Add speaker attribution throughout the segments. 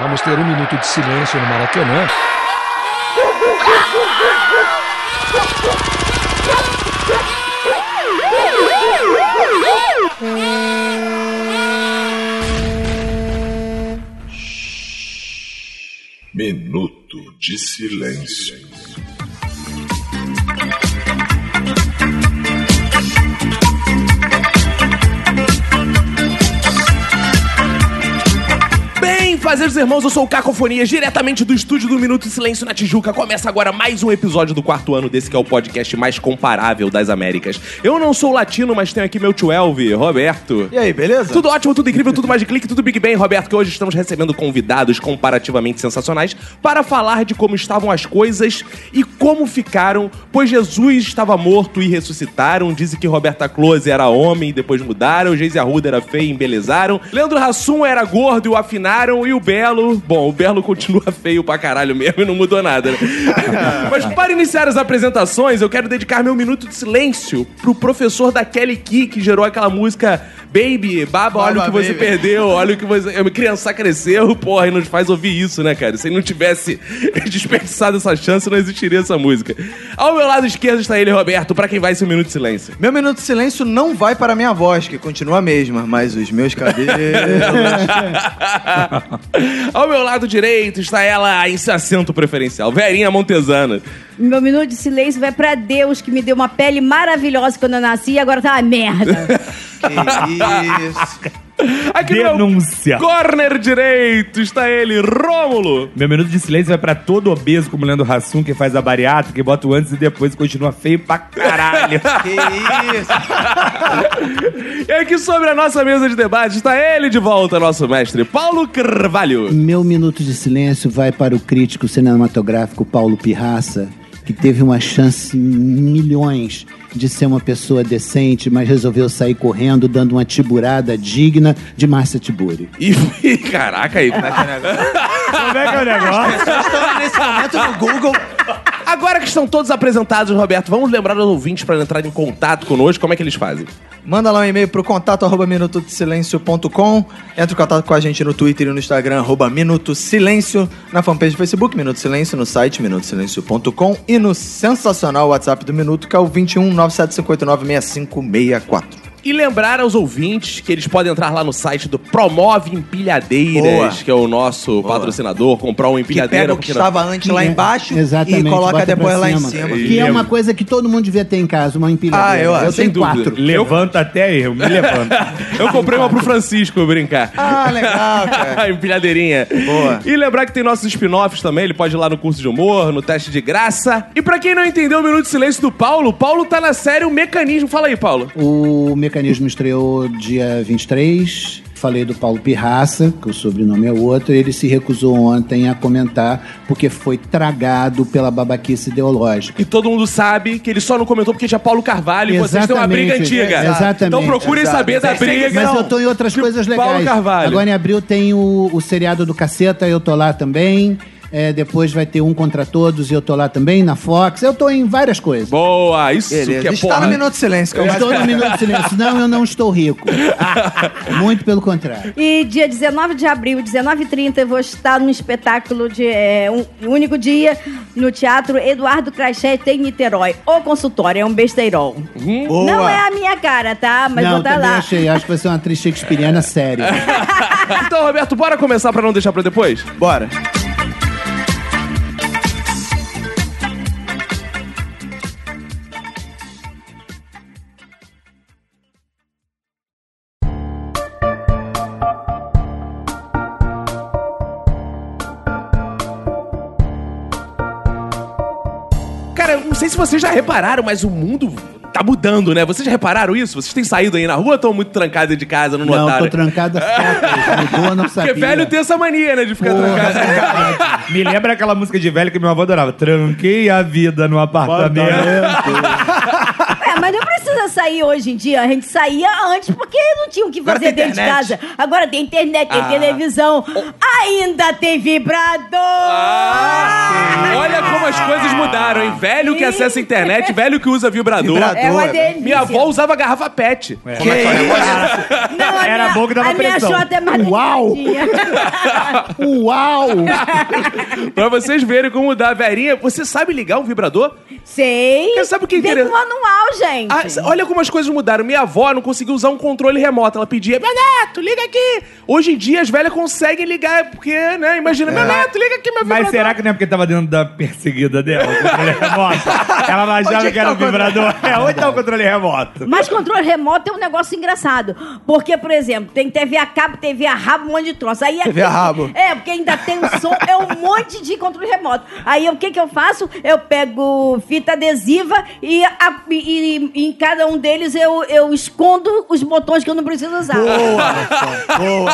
Speaker 1: Vamos ter um minuto de silêncio no Maracanã.
Speaker 2: Minuto de silêncio.
Speaker 3: Bem, fazeres irmãos, eu sou o Cacofonia, diretamente do estúdio do Minuto de Silêncio na Tijuca. Começa agora mais um episódio do quarto ano desse que é o podcast mais comparável das Américas. Eu não sou latino, mas tenho aqui meu 12, Roberto.
Speaker 4: E aí, beleza?
Speaker 3: Tudo ótimo, tudo incrível, tudo mais de clique, tudo Big Bang, Roberto, que hoje estamos recebendo convidados comparativamente sensacionais para falar de como estavam as coisas e como ficaram, pois Jesus estava morto e ressuscitaram, dizem que Roberta Close era homem e depois mudaram, Geise Arruda era feia e embelezaram, Leandro Hassum era gordo e o afinaram, e o Belo, bom, o Belo continua feio pra caralho mesmo e não mudou nada, né? Mas para iniciar as apresentações, eu quero dedicar meu minuto de silêncio pro professor da Kelly Key, que gerou aquela música Baby, baba, olha o que
Speaker 4: Baba,
Speaker 3: você
Speaker 4: baby.
Speaker 3: perdeu, olha o que você. A criança cresceu, porra, e nos faz ouvir isso, né, cara? Se ele não tivesse desperdiçado essa chance, não existiria essa música. Ao meu lado esquerdo está ele, Roberto, pra quem vai esse minuto de silêncio.
Speaker 4: Meu minuto de silêncio não vai para minha voz, que continua a mesma, mas os meus É. cabelos.
Speaker 3: Ao meu lado direito está ela em seu assento preferencial, Verinha Montesana.
Speaker 5: Meu minuto de silêncio vai pra Deus que me deu uma pele maravilhosa quando eu nasci e agora tá uma merda.
Speaker 4: que isso.
Speaker 3: Aqui
Speaker 6: Denúncia.
Speaker 3: no meu corner direito está ele, Rômulo.
Speaker 6: Meu minuto de silêncio vai pra todo obeso como Leandro Hassum, que faz a bariátrica, que bota o antes e depois e continua feio pra caralho.
Speaker 4: Que isso.
Speaker 3: E aqui sobre a nossa mesa de debate está ele de volta, nosso mestre, Paulo Carvalho.
Speaker 7: Meu minuto de silêncio vai para o crítico cinematográfico Paulo Pirraça, que teve uma chance em milhões de ser uma pessoa decente, mas resolveu sair correndo, dando uma tiburada digna de Márcia Tiburi.
Speaker 3: E, e caraca aí.
Speaker 4: é
Speaker 6: Como é que é o negócio?
Speaker 4: Estamos nesse momento no Google.
Speaker 3: Agora que estão todos apresentados, Roberto, vamos lembrar os ouvintes para entrar em contato conosco, como é que eles fazem?
Speaker 4: Manda lá um e-mail pro contato arroba minutodesilêncio.com. Entra em contato com a gente no Twitter e no Instagram, arroba Minuto Silêncio, na fanpage do Facebook, Minuto Silêncio, no site minutosilêncio.com e no sensacional WhatsApp do Minuto, que é o 21 975896564.
Speaker 3: E lembrar aos ouvintes que eles podem entrar lá no site do Promove Empilhadeiras,
Speaker 4: Boa.
Speaker 3: que é o nosso patrocinador, comprar uma
Speaker 4: Que
Speaker 3: empilhadeira.
Speaker 4: pega o que
Speaker 3: porque não-
Speaker 4: estava antes lá
Speaker 7: Que é-
Speaker 4: embaixo
Speaker 7: Exatamente,
Speaker 4: e coloca
Speaker 7: bota pra
Speaker 4: depois lá em cima.
Speaker 7: Que é uma coisa que todo mundo devia ter em casa, uma empilhadeira.
Speaker 4: Ah, eu-
Speaker 7: eu
Speaker 3: sem
Speaker 7: tenho
Speaker 3: dúvida.
Speaker 7: quatro.
Speaker 6: Levanta até eu, me levanta.
Speaker 3: Eu comprei uma pro Francisco brincar.
Speaker 4: Ah, legal, cara.
Speaker 3: Empilhadeirinha.
Speaker 4: Boa.
Speaker 3: E lembrar que tem nossos spin-offs também. Ele pode ir lá no curso de humor, no teste de graça. E pra quem não entendeu o Minuto de Silêncio do Paulo, o Paulo tá na série O Mecanismo. Fala aí, Paulo.
Speaker 7: O mecanismo estreou dia 23. Falei do Paulo Pirraça, que o sobrenome é outro. Ele se recusou ontem a comentar porque foi tragado pela babaquice ideológica.
Speaker 3: E todo mundo sabe que ele só não comentou porque tinha Paulo Carvalho e vocês têm uma
Speaker 7: Exatamente,
Speaker 3: briga antiga.
Speaker 7: é, exatamente.
Speaker 3: Então procurem
Speaker 4: Exato.
Speaker 3: saber da briga.
Speaker 7: Mas eu tô em outras
Speaker 3: de
Speaker 7: coisas legais.
Speaker 3: Tipo Paulo Carvalho.
Speaker 7: Agora em abril tem o, o seriado do Caceta, eu tô lá também. É, depois vai ter um contra todos, eu tô lá também, na Fox. Eu tô em várias coisas.
Speaker 3: Boa, isso que
Speaker 4: Beleza.
Speaker 3: é
Speaker 4: Está no
Speaker 3: porra.
Speaker 4: Minuto de Silêncio, que é
Speaker 7: Eu
Speaker 4: o mais
Speaker 7: estou no Minuto de Silêncio. Não, eu não estou rico. Muito pelo contrário.
Speaker 5: E dia 19 de abril, 19h30, eu vou estar num espetáculo de é, um, um único dia no Teatro Eduardo Crachete em Niterói. O consultório é um besteirol.
Speaker 4: Boa.
Speaker 5: Não é a minha cara, tá? Mas
Speaker 7: não,
Speaker 5: vou tá
Speaker 7: também
Speaker 5: lá.
Speaker 7: achei. Acho que vai ser uma atriz shakespeariana séria.
Speaker 3: Então, Roberto, bora começar pra não deixar pra depois?
Speaker 4: Bora.
Speaker 3: Cara, eu não sei se vocês já repararam, mas o mundo tá mudando, né? Vocês já repararam isso? Vocês têm saído aí na rua ou estão muito trancados aí de casa, não
Speaker 7: Não,
Speaker 3: notaram?
Speaker 7: tô trancado assim, certo. Mudou, não sabia.
Speaker 3: Porque velho tem essa mania, né, de ficar trancado.
Speaker 6: Me lembra aquela música de velho que meu avô adorava. Tranquei a vida no apartamento.
Speaker 5: Ué, mas não precisa sair hoje em dia. A gente saía antes porque não tinha o que
Speaker 4: Agora
Speaker 5: fazer
Speaker 4: tem
Speaker 5: dentro de
Speaker 4: internet. Ah.
Speaker 5: casa. Agora tem internet, tem televisão. Ainda tem vibrador!
Speaker 3: Ah, olha como as coisas mudaram, hein? Velho que acessa a internet, velho que usa vibrador.
Speaker 4: Vibrador.
Speaker 5: é uma
Speaker 4: Boa,
Speaker 5: delícia.
Speaker 3: né? Minha avó usava garrafa pet.
Speaker 7: é
Speaker 4: Que isso?
Speaker 5: Não, a
Speaker 6: Era
Speaker 5: minha-
Speaker 6: bom que dava
Speaker 5: a minha
Speaker 6: pressão.
Speaker 5: Xota é mais
Speaker 7: Uau!
Speaker 5: delicadinha.
Speaker 7: Uau!
Speaker 3: Pra vocês verem como dá. Verinha, você sabe ligar um vibrador?
Speaker 5: Sei.
Speaker 3: Quem sabe o que é
Speaker 5: Vem
Speaker 3: interessante?
Speaker 5: com um manual, gente.
Speaker 3: Ah, s- olha como as coisas mudaram. Minha avó não conseguia usar um controle remoto. Ela pedia, meu neto, liga aqui. Hoje em dia as velhas conseguem ligar, porque, né? Imagina, meu neto, liga aqui, meu vibrador.
Speaker 6: Mas será que não é porque tava dentro da perseguida dela? O controle remoto. Ela não
Speaker 4: Onde é
Speaker 6: achava
Speaker 4: que
Speaker 6: que era
Speaker 4: tá
Speaker 6: o
Speaker 4: o controle?
Speaker 6: vibrador. É, onde tá o controle remoto?
Speaker 5: Mas controle remoto é um negócio engraçado. Porque, por exemplo, tem TV a cabo, TV a rabo, um monte de troço. Aí
Speaker 4: TV a rabo.
Speaker 5: É, porque ainda tem o som, é um monte de controle remoto. Aí o que, que eu faço? Eu pego fita adesiva e, a- e- e em cada um deles eu, eu escondo os botões que eu não preciso usar.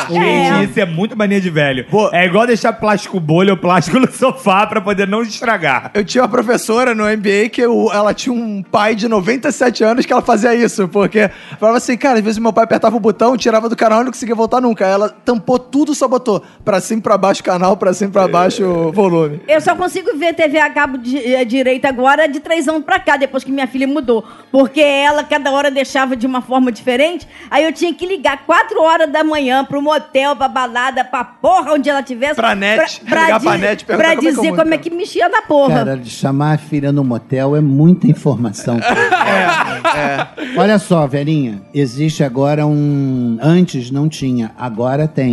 Speaker 6: Gente,
Speaker 5: É.
Speaker 6: isso é muito mania de velho.
Speaker 4: Pô.
Speaker 6: É igual deixar plástico bolha ou plástico no sofá pra poder não estragar.
Speaker 4: Eu tinha uma professora no MBA que eu- ela tinha um pai de 97 anos que ela fazia isso, porque falava assim, cara, às vezes meu pai apertava o botão, tirava do canal e não conseguia voltar nunca. Aí Ela tampou tudo, só botou pra cima e pra baixo o canal, pra cima e pra baixo
Speaker 3: É.
Speaker 4: o volume.
Speaker 5: Eu só consigo ver TV a cabo di- eh, direito agora de três anos pra cá, depois que minha filha mudou. Porque ela, cada hora, deixava de uma forma diferente. Aí eu tinha que ligar quatro horas da manhã pro motel, pra balada, pra porra, onde ela tivesse.
Speaker 4: Pra net, ligar pra net, perguntar
Speaker 5: pra
Speaker 4: como é que eu
Speaker 5: dizer
Speaker 4: mudo,
Speaker 5: como é
Speaker 4: cara.
Speaker 5: que mexia na porra.
Speaker 7: Cara, de chamar a filha no motel é muita informação.
Speaker 4: É,
Speaker 7: Olha só, velhinha, existe agora um. Antes não tinha, agora tem.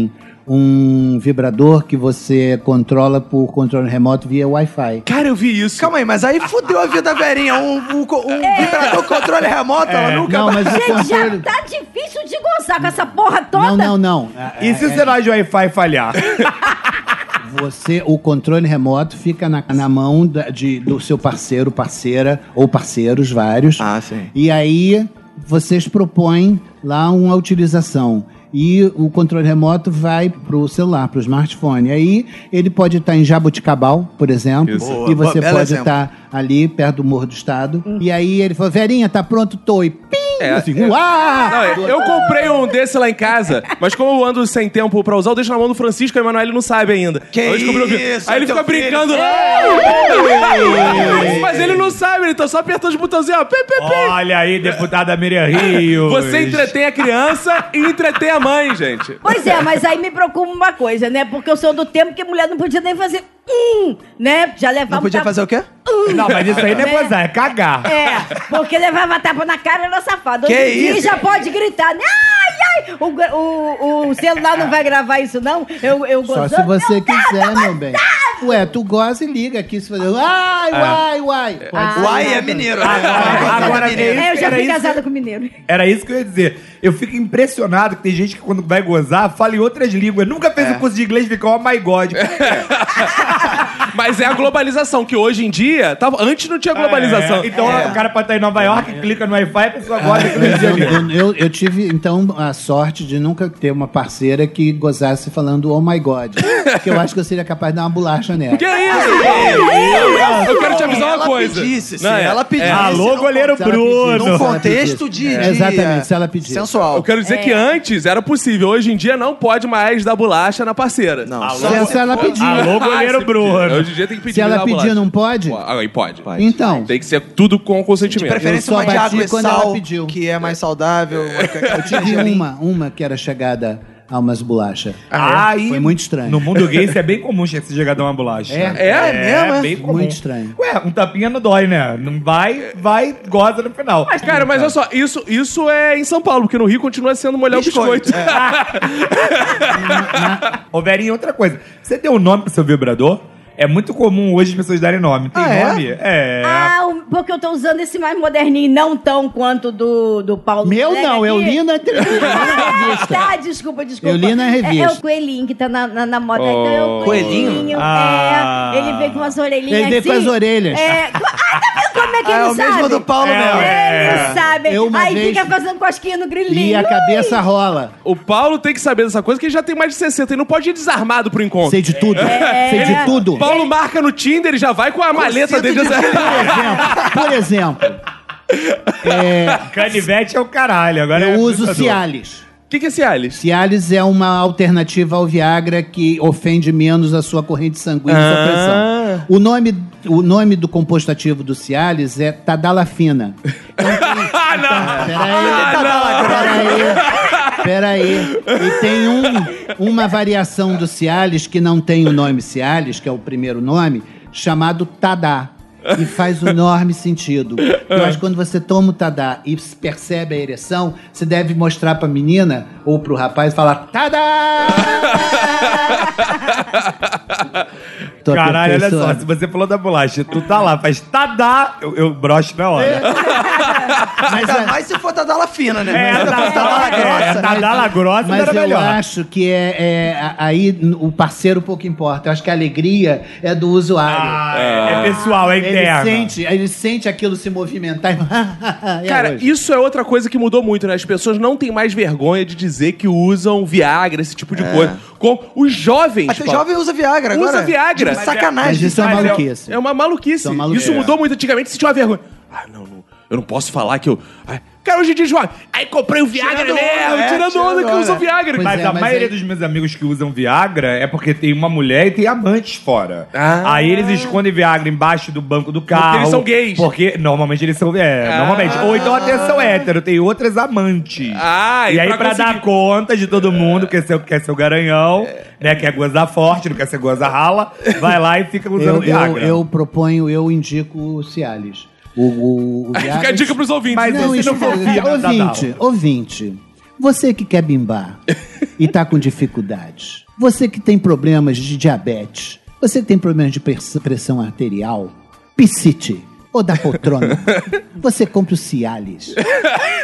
Speaker 7: Um vibrador que você controla por controle remoto via Wi-Fi.
Speaker 3: Cara, eu vi isso.
Speaker 4: Calma aí, mas aí fudeu a vida da verinha. Um, um, co- um vibrador controle remoto, ela nunca
Speaker 7: É. Não,
Speaker 4: mais...
Speaker 7: mas o
Speaker 5: Gente, já
Speaker 7: controle.
Speaker 5: tá difícil de gozar com essa porra toda.
Speaker 7: Não, não, não.
Speaker 6: E se o sinal de Wi-Fi falhar?
Speaker 7: Você, o controle remoto fica na, na mão da- de- do seu parceiro, parceira ou parceiros vários.
Speaker 4: Ah, sim.
Speaker 7: E aí vocês propõem lá uma utilização. E o controle remoto vai pro celular, pro smartphone. Aí ele pode estar em Jabuticabal, por exemplo.
Speaker 4: Boa,
Speaker 7: e você
Speaker 4: boa, belo
Speaker 7: pode
Speaker 4: exemplo.
Speaker 7: estar ali perto do Morro do Estado. E aí ele falou: Verinha, tá pronto, tô. E pim!
Speaker 3: É,
Speaker 7: assim,
Speaker 3: é.
Speaker 7: uá!
Speaker 3: Não, eu- eu comprei um desse lá em casa, mas como eu ando sem tempo pra usar, eu deixo na mão do Francisco e o Emanuele não sabe ainda.
Speaker 4: Que
Speaker 3: eu descobri o vídeo.
Speaker 4: isso,
Speaker 3: Aí ele
Speaker 4: é teu
Speaker 3: fica
Speaker 4: filho.
Speaker 3: brincando né? lá. Mas ele não sabe, ele tá só apertando os botãozinhos, ó. Pê, pê, pê.
Speaker 6: né? Olha aí, deputada Miriam Rios.
Speaker 3: Você entretém a criança e entretém a mãe, gente.
Speaker 5: Pois é, mas aí me preocupa uma coisa, né? Porque eu sou do tempo que mulher não podia nem fazer um, né? Já levava
Speaker 4: Não podia
Speaker 5: tapa-
Speaker 4: fazer o quê?
Speaker 6: Não, mas isso aí não é
Speaker 5: Né?
Speaker 6: gozar, é cagar.
Speaker 5: É, porque levava tapa na cara era safado.
Speaker 4: Que
Speaker 5: Hoje em dia
Speaker 4: isso?
Speaker 5: já pode gritar. né? Ai, ai! O, gra- o, o celular não vai gravar isso, não? Eu, eu
Speaker 7: Só
Speaker 5: gozando.
Speaker 7: se você
Speaker 5: Não dá,
Speaker 7: quiser,
Speaker 5: tá
Speaker 7: meu bem. Ué, tu goza e liga aqui se fazer.
Speaker 3: Ah.
Speaker 7: Uai, uai, uai. Pode ser.
Speaker 4: Uai, é mineiro.
Speaker 6: Agora
Speaker 5: bom. É, eu já
Speaker 6: era
Speaker 5: fui
Speaker 6: isso-
Speaker 5: casada com mineiro.
Speaker 6: Era isso que eu ia dizer. Eu fico impressionado que tem gente que quando vai gozar fala em outras línguas. Nunca fez um curso de inglês e fica, oh my god.
Speaker 3: Mas é a globalização, que hoje em dia. Tava, antes não tinha globalização.
Speaker 6: É, Então o cara pode estar em
Speaker 7: É.
Speaker 6: Nova York, clica no Wi-Fi e a pessoa goza aqui no dia
Speaker 7: Eu,
Speaker 6: a dia.
Speaker 7: eu- eu- eu tive, então, a sorte de nunca ter uma parceira que gozasse falando oh my god. Porque eu acho que eu seria capaz de dar uma bolacha
Speaker 4: É.
Speaker 7: nela.
Speaker 3: Que isso? Eu quero te avisar uma
Speaker 4: Ah, Ela
Speaker 3: coisa.
Speaker 4: pedisse, sim,
Speaker 3: Não, é-
Speaker 4: ela pedisse.
Speaker 6: Alô, goleiro
Speaker 7: Se ela pedisse,
Speaker 6: Bruno.
Speaker 4: Num
Speaker 7: se ela
Speaker 4: contexto
Speaker 7: pedisse.
Speaker 4: de,
Speaker 7: É,
Speaker 4: de-
Speaker 7: Exatamente, se ela pedir.
Speaker 4: Sensual.
Speaker 3: Eu quero dizer
Speaker 5: É.
Speaker 3: que antes era possível, hoje em dia não pode mais dar bolacha na parceira.
Speaker 4: Não,
Speaker 3: Alô,
Speaker 4: só
Speaker 7: Se, se ela pedir. Ah,
Speaker 6: Alô,
Speaker 3: Se
Speaker 6: goleiro
Speaker 3: pedir.
Speaker 6: Bruno.
Speaker 3: Hoje em dia tem que pedir.
Speaker 7: se ela
Speaker 3: dar
Speaker 7: pedir,
Speaker 3: bolacha.
Speaker 7: não pode?
Speaker 3: Ah, Aí pode.
Speaker 7: Então,
Speaker 3: Tem que ser tudo com
Speaker 4: De
Speaker 3: consentimento.
Speaker 4: preferência
Speaker 7: Eu
Speaker 4: uma
Speaker 7: só
Speaker 4: de
Speaker 7: bati
Speaker 4: água e
Speaker 7: quando ela
Speaker 4: sal,
Speaker 7: pediu.
Speaker 4: que é mais saudável. é Eu
Speaker 7: tive uma, uma que era chegada a umas bolachas.
Speaker 6: Aí,
Speaker 7: Foi muito estranho.
Speaker 6: Ah, é? No mundo gay, isso é bem comum chegar se jogar dar uma bolacha.
Speaker 7: É?
Speaker 3: É,
Speaker 4: mesmo, é?
Speaker 6: bem comum.
Speaker 7: Muito estranho.
Speaker 6: Ué, um tapinha não dói, né? Não vai, vai, goza no final.
Speaker 3: Mas, cara, mas olha só, isso, isso é em São Paulo, porque no Rio continua sendo molhar o
Speaker 4: Biscoito,
Speaker 3: biscoito.
Speaker 6: Ô, Verinha, outra coisa. Você deu um nome pro seu vibrador? É muito comum hoje as pessoas darem nome. Tem
Speaker 4: Ah, é?
Speaker 6: nome? É.
Speaker 5: Ah, o- porque eu tô usando esse mais moderninho, não tão quanto do, do Paulo
Speaker 7: Meu
Speaker 5: Coelho
Speaker 7: não, eu
Speaker 5: aqui.
Speaker 7: li na entrevista.
Speaker 5: Ah, tá, desculpa, desculpa.
Speaker 7: Eu li na
Speaker 5: É, é
Speaker 7: revista.
Speaker 5: o coelhinho que tá na, na, na moda.
Speaker 3: Oh.
Speaker 5: Então é o coelhinho.
Speaker 4: Coelhinho?
Speaker 6: Ah.
Speaker 5: É, ele vem com as orelhinhas
Speaker 7: Ele vem com
Speaker 5: assim.
Speaker 7: as orelhas.
Speaker 5: É, co- ah, tá vendo como é que
Speaker 4: Ah,
Speaker 5: ele
Speaker 4: é o
Speaker 5: sabe?
Speaker 4: mesmo do Paulo
Speaker 6: É,
Speaker 4: Melo.
Speaker 6: é.
Speaker 5: Eles sabem.
Speaker 7: Eu uma
Speaker 5: Aí
Speaker 7: vez-
Speaker 5: fica fazendo cosquinha no grilinho.
Speaker 7: E a cabeça rola.
Speaker 3: O Paulo tem que saber dessa coisa, que ele já tem mais de 60 e não pode ir desarmado pro encontro.
Speaker 7: Sei de tudo.
Speaker 5: É.
Speaker 7: Sei de tudo.
Speaker 3: O Paulo marca no Tinder e já vai com a maleta
Speaker 4: cinto
Speaker 3: dele.
Speaker 4: de
Speaker 7: Por exemplo, por exemplo,
Speaker 6: Canivete é o caralho, agora é
Speaker 7: Eu uso
Speaker 6: assustador.
Speaker 7: Cialis.
Speaker 3: O que, que é Cialis?
Speaker 7: Cialis é uma alternativa ao Viagra que ofende menos a sua corrente sanguínea e
Speaker 6: Ah.
Speaker 7: sua pressão. O nome, o nome do composto ativo do Cialis é Tadalafina.
Speaker 3: Ah, não!
Speaker 4: Tá
Speaker 7: Peraí, peraí, peraí. E tem um, uma variação do Cialis que não tem o nome Cialis, que é o primeiro nome, chamado Tadá. E faz um enorme sentido. Eu acho que quando você toma o Tadá e s- percebe a ereção, você deve mostrar pra menina ou pro rapaz e falar Tadá! Tô
Speaker 6: Caralho, olha só,
Speaker 7: aperfeiçoando.
Speaker 6: se você falou da bolacha, tu tá lá, faz tadá, eu, eu broxo na
Speaker 3: É.
Speaker 6: hora.
Speaker 7: Mas
Speaker 4: É.
Speaker 7: é. tá
Speaker 4: Ainda
Speaker 7: a-
Speaker 4: mais se for tadala fina, né? Mas se for
Speaker 6: tadala
Speaker 4: tadala
Speaker 6: grossa.
Speaker 4: grossa.
Speaker 7: Tá
Speaker 6: tadá lá grossa
Speaker 7: Mas
Speaker 6: era
Speaker 7: eu
Speaker 6: melhor.
Speaker 7: acho que é, é, a- aí n- o parceiro pouco importa. Eu acho que a alegria é do usuário.
Speaker 6: Ah, é, é pessoal, é
Speaker 7: ele
Speaker 6: interno.
Speaker 7: sente, ele sente aquilo se movimentar. e fala, "É
Speaker 3: Cara,
Speaker 7: hoje."
Speaker 3: isso é outra coisa que mudou muito, né? As pessoas não têm mais vergonha de dizer que usam Viagra, esse tipo de coisa. Com os jovens.
Speaker 4: Até
Speaker 3: Paulo,
Speaker 4: É. jovem usa Viagra
Speaker 3: Usa
Speaker 4: agora.
Speaker 3: Viagra.
Speaker 4: Tipo,
Speaker 7: mas
Speaker 4: sacanagem.
Speaker 7: isso é uma
Speaker 3: Mas
Speaker 7: maluquice.
Speaker 3: É uma maluquice.
Speaker 7: Isso é uma maluquice.
Speaker 3: Isso mudou muito. Antigamente se tinha uma vergonha. Ah, não, não, eu não posso falar que eu. Ai, Cara, hoje em dia, João, aí comprei o
Speaker 6: né?
Speaker 3: Viagra
Speaker 4: Tirando
Speaker 3: mesmo,
Speaker 4: onda, é,
Speaker 3: tirando
Speaker 4: tirando
Speaker 3: onda que eu
Speaker 4: onda.
Speaker 3: uso Viagra.
Speaker 7: Pois
Speaker 6: Mas
Speaker 7: é,
Speaker 6: a
Speaker 7: mas
Speaker 6: maioria
Speaker 7: aí-
Speaker 6: dos meus amigos que usam Viagra é porque tem uma mulher e tem amantes fora.
Speaker 3: Ah.
Speaker 6: Aí eles escondem Viagra embaixo do banco do carro.
Speaker 3: eles são gays. Ah.
Speaker 6: Porque normalmente eles são. É, normalmente. Ou então até são hétero, tem outras amantes.
Speaker 3: Ah,
Speaker 6: e,
Speaker 3: e
Speaker 6: aí,
Speaker 3: pra
Speaker 6: pra
Speaker 3: conseguir- É.
Speaker 6: dar conta de todo mundo, quer ser, quer ser o garanhão, né? Quer gozar forte, não quer ser goza rala, vai lá e fica usando
Speaker 7: eu, eu,
Speaker 6: Viagra.
Speaker 7: eu proponho, eu indico o Cialis. O, o, o
Speaker 3: Fica a
Speaker 7: Viagra-
Speaker 3: dica pros ouvintes.
Speaker 6: Mas
Speaker 7: não,
Speaker 6: você
Speaker 7: isso é
Speaker 6: não confia na
Speaker 7: Ouvinte,
Speaker 6: Dadal.
Speaker 7: ouvinte, você que quer bimbar e tá com dificuldades, você que tem problemas de diabetes, você que tem problemas de pers- pressão arterial, piscite ou da poltrona, você compra o Cialis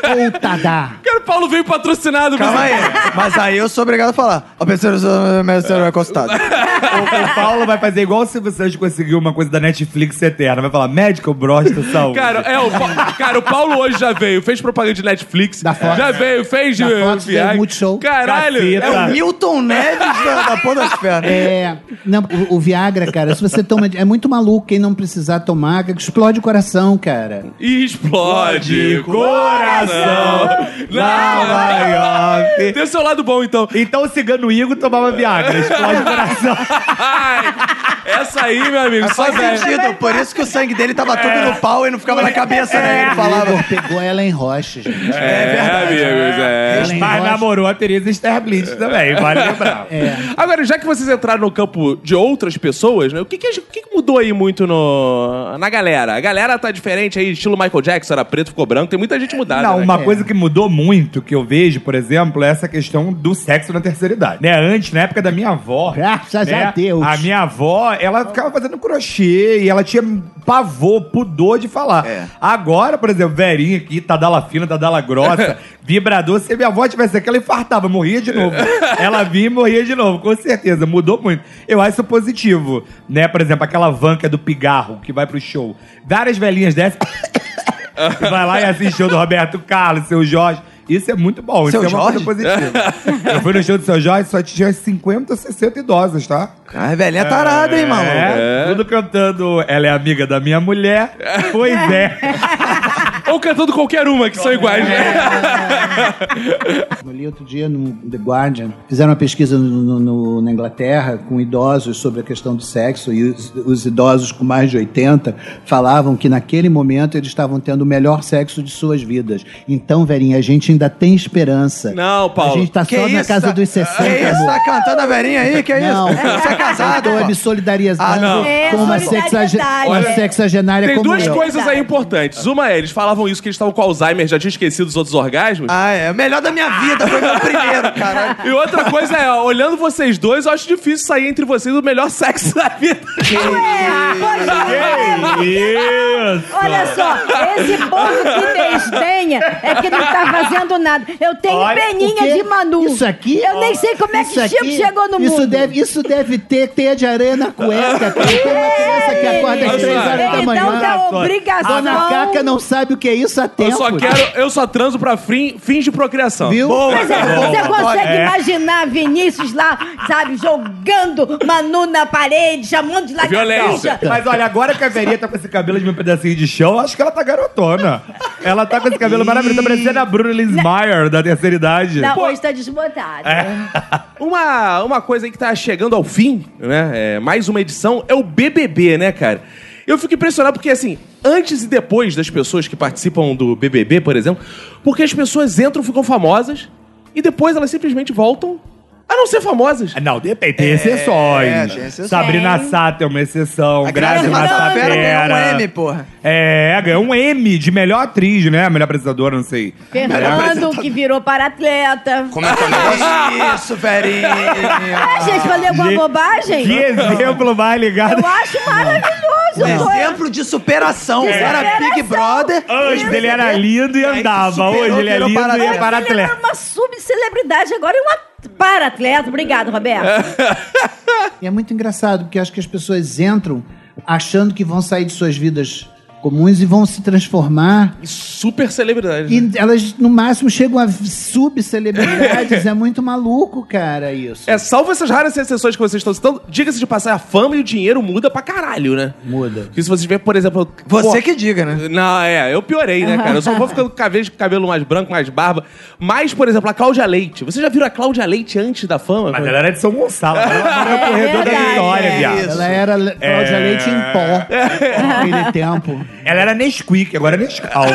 Speaker 7: ou o Tadá.
Speaker 3: Cara, o Paulo veio patrocinado,
Speaker 4: Calma
Speaker 3: mas...
Speaker 4: aí. Mas aí eu sou obrigado a falar. Ó, pensando no seu é consultado.
Speaker 6: O Paulo vai fazer igual se você conseguir uma coisa da Netflix eterna. Vai falar, médico, brosta, saúde.
Speaker 3: Cara, é, o Pa- cara, o Paulo hoje já veio, fez propaganda de Netflix,
Speaker 7: Da Fox.
Speaker 3: já veio, fez
Speaker 7: Da
Speaker 3: eh,
Speaker 7: Fox, tem Multishow.
Speaker 3: Caralho,
Speaker 6: Caceta.
Speaker 3: é um-
Speaker 4: Milton Neves da, da Podosfera.
Speaker 7: É, não, o, o Viagra, cara, se você toma. É muito maluco quem não precisar tomar, que explode o coração, cara.
Speaker 3: e explode
Speaker 6: coração
Speaker 3: Não,
Speaker 6: Nova York.
Speaker 3: tem o seu lado bom então.
Speaker 6: Então o cigano Igor tomava né? Viagra, explode o coração.
Speaker 3: Ai, essa aí, meu amigo, só
Speaker 4: Faz
Speaker 3: velho.
Speaker 4: sentido, por isso que o sangue dele tava tudo no pau e não ficava na cabeça, né? Ele
Speaker 7: O
Speaker 4: falava.
Speaker 7: Igor pegou ela em rocha, gente.
Speaker 3: É, amigos, é.
Speaker 7: Ela em
Speaker 6: Mas
Speaker 7: rocha.
Speaker 6: namorou a Teresa Sterblitz também, vale lembrar.
Speaker 3: Agora, já que vocês entraram no campo de outras pessoas, né? O que, que, a gente- o que que mudou aí muito no, na galera? A galera tá diferente aí, estilo Michael Jackson, era preto, ficou branco. Tem muita gente mudada,
Speaker 6: Não,
Speaker 3: né?
Speaker 6: uma coisa que mudou muito, que eu vejo, por exemplo, é essa questão do sexo na terceira idade. Né, antes, na época da minha avó...
Speaker 7: Graças
Speaker 6: né,
Speaker 7: a Deus.
Speaker 6: A minha avó, ela ficava fazendo crochê e ela tinha pavor, pudor de falar.
Speaker 4: É.
Speaker 6: Agora, por exemplo, velhinha aqui, tadala fina, tadala grossa, vibrador. Se minha avó tivesse aqui, ela infartava, morria de novo. ela vinha e morria de novo, com certeza. Mudou muito. Eu acho isso positivo, né? Por exemplo, aquela van que é do pigarro, que vai pro show. Várias velhinhas dessas... E vai lá e assiste show do Roberto Carlos, seu Jorge. Isso é muito bom,
Speaker 4: Seu
Speaker 6: isso é uma coisa
Speaker 4: Jorge?
Speaker 6: positiva. Eu fui no show do seu Jorge, só tinha 50, 60 idosas, tá?
Speaker 4: Ah, velhinha tarada, hein, maluco?
Speaker 6: É, tudo cantando Ela é amiga da minha mulher. Pois é.
Speaker 3: Ou cantando qualquer uma, que são iguais, né?
Speaker 7: Eu li outro dia no The Guardian, fizeram uma pesquisa no- no- no- na Inglaterra com idosos sobre a questão do sexo e os, os idosos com mais de 80 falavam que naquele momento eles estavam tendo o melhor sexo de suas vidas. Então, Verinha, a gente ainda tem esperança.
Speaker 3: Não, Paulo.
Speaker 7: A gente tá só na casa
Speaker 4: tá-
Speaker 7: dos 60,
Speaker 4: Que isso?
Speaker 7: amor.
Speaker 4: Tá cantando a velhinha aí? Que
Speaker 7: Não,
Speaker 4: isso? Você é casado?
Speaker 7: Estou me
Speaker 4: pô.
Speaker 7: solidarizando
Speaker 4: Ah, não.
Speaker 5: É,
Speaker 7: com uma,
Speaker 5: solidariedade.
Speaker 7: sexagen- uma
Speaker 5: Olha,
Speaker 7: sexagenária
Speaker 3: Tem
Speaker 7: como
Speaker 3: duas
Speaker 7: eu.
Speaker 3: coisas
Speaker 4: Tá.
Speaker 3: aí importantes. Uma é, eles falavam isso, que eles estavam com Alzheimer, já tinham esquecido os outros orgasmos.
Speaker 4: Ah, é. O melhor da minha vida foi meu primeiro, caralho.
Speaker 3: E outra coisa é, ó, olhando vocês dois, eu acho difícil sair entre vocês o melhor sexo da vida.
Speaker 5: Pois é.
Speaker 6: Isso.
Speaker 5: Olha só, esse povo que desdenha é que não tá fazendo entendo nada. Eu tenho
Speaker 6: Olha,
Speaker 7: O quê?
Speaker 5: peninha de Manu.
Speaker 7: Isso aqui.
Speaker 5: Eu nem sei como é
Speaker 7: Isso
Speaker 5: que Chico
Speaker 7: aqui-
Speaker 5: chegou no
Speaker 7: isso
Speaker 5: mundo.
Speaker 7: Deve, isso deve ter teia de aranha na cueca. cara. Tem uma criança que acorda às
Speaker 3: Olha
Speaker 7: 3
Speaker 3: só.
Speaker 7: horas da manhã.
Speaker 5: É Então dá obrigação.
Speaker 7: Dona Caca não sabe o que é isso há tempo.
Speaker 3: Eu só quero, eu só transo pra fim, fins de procriação.
Speaker 7: Viu?
Speaker 5: Mas é, você consegue
Speaker 6: É.
Speaker 5: imaginar Vinícius lá, sabe, jogando Manu na parede, chamando de lagartixa.
Speaker 3: Violência.
Speaker 6: Mas olha, agora que a Verinha tá com esse cabelo de um pedacinho de chão, acho que ela tá garotona. Ela tá com esse cabelo maravilhoso. Tá parecendo a Bruna Linsmeyer, da terceira idade.
Speaker 5: Não, hoje tá desbotada.
Speaker 7: É.
Speaker 3: É. Uma, uma coisa aí que tá chegando ao fim, né? é, mais uma edição, é o BBB, né, cara? Eu fico impressionado porque, assim, antes e depois das pessoas que participam do BBB, por exemplo, porque as pessoas entram, ficam famosas e depois elas simplesmente voltam a não ser famosas.
Speaker 6: Não, depende. Tem exceções.
Speaker 4: É, tem exceções.
Speaker 6: Sabrina
Speaker 5: Tem.
Speaker 6: Sato é uma exceção.
Speaker 4: A
Speaker 6: Grazi
Speaker 4: Grazi
Speaker 6: Massafera.
Speaker 4: Massafera ganhou um M, porra.
Speaker 6: É, ganhou um M de melhor atriz, né? Melhor apresentadora, não sei.
Speaker 5: Fernando, que virou para-atleta.
Speaker 4: Como é que é o negócio? Isso, verinha.
Speaker 5: Ah, gente, falei alguma
Speaker 6: Gente,
Speaker 5: bobagem?
Speaker 6: Que exemplo mais ligado.
Speaker 5: Eu acho maravilhoso.
Speaker 4: Um
Speaker 5: tô-
Speaker 4: exemplo de superação.
Speaker 5: De
Speaker 4: Era Big
Speaker 5: superação.
Speaker 4: Brother.
Speaker 6: Antes ele era lindo e
Speaker 4: Aí
Speaker 6: andava.
Speaker 4: superou,
Speaker 6: Hoje ele é
Speaker 4: virou
Speaker 6: lindo e é
Speaker 4: para-atleta.
Speaker 5: Agora é Ele era
Speaker 6: para-atleta.
Speaker 5: uma subcelebridade, agora é um para-atleta. Obrigado,
Speaker 4: É.
Speaker 5: Roberto.
Speaker 7: E é muito engraçado, porque acho que as pessoas entram achando que vão sair de suas vidas comuns e vão se transformar.
Speaker 3: Super celebridade. né?
Speaker 7: E elas, no máximo, chegam a subcelebridades. é muito maluco, cara, isso.
Speaker 3: É, salvo essas raras exceções que vocês estão citando, diga-se de passar, a fama e o dinheiro muda pra caralho, né?
Speaker 7: Muda.
Speaker 3: Porque se vocês verem, por exemplo...
Speaker 4: Você
Speaker 3: pô,
Speaker 4: que diga, né?
Speaker 3: Não, é, eu piorei, né, cara? Eu só vou ficando cada vez com cabelo mais branco, mais barba. Mas, por exemplo, a Cláudia Leite. Vocês já viram a Cláudia Leite antes da fama?
Speaker 6: Mas ela era de São Gonçalo. Ela era no
Speaker 5: É
Speaker 6: corredor da
Speaker 5: verdade.
Speaker 6: vitória,
Speaker 4: É
Speaker 6: viado.
Speaker 4: isso.
Speaker 7: Ela era le- Cláudia
Speaker 6: É.
Speaker 7: Leite em pó
Speaker 3: É.
Speaker 7: naquele tempo.
Speaker 5: é
Speaker 6: Ela era Nesquik, agora é Nescau.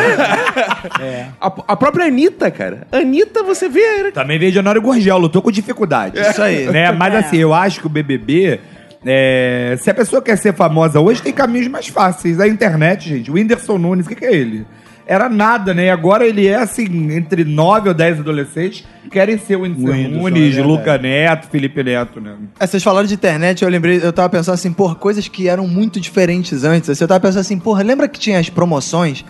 Speaker 7: É.
Speaker 3: A, a própria Anitta, cara. Anitta, você vê. era-
Speaker 6: Também veio de Honório Gorgel, lutou com dificuldade.
Speaker 4: Isso aí.
Speaker 6: Né? Mas assim, eu acho que o BBB... é, se a pessoa quer ser famosa hoje, tem caminhos mais fáceis. A internet, gente. O Whindersson Nunes, o que, que é ele? Era nada, né? E Agora ele é, assim, entre 9 ou 10 adolescentes querem ser o Whindersson,
Speaker 7: Whindersson, é
Speaker 6: Nunes,
Speaker 7: verdade.
Speaker 6: Luca Neto, Felipe Neto, né?
Speaker 4: É, Vocês falaram de internet, eu lembrei, eu tava pensando assim, porra, coisas que eram muito diferentes antes. Assim, Eu tava pensando assim, porra, lembra que tinha as promoções,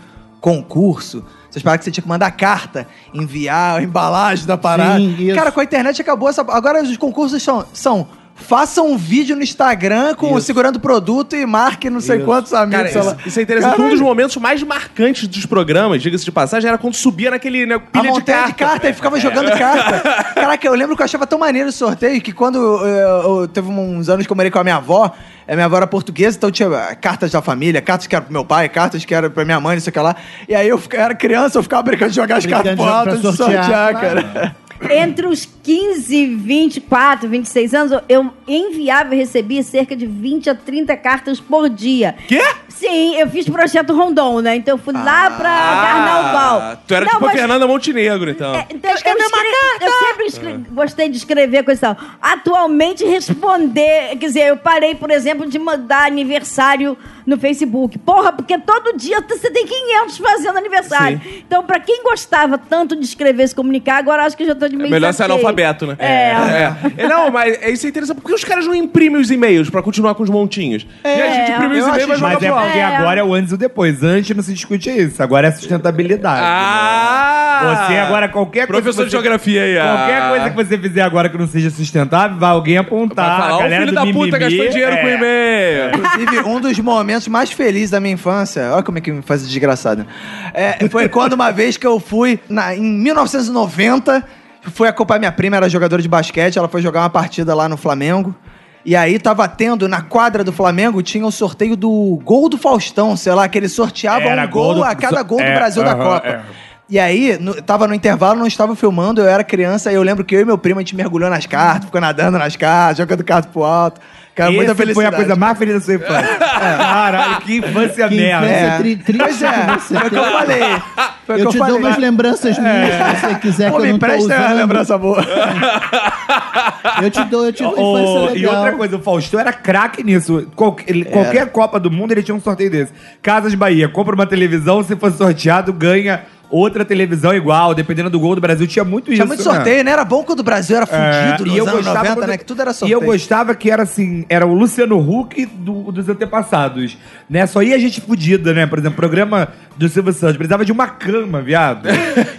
Speaker 4: concurso? Vocês falaram que você tinha que mandar carta, enviar a embalagem da parada.
Speaker 7: Sim, isso.
Speaker 4: Cara, com a internet acabou essa. Agora os concursos são. são Faça um vídeo no Instagram com segurando o produto e marque não sei quantos
Speaker 3: Cara,
Speaker 4: amigos. sei lá.
Speaker 3: isso, isso é interessante.
Speaker 4: Caralho.
Speaker 3: Um dos momentos mais marcantes dos programas, diga-se de passagem, era quando subia naquele né,
Speaker 4: A
Speaker 3: pilha de
Speaker 4: montanha de
Speaker 3: carta. É.
Speaker 4: carta, e ficava jogando carta. Caraca, eu lembro que eu achava tão maneiro o sorteio que quando eu, eu- eu- teve uns anos que eu morei com a minha avó, a minha avó era portuguesa, então tinha ah, cartas da família, cartas que eram pro meu pai, cartas que eram pra minha mãe, não sei o que lá. E aí eu, fica- eu era criança, eu ficava brincando de jogar as
Speaker 7: Brincando
Speaker 4: cartas
Speaker 7: de
Speaker 4: pro alto
Speaker 7: jogar
Speaker 4: e
Speaker 7: pra
Speaker 4: sortear,
Speaker 7: sortear,
Speaker 4: cara.
Speaker 5: Entre os 15, 24, 26 anos, eu enviava e recebia cerca de 20 a 30 cartas por dia.
Speaker 3: Quê?
Speaker 5: Sim, eu fiz projeto Rondon, né? Então eu fui lá pra
Speaker 4: Ah.
Speaker 5: Carnaval.
Speaker 3: Ah, tu era
Speaker 5: Não,
Speaker 3: tipo a
Speaker 5: mas-
Speaker 3: Fernanda Montenegro, então.
Speaker 5: É, então, eu, escre- eu sempre escre- gostei de escrever coisa e tal. Atualmente, responder. Quer dizer, eu parei, por exemplo, de mandar aniversário no Facebook. Porra, porque todo dia t- você tem 500 fazendo aniversário. Então, pra quem gostava tanto de escrever e se comunicar, agora acho que já tô de
Speaker 3: É
Speaker 5: meio
Speaker 3: melhor ser
Speaker 5: saqueio.
Speaker 3: analfabeto, né?
Speaker 5: assim, É.
Speaker 3: É. É, Não, mas é isso é interessante. Por que os caras não imprimem os e-mails pra continuar com os montinhos? e a gente imprime os
Speaker 4: eu
Speaker 3: e-mails,
Speaker 4: acho
Speaker 3: mas joga
Speaker 6: Mas é
Speaker 3: pro alto.
Speaker 6: porque
Speaker 5: É.
Speaker 6: agora é o antes e o depois. Antes não se discute isso. Agora é sustentabilidade.
Speaker 3: Ah!
Speaker 6: Você agora, qualquer coisa
Speaker 3: Professor de
Speaker 6: que você-
Speaker 3: geografia aí, ah.
Speaker 6: Qualquer coisa que você fizer agora que não seja sustentável, vai alguém apontar.
Speaker 3: Vai falar,
Speaker 6: a
Speaker 3: o
Speaker 6: Tá, galera
Speaker 3: filho
Speaker 6: do
Speaker 3: da puta
Speaker 6: mimimi,
Speaker 3: gastou dinheiro
Speaker 6: é.
Speaker 3: com e-mail.
Speaker 4: Inclusive, um dos momentos mais felizes da minha infância, olha como é que me faz desgraçado, né? É, foi quando uma vez que eu fui, na- em 1990, fui acompanhar minha prima, era jogadora de basquete, ela foi jogar uma partida lá no Flamengo. E aí tava tendo, na quadra do Flamengo, tinha o sorteio do gol do Faustão, sei lá, que eles sorteavam
Speaker 6: Era
Speaker 4: um gol,
Speaker 6: gol do-
Speaker 4: a cada gol do
Speaker 6: é,
Speaker 4: Brasil da
Speaker 6: aham,
Speaker 4: Copa.
Speaker 6: é.
Speaker 4: E aí, no, tava no intervalo, não estava filmando, eu era criança, e eu lembro que eu e meu primo, a gente mergulhou nas cartas, ficou nadando nas cartas, jogando cartas pro alto. Cara, muita
Speaker 6: Esse foi a
Speaker 4: felicidade.
Speaker 6: coisa mais feliz da sua infância. Caralho, que infância
Speaker 7: Que
Speaker 6: merda.
Speaker 7: infância tri- triste
Speaker 4: Pois é,
Speaker 7: que você
Speaker 4: foi o que eu
Speaker 7: teve.
Speaker 4: falei. Foi o que
Speaker 7: Eu
Speaker 4: eu
Speaker 7: te
Speaker 4: falei. É.
Speaker 7: dou umas lembranças minhas, se você quiser
Speaker 4: Pô,
Speaker 7: que eu
Speaker 4: me
Speaker 7: não tô
Speaker 4: empresta uma
Speaker 7: usando.
Speaker 4: lembrança boa.
Speaker 7: Eu te dou, eu te dou
Speaker 6: Ô,
Speaker 7: infância legal.
Speaker 6: e outra coisa, o Faustão era craque nisso. Qualque- ele- qualquer Copa do Mundo ele tinha um sorteio desse. Casas Bahia, compra uma televisão, se for sorteado, ganha outra televisão igual, dependendo do gol do Brasil. Tinha muito isso.
Speaker 4: Tinha muito sorteio, né? Era bom quando o Brasil era
Speaker 6: É,
Speaker 4: fudido nos anos 90,
Speaker 6: quando-
Speaker 4: né? Que tudo era
Speaker 6: E
Speaker 4: sorteio.
Speaker 6: eu gostava que era assim, era o Luciano Huck do- dos antepassados, né? Só ia gente fudida, né? Por exemplo, programa do Silvio Santos, precisava de uma cama, viado.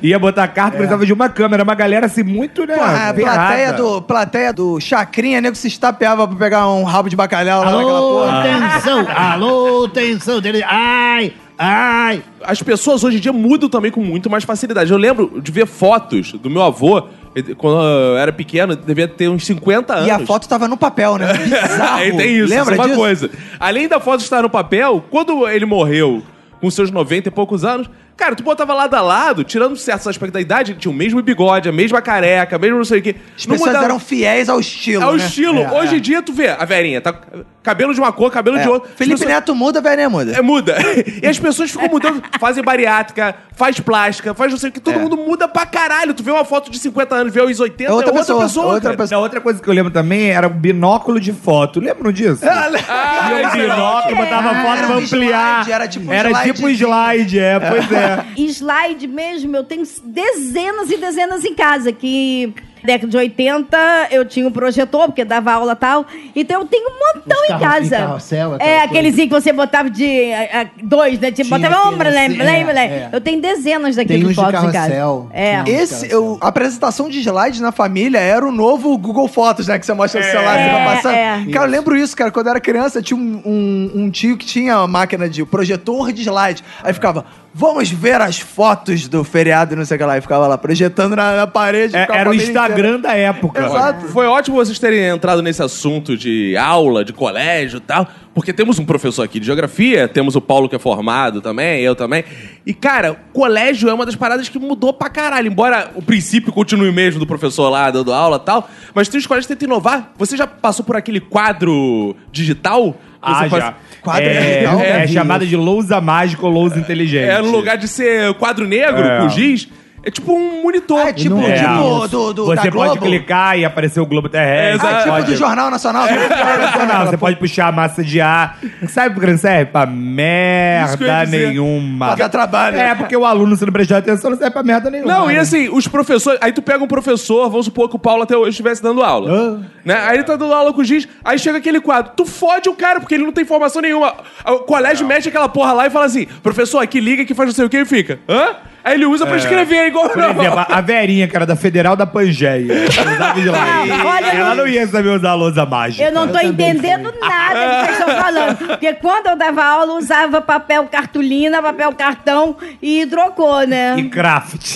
Speaker 6: ia botar carta, precisava de uma cama. Era uma galera assim, muito, né?
Speaker 4: Pô, É. Ah, a plateia
Speaker 6: ferrada.
Speaker 4: do, plateia do Chacrinha, nego se estapeava pra pegar um rabo de bacalhau lá naquela
Speaker 7: Alô,
Speaker 4: porra.
Speaker 7: tensão!
Speaker 6: Ah.
Speaker 7: Alô, tensão! Dele- Ai, ai!
Speaker 3: As pessoas hoje em dia mudam também com muito mais facilidade. Eu lembro de ver fotos do meu avô, ele- quando eu era pequeno, devia ter uns 50 anos.
Speaker 4: E a foto tava no papel, né? Bizarro.
Speaker 3: Aí tem isso, isso
Speaker 4: Lembra
Speaker 3: é uma
Speaker 4: disso?
Speaker 3: coisa. Além da foto estar no papel, quando ele morreu com seus 90 e poucos anos, cara, tu botava lado a lado, tirando certos aspectos da idade, ele tinha o mesmo bigode, a mesma careca, mesmo não sei o quê.
Speaker 4: As pessoas eram fiéis ao estilo,
Speaker 3: É o
Speaker 4: né?
Speaker 3: estilo.
Speaker 4: É,
Speaker 3: Hoje
Speaker 4: é.
Speaker 3: em dia, tu vê, a velhinha tá com cabelo de uma cor, cabelo
Speaker 4: É.
Speaker 3: de outra. As
Speaker 4: Felipe
Speaker 3: pessoas-
Speaker 4: Neto muda, velhinha muda.
Speaker 3: É, muda. E as pessoas ficam mudando. Fazem bariátrica, faz plástica, faz não sei o que. Todo mundo muda pra caralho. Tu vê uma foto de 50 anos, vê os 80,
Speaker 4: É outra pessoa, é outra
Speaker 3: cara.
Speaker 4: pessoa.
Speaker 6: Da outra coisa que eu lembro também era o binóculo de foto. Lembram disso?
Speaker 3: Ah,
Speaker 6: Tinha um binóculo, botava
Speaker 4: Ah,
Speaker 6: foto
Speaker 4: era
Speaker 6: pra
Speaker 4: um
Speaker 6: ampliar.
Speaker 4: slide, era tipo um
Speaker 6: Era tipo um
Speaker 4: slidezinho.
Speaker 6: slide, é, pois é.
Speaker 5: E slide mesmo, eu tenho dezenas e dezenas em casa, que década de 80 eu tinha um projetor, porque dava aula e tal, então eu tenho um montão
Speaker 7: Os
Speaker 5: em
Speaker 7: carro-
Speaker 5: casa.
Speaker 7: em carrossel, aquela
Speaker 5: é,
Speaker 7: coisa.
Speaker 5: aqueles que você botava de a- a- dois, né? Tipo,
Speaker 7: Tinha
Speaker 5: botava ombra,
Speaker 7: aquele assim,
Speaker 5: lembra, lembra?
Speaker 7: é, é.
Speaker 5: Eu tenho dezenas
Speaker 7: Tem
Speaker 5: daqueles
Speaker 7: uns de
Speaker 5: fotos em casa.
Speaker 7: carrossel. um
Speaker 5: É.
Speaker 7: Tinha.
Speaker 4: Esse, eu, a apresentação de slides na família era o novo Google Fotos, né? Que você mostra no celular, você
Speaker 5: É,
Speaker 4: tá passando.
Speaker 5: é.
Speaker 4: Cara, eu lembro isso, cara. Quando eu era criança, tinha um, um, um tio que tinha uma máquina de projetor de slide. Aí ficava, vamos ver as fotos do feriado, e não sei o que lá. E ficava lá, projetando na, na parede.
Speaker 6: É,
Speaker 4: ficava a
Speaker 6: Era o
Speaker 4: família
Speaker 6: Instagram da época.
Speaker 4: inteira. Exato.
Speaker 3: Foi ótimo vocês terem entrado nesse assunto de aula, de colégio e tal, porque temos um professor aqui de geografia, temos o Paulo que é formado também, eu também. E, cara, colégio é uma das paradas que mudou pra caralho. Embora o princípio continue o mesmo do professor lá dando aula e tal, mas tem os colégios que tentam inovar. Você já passou por aquele quadro digital?
Speaker 6: Ah,
Speaker 3: Você faz-
Speaker 6: já.
Speaker 4: Quadro
Speaker 6: é,
Speaker 4: digital,
Speaker 6: é
Speaker 7: né?
Speaker 6: chamada de lousa mágica ou lousa inteligente.
Speaker 3: É, no lugar de ser quadro negro
Speaker 6: É.
Speaker 3: com giz, é tipo um monitor.
Speaker 4: Ah, é tipo,
Speaker 7: Não é.
Speaker 4: tipo do, do,
Speaker 6: um
Speaker 4: da
Speaker 6: Você
Speaker 4: Globo.
Speaker 6: pode clicar e aparecer o Globo Terrestre.
Speaker 3: É, Exato.
Speaker 4: Ah, tipo
Speaker 6: pode...
Speaker 4: do Jornal Nacional. tipo do Jornal
Speaker 6: Não,
Speaker 4: Nacional.
Speaker 6: você pode puxar a massa de ar. Sabe por que não serve? Pra
Speaker 3: Isso que eu
Speaker 6: merda
Speaker 3: ia dizer.
Speaker 6: nenhuma.
Speaker 4: Pra dar trabalho.
Speaker 6: É, porque o aluno, se não prestar atenção, não serve pra merda nenhuma.
Speaker 3: Não, e
Speaker 6: né?
Speaker 3: assim, os professores. Aí tu pega um professor, vamos supor que o Paulo até hoje estivesse dando aula. né? Aí ele tá dando aula com o giz, aí chega aquele quadro. Tu fode o cara, porque ele não tem formação nenhuma. O colégio mete aquela porra lá e fala assim: professor, aqui liga que faz não sei o que e fica. Hã? Aí ele usa pra escrever, é igual
Speaker 6: É. Por exemplo, a- a Verinha, que era da Federal da Pangeia. usava de lá.
Speaker 5: Olha, eu
Speaker 6: Ela
Speaker 5: não-
Speaker 6: não ia saber usar a lousa mágica.
Speaker 5: Eu não tô entendendo nada do que vocês estão falando. Porque quando eu dava aula, eu usava papel cartolina, papel cartão e trocou, né?
Speaker 6: E craft.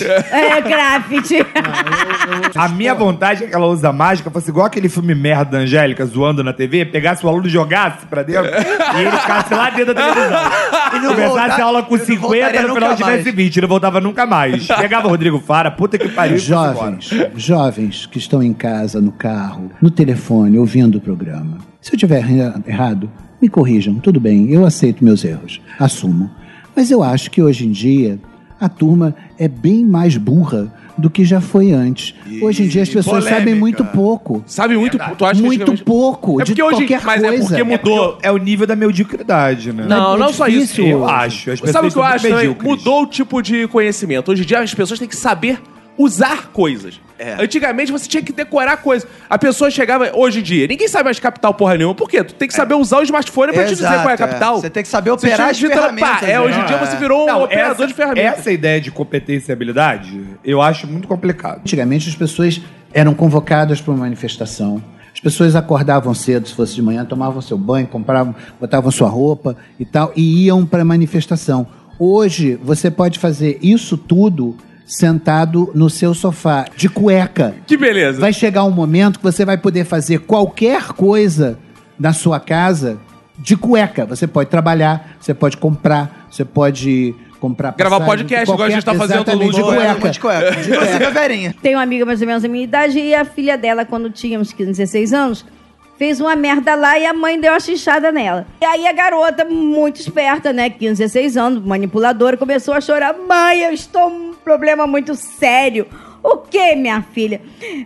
Speaker 5: É, craft.
Speaker 6: A minha vontade é que ela usa mágica, fosse igual aquele filme merda da Angélica zoando na TV, pegasse o aluno e jogasse pra dentro e ele ficasse lá dentro da televisão.
Speaker 4: E não
Speaker 6: Começasse
Speaker 4: voltar-
Speaker 6: a aula com
Speaker 4: ele não
Speaker 6: 50,
Speaker 4: voltaria
Speaker 6: no final
Speaker 4: nunca
Speaker 6: tivesse
Speaker 4: mais.
Speaker 6: 20, não voltava nunca mais. Pegava o Rodrigo Fara, puta que pariu. e fosse embora.
Speaker 7: Jovens, jovens que estão em casa, no carro, no telefone, ouvindo o programa. Se eu tiver erra- errado, me corrijam, tudo bem, eu aceito meus erros, assumo. Mas eu acho que hoje em dia a turma é bem mais burra do que já foi antes. hoje em dia as pessoas sabem muito pouco.
Speaker 3: Sabe muito. Tu acha que
Speaker 7: Muito
Speaker 3: antigamente-
Speaker 7: pouco,
Speaker 3: É
Speaker 7: de
Speaker 3: porque hoje.
Speaker 7: qualquer
Speaker 3: Mas é
Speaker 7: coisa. É
Speaker 3: porque mudou.
Speaker 6: É o nível da mediocridade, né?
Speaker 3: Não, não só isso.
Speaker 7: difícil.
Speaker 6: Eu acho. As pessoas
Speaker 3: Sabe o que eu
Speaker 6: estão
Speaker 3: acho? né? também?
Speaker 6: medíocres.
Speaker 3: Mudou o tipo de conhecimento. Hoje em dia as pessoas têm que saber usar coisas.
Speaker 6: É.
Speaker 3: Antigamente você tinha que decorar coisas. A pessoa chegava. Hoje em dia, ninguém sabe mais capital porra nenhuma. Por quê? Tu tem que
Speaker 6: É.
Speaker 3: saber usar o smartphone pra te dizer
Speaker 4: Exato,
Speaker 3: qual é a
Speaker 4: é.
Speaker 3: capital.
Speaker 4: Você tem que saber
Speaker 3: Você
Speaker 4: operar
Speaker 3: chega
Speaker 4: as
Speaker 3: digitando,
Speaker 4: ferramentas,
Speaker 3: pá, É,
Speaker 4: né?
Speaker 3: hoje em dia
Speaker 4: É.
Speaker 3: você virou um
Speaker 6: Não,
Speaker 3: operador
Speaker 6: essa-
Speaker 3: de ferramentas.
Speaker 6: Essa ideia de competência e habilidade, eu acho muito complicado.
Speaker 7: Antigamente as pessoas eram convocadas para uma manifestação. As pessoas acordavam cedo, se fosse de manhã, tomavam seu banho, compravam, botavam sua roupa e tal, e iam para a manifestação. Hoje você pode fazer isso tudo sentado no seu sofá, de cueca.
Speaker 3: Que beleza.
Speaker 7: Vai chegar um momento que você vai poder fazer qualquer coisa na sua casa de cueca. Você pode trabalhar, você pode comprar, você pode comprar
Speaker 3: Gravar
Speaker 7: passagem,
Speaker 3: podcast, igual a
Speaker 7: qualquer-
Speaker 3: gente tá fazendo todo mundo de
Speaker 7: exatamente,
Speaker 3: cueca. É.
Speaker 4: Muito de cueca. Tipo assim, Inclusive a Verinha.
Speaker 5: Tem uma amiga mais ou menos da minha idade e a filha dela, quando tinha uns 15, 16 anos, fez uma merda lá e a mãe deu uma chinchada nela. E aí a garota, muito esperta, né, 15, 16 anos, manipuladora, começou a chorar: Mãe, eu estou com um problema muito sério. O que, minha filha?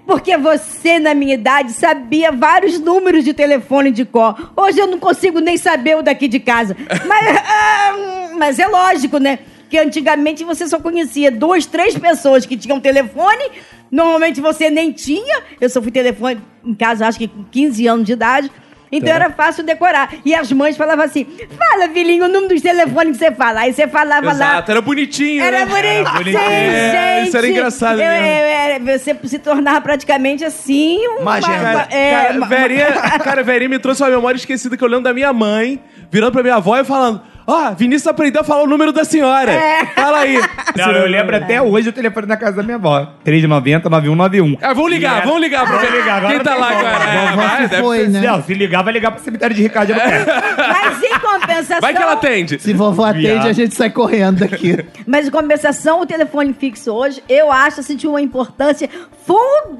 Speaker 5: Porque você, na minha idade, sabia vários números de telefone de cor. Hoje eu não consigo nem saber o daqui de casa. Mas, ah, mas é lógico, né? Porque antigamente você só conhecia duas, três pessoas que tinham telefone. Normalmente você nem tinha. Eu só fui telefone em casa, acho que com 15 anos de idade. Então
Speaker 3: Tá.
Speaker 5: era fácil decorar. E as mães falavam assim: fala, filhinho, o número dos telefones que você fala. Aí você falava lá.
Speaker 3: Exato, era bonitinho,
Speaker 5: Era
Speaker 3: né?
Speaker 5: bonitinho,
Speaker 6: bonitinho.
Speaker 3: É,
Speaker 5: gente.
Speaker 3: isso era engraçado
Speaker 5: Eu-
Speaker 3: mesmo.
Speaker 5: eu- eu- você se tornava praticamente assim um.
Speaker 4: Magenta.
Speaker 3: Cara,
Speaker 5: é,
Speaker 3: cara,
Speaker 5: uma-
Speaker 3: Verinha, cara, Verinha me trouxe uma memória esquecida que eu lembro da minha mãe, virando pra minha avó e falando: Ó, Vinícius aprendeu a falar o número da senhora.
Speaker 5: É.
Speaker 3: Fala aí.
Speaker 6: Não, eu lembro até hoje o telefone na casa da minha avó. 390-9191.
Speaker 3: Ah, vamos ligar, vamos ligar pra
Speaker 6: Vamos ligar um. agora
Speaker 3: Quem tá
Speaker 6: tem
Speaker 3: lá
Speaker 6: como.
Speaker 3: agora? É,
Speaker 7: Vovó
Speaker 3: vai,
Speaker 7: que
Speaker 3: deve-
Speaker 7: foi, né?
Speaker 6: Não, se ligar, vai ligar pro cemitério de Ricardo Albuquerque.
Speaker 5: Mas em compensação.
Speaker 3: vai que ela atende.
Speaker 7: Se vovó atende, a gente sai correndo daqui.
Speaker 5: Mas em compensação, o telefone fixo hoje, eu acho assim, de uma importância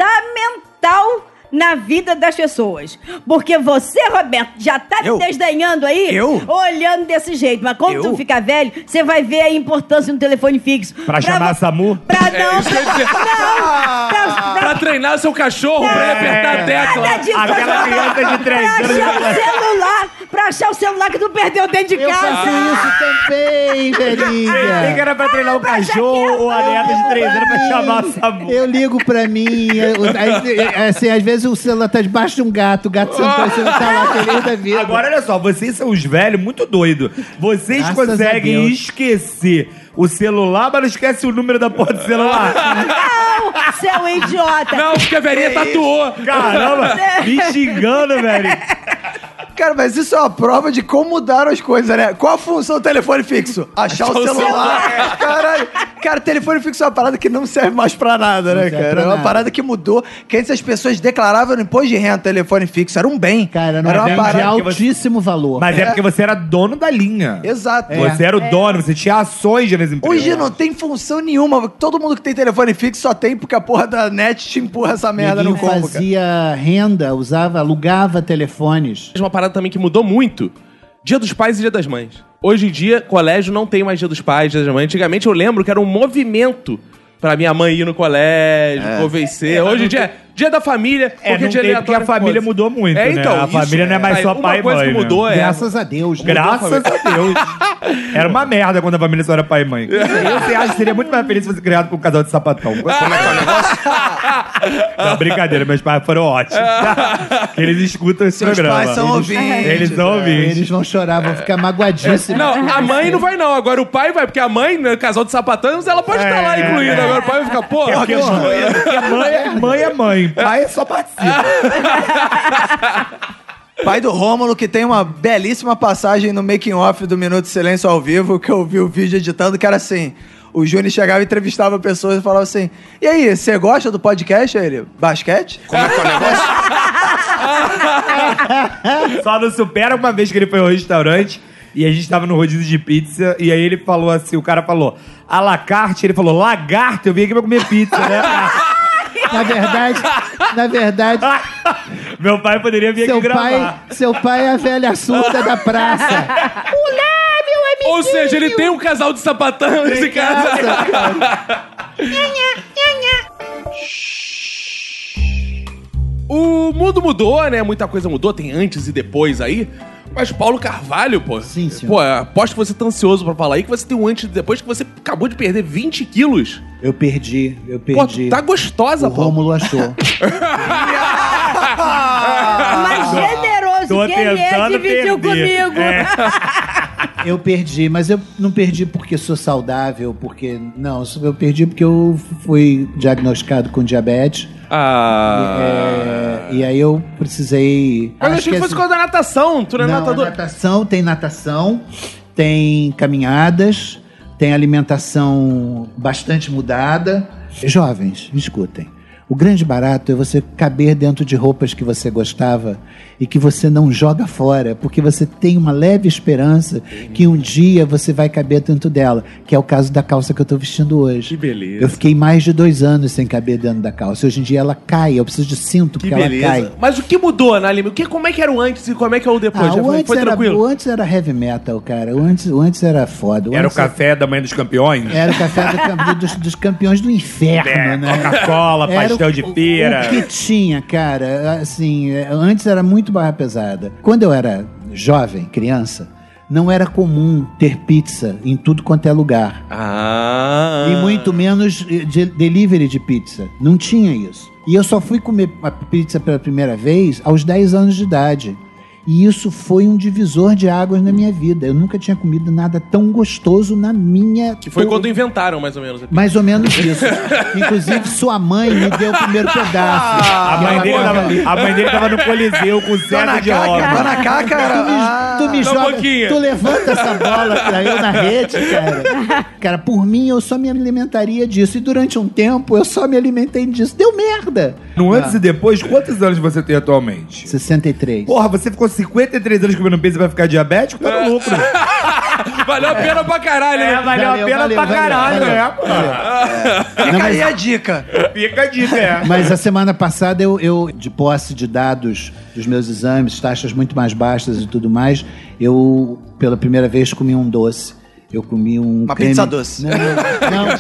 Speaker 5: fundamental na vida das pessoas. Porque você, Roberto, já tá
Speaker 4: Eu?
Speaker 5: me desdenhando aí,
Speaker 4: Eu?
Speaker 5: olhando desse jeito. Mas quando
Speaker 4: Eu?
Speaker 5: tu ficar velho, você vai ver a importância do telefone fixo.
Speaker 6: Pra chamar a
Speaker 5: vo-
Speaker 6: SAMU?
Speaker 5: Pra não...
Speaker 3: É, isso que eu ia dizer.
Speaker 5: não! pra- pra-
Speaker 3: Pra treinar seu cachorro, pra ele apertar a tecla.
Speaker 5: nada disso,
Speaker 6: É. Aquela criança de três
Speaker 5: pra
Speaker 6: anos.
Speaker 5: achar o celular, pra achar o celular que tu perdeu dentro de
Speaker 7: Eu faço
Speaker 5: casa.
Speaker 7: isso também,
Speaker 6: Pensei que
Speaker 7: velhinha.
Speaker 6: era pra treinar o
Speaker 4: é
Speaker 6: cachorro ou a neta de três anos pra chamar o SAMU.
Speaker 7: Eu ligo pra mim, eu- aí, é, assim, às vezes o celular tá debaixo de um gato, o
Speaker 3: Ah!
Speaker 7: gato sentou, você não tá lá feliz da vida.
Speaker 6: Agora, olha só, vocês são os velhos muito doidos. Vocês
Speaker 7: Graças a
Speaker 6: conseguem
Speaker 7: Deus.
Speaker 6: esquecer o celular, mas não esquece o número da porta do celular.
Speaker 5: Não, seu idiota.
Speaker 3: Não, porque a
Speaker 7: É
Speaker 3: Verinha tatuou.
Speaker 6: Caramba, me xingando, velho.
Speaker 4: Cara, mas isso é uma prova de como mudaram as coisas, né? Qual a função do telefone fixo? Achar o celular. Caralho. Cara, telefone fixo é uma parada que não serve mais pra nada, né,
Speaker 7: serve
Speaker 4: cara?
Speaker 7: pra
Speaker 4: É uma
Speaker 7: nada.
Speaker 4: parada que mudou. Que antes as pessoas declaravam no imposto de renda telefone fixo. Era um bem.
Speaker 7: Cara, não
Speaker 4: era
Speaker 7: é
Speaker 4: uma
Speaker 7: de
Speaker 4: parada.
Speaker 6: que você-
Speaker 7: altíssimo valor. É.
Speaker 6: Mas é porque você era dono da linha.
Speaker 4: Exato.
Speaker 6: Você era o dono, você tinha ações nas empresas.
Speaker 4: Hoje não tem função nenhuma. Todo mundo que tem telefone fixo só tem porque a porra da net te empurra essa merda
Speaker 7: Ninguém
Speaker 4: no combo, cara.
Speaker 7: fazia renda, usava, alugava telefones.
Speaker 3: Uma parada também que mudou muito: Dia dos Pais e Dia das Mães. Hoje em dia, colégio não tem mais Dia dos Pais, Dia das Mães. Antigamente eu lembro que era um movimento pra minha mãe ir no colégio, convencer. Hoje em dia, é Dia da Família, qualquer
Speaker 6: É, não
Speaker 3: dia
Speaker 6: tem, porque
Speaker 3: aleatório
Speaker 6: a família
Speaker 3: foda-se.
Speaker 6: mudou muito,
Speaker 3: É,
Speaker 6: né?
Speaker 3: então.
Speaker 6: A
Speaker 3: isso
Speaker 6: família não é mais só pai e
Speaker 3: Uma coisa
Speaker 6: mãe,
Speaker 3: que
Speaker 6: né?
Speaker 3: mudou é.
Speaker 7: Graças a Deus.
Speaker 6: Graças a Deus. Era uma merda quando a família só era pai e mãe. Eu você acha que seria muito mais feliz se fosse criado por um casal de sapatão. Como é que é o negócio? Não, brincadeira, meus pais foram ótimos. Eles escutam esse
Speaker 4: Seus
Speaker 6: programa.
Speaker 4: pais são ouvintes.
Speaker 6: Eles são ouvintes.
Speaker 7: Eles vão chorar, vão ficar magoadíssimos.
Speaker 3: Não, a mãe não vai não. Agora o pai vai, porque a mãe, né, casal de sapatãos, ela pode estar lá
Speaker 6: É.
Speaker 3: incluída. Agora o pai vai ficar, porra,
Speaker 6: Porque
Speaker 3: porra.
Speaker 6: mãe, é- mãe é mãe, pai é só participa.
Speaker 4: Pai do Rômulo, que tem uma belíssima passagem no making off do Minuto de Silêncio ao vivo, que eu vi o vídeo editando, que era assim. O Júnior chegava e entrevistava pessoas e falava assim: E aí, você gosta do podcast? Aí ele, basquete?
Speaker 6: Só não supera uma vez que ele foi ao restaurante e a gente tava no rodízio de pizza e aí ele falou assim, o cara falou, a la carte, ele falou, lagarto, eu vim aqui pra comer pizza, né?
Speaker 7: Na verdade, na verdade,
Speaker 6: Meu pai poderia vir
Speaker 7: seu
Speaker 6: aqui gravar.
Speaker 7: pai, seu pai é a velha surda da praça.
Speaker 3: Ou seja, ele tem um casal de sapatãos em casa. O mundo mudou, né? Muita coisa mudou, tem antes e depois aí. Mas Paulo Carvalho, pô.
Speaker 7: Sim, senhor.
Speaker 3: Pô, aposto que você tá ansioso pra falar aí que você tem um antes e depois que você acabou de perder 20 quilos.
Speaker 7: Eu perdi, eu
Speaker 3: Pô,
Speaker 7: perdi.
Speaker 3: tu tá gostosa,
Speaker 7: o
Speaker 3: pô.
Speaker 7: Rômulo achou.
Speaker 5: Mas generoso,
Speaker 6: Tô
Speaker 5: que ele é,
Speaker 6: tentando
Speaker 5: dividiu
Speaker 6: perder.
Speaker 5: comigo.
Speaker 6: É.
Speaker 7: Eu perdi, mas eu não perdi porque sou saudável, porque. Não, eu perdi porque eu fui diagnosticado com diabetes.
Speaker 3: Ah.
Speaker 7: É, e aí eu precisei.
Speaker 3: Mas eu
Speaker 7: acho
Speaker 3: achei que fosse
Speaker 7: assim-
Speaker 3: coisa da natação. Tu não é
Speaker 7: Não,
Speaker 3: natador.
Speaker 7: é natação, tem natação, tem caminhadas, tem alimentação bastante mudada. Jovens, me escutem. O grande barato é você caber dentro de roupas que você gostava e que você não joga fora, porque você tem uma leve esperança que um dia você vai caber dentro dela, que é o caso da calça que eu tô vestindo hoje.
Speaker 3: Que beleza.
Speaker 7: Eu fiquei mais de dois anos sem caber dentro da calça. Hoje em dia ela cai, eu preciso de cinto
Speaker 3: Que
Speaker 7: porque
Speaker 3: beleza.
Speaker 7: ela cai.
Speaker 3: Mas o que mudou na Lima? O que, como é que era o antes e como é que é o depois?
Speaker 7: Ah,
Speaker 3: Já
Speaker 7: o
Speaker 3: foi,
Speaker 7: antes
Speaker 3: foi
Speaker 7: era,
Speaker 3: tranquilo?
Speaker 7: o antes era heavy metal, cara. O antes, o antes era foda.
Speaker 6: Era o
Speaker 7: antes
Speaker 6: café da manhã dos campeões?
Speaker 7: Era o café do cam- dos, dos campeões do inferno,
Speaker 6: É,
Speaker 7: né?
Speaker 6: Coca-Cola,
Speaker 7: Era
Speaker 6: pastel
Speaker 7: o-
Speaker 6: de
Speaker 7: o-
Speaker 6: pera.
Speaker 7: O que tinha, cara, assim, é, antes era muito barra pesada. Quando eu era jovem, criança, não era comum ter pizza em tudo quanto é lugar.
Speaker 3: Ah.
Speaker 7: E muito menos eh, de- delivery de pizza. Não tinha isso. E eu só fui comer a pizza pela primeira vez aos 10 anos de idade. E isso foi um divisor de águas na minha vida. Eu nunca tinha comido nada tão gostoso na minha.
Speaker 3: Que foi quando inventaram, mais ou menos.
Speaker 7: Mais ou menos isso. Inclusive, sua mãe me deu o primeiro pedaço.
Speaker 6: A
Speaker 7: E
Speaker 6: mãe,
Speaker 7: ela
Speaker 6: dele
Speaker 7: falou,
Speaker 6: tava, a mãe dele tava no Coliseu com sete de
Speaker 4: Tá
Speaker 6: obra.
Speaker 4: na cá,
Speaker 7: Tu me,
Speaker 4: cara.
Speaker 7: tu me
Speaker 3: Dá um
Speaker 7: joga,
Speaker 3: pouquinho.
Speaker 7: tu levanta essa bola pra eu na rede, cara. É. Cara, por mim eu só me alimentaria disso. E durante um tempo eu só me alimentei disso. Deu merda.
Speaker 6: No antes e depois, quantos anos você tem atualmente?
Speaker 7: 63.
Speaker 6: Porra, você ficou 53 anos comendo pizza pra ficar diabético? Tá no lucro.
Speaker 3: Valeu a pena pra caralho, né?
Speaker 7: É, valeu a pena pra caralho, né,
Speaker 4: Fica aí a dica.
Speaker 6: Fica a dica, é.
Speaker 7: Mas a semana passada eu, eu, de posse de dados dos meus exames, taxas muito mais baixas e tudo mais, eu pela primeira vez comi um doce. Eu comi um.
Speaker 4: Uma
Speaker 7: creme-
Speaker 4: pizza doce.
Speaker 7: Não, não,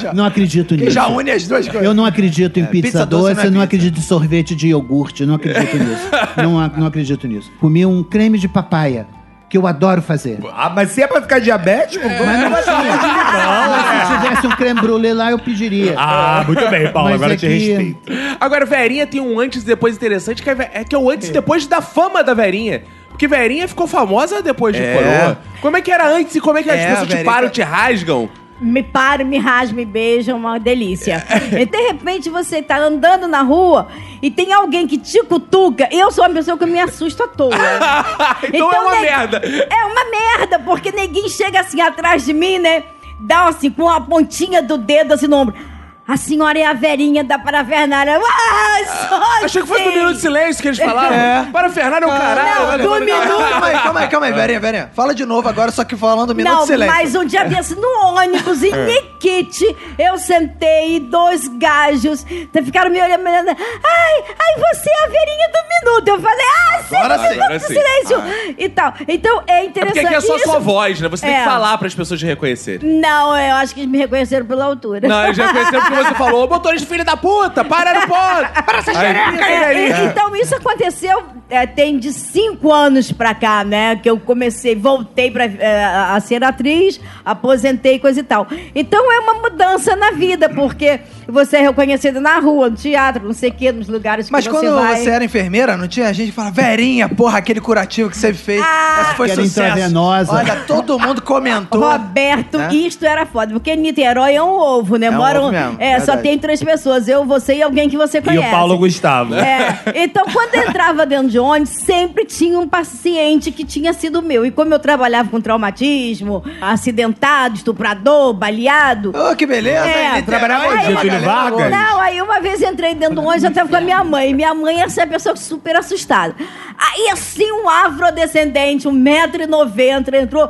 Speaker 7: não, não acredito
Speaker 4: Quem
Speaker 7: nisso.
Speaker 4: já une as duas coisas.
Speaker 7: Eu não acredito em pizza,
Speaker 4: pizza
Speaker 7: doce,
Speaker 4: doce não é
Speaker 7: eu não
Speaker 4: pizza.
Speaker 7: acredito em sorvete de iogurte, eu não
Speaker 6: É.
Speaker 7: acredito nisso. Não, a- não acredito nisso. Comi um creme de papaya, que eu adoro fazer. É.
Speaker 6: Ah, mas se é pra ficar diabético, é
Speaker 7: Mas
Speaker 6: vamos
Speaker 7: não tinha. Se tivesse um creme brulee lá, eu pediria.
Speaker 6: né? Ah, muito bem, Paulo.
Speaker 7: Mas
Speaker 6: agora
Speaker 7: é
Speaker 6: eu te
Speaker 7: que-
Speaker 6: respeito.
Speaker 3: Agora, Verinha tem um antes e depois interessante, que é, é que é o antes e depois da fama da Verinha. Porque Verinha ficou famosa depois de coroa. Como é que era antes e como é que as
Speaker 4: É,
Speaker 3: pessoas te
Speaker 4: Verinha-
Speaker 6: tá
Speaker 3: param, te rasgam?
Speaker 5: me param, me rasgam, me beijam, uma delícia. E de repente você tá andando na rua e tem alguém que te cutuca. Eu sou uma pessoa que me assusta à toa.
Speaker 3: então, é uma
Speaker 5: neg-
Speaker 3: merda.
Speaker 5: É uma merda, porque ninguém chega assim atrás de mim, né? Dá assim, com a pontinha do dedo assim no ombro. A senhora é a verinha da parafernália. Ah, só
Speaker 3: Achei que fosse do
Speaker 5: assim.
Speaker 3: Minuto de Silêncio que eles falaram.
Speaker 4: É.
Speaker 3: Para Fernando é o caralho.
Speaker 5: Não,
Speaker 3: olha,
Speaker 5: do
Speaker 3: olha,
Speaker 5: Minuto.
Speaker 4: Calma aí, calma aí, calma aí, Verinha, Verinha. Fala de novo agora, só que falando minuto
Speaker 5: Não,
Speaker 4: de silêncio. É.
Speaker 5: mas um dia desse no ônibus, em Nikit, eu sentei dois gajos t- ficaram me olhando, me olhando. Ai, ai, você é a verinha do minuto. Eu falei, ah, sim,
Speaker 4: Agora sim, Ah.
Speaker 5: minuto
Speaker 3: agora
Speaker 5: do
Speaker 3: sim.
Speaker 5: silêncio. E tal. Então, é
Speaker 3: É porque
Speaker 5: interessante.
Speaker 3: aqui é só
Speaker 5: isso.
Speaker 3: sua voz, né? Você tem
Speaker 5: É.
Speaker 3: que falar para as pessoas te reconhecerem.
Speaker 5: Não, eu acho que eles me reconheceram pela altura.
Speaker 3: Não, eles reconheceram porque você falou, ô motorista filho da puta, para no ponto. Para essa xereca aí,
Speaker 5: É,
Speaker 3: Verinha.
Speaker 5: e- Então, isso aconteceu, é, tem de cinco anos pra cá, né? Que eu comecei, voltei pra, é, a ser atriz, aposentei, coisa e tal. Então, é uma mudança na vida, porque você é reconhecido na rua, no teatro, não sei o quê, nos lugares
Speaker 4: Mas
Speaker 5: que você
Speaker 4: quando
Speaker 5: vai.
Speaker 4: você era enfermeira, não tinha gente que fala, Verinha, porra, aquele curativo que você fez.
Speaker 5: Ah.
Speaker 4: essa foi
Speaker 7: Aquela
Speaker 4: sucesso.
Speaker 7: intravenosa.
Speaker 4: Olha, todo mundo comentou.
Speaker 5: Roberto,
Speaker 4: Né?
Speaker 5: isto era foda, porque Niterói é um ovo, né?
Speaker 4: um
Speaker 5: Moram,
Speaker 4: ovo mesmo,
Speaker 5: é, só
Speaker 4: verdade.
Speaker 5: tem três pessoas, eu, você e alguém que você
Speaker 6: E
Speaker 5: conhece.
Speaker 6: o Paulo Gustavo.
Speaker 5: É. Então, quando eu entrava dentro de ônibus, sempre tinha um paciente que tinha sido meu. E como eu trabalhava com traumatismo, acidentado, estuprador, baleado.
Speaker 4: Ô, Oh, que beleza,
Speaker 5: É,
Speaker 4: hein? Niterói,
Speaker 5: trabalhava né?
Speaker 4: uma
Speaker 5: com Getúlio
Speaker 4: galera
Speaker 6: Vargas?
Speaker 4: boa.
Speaker 5: Não, aí uma vez eu entrei dentro do ônibus, eu tava com a minha mãe. Minha mãe é essa pessoa super assustada. Aí, assim, um afrodescendente, 1,90m, entrou.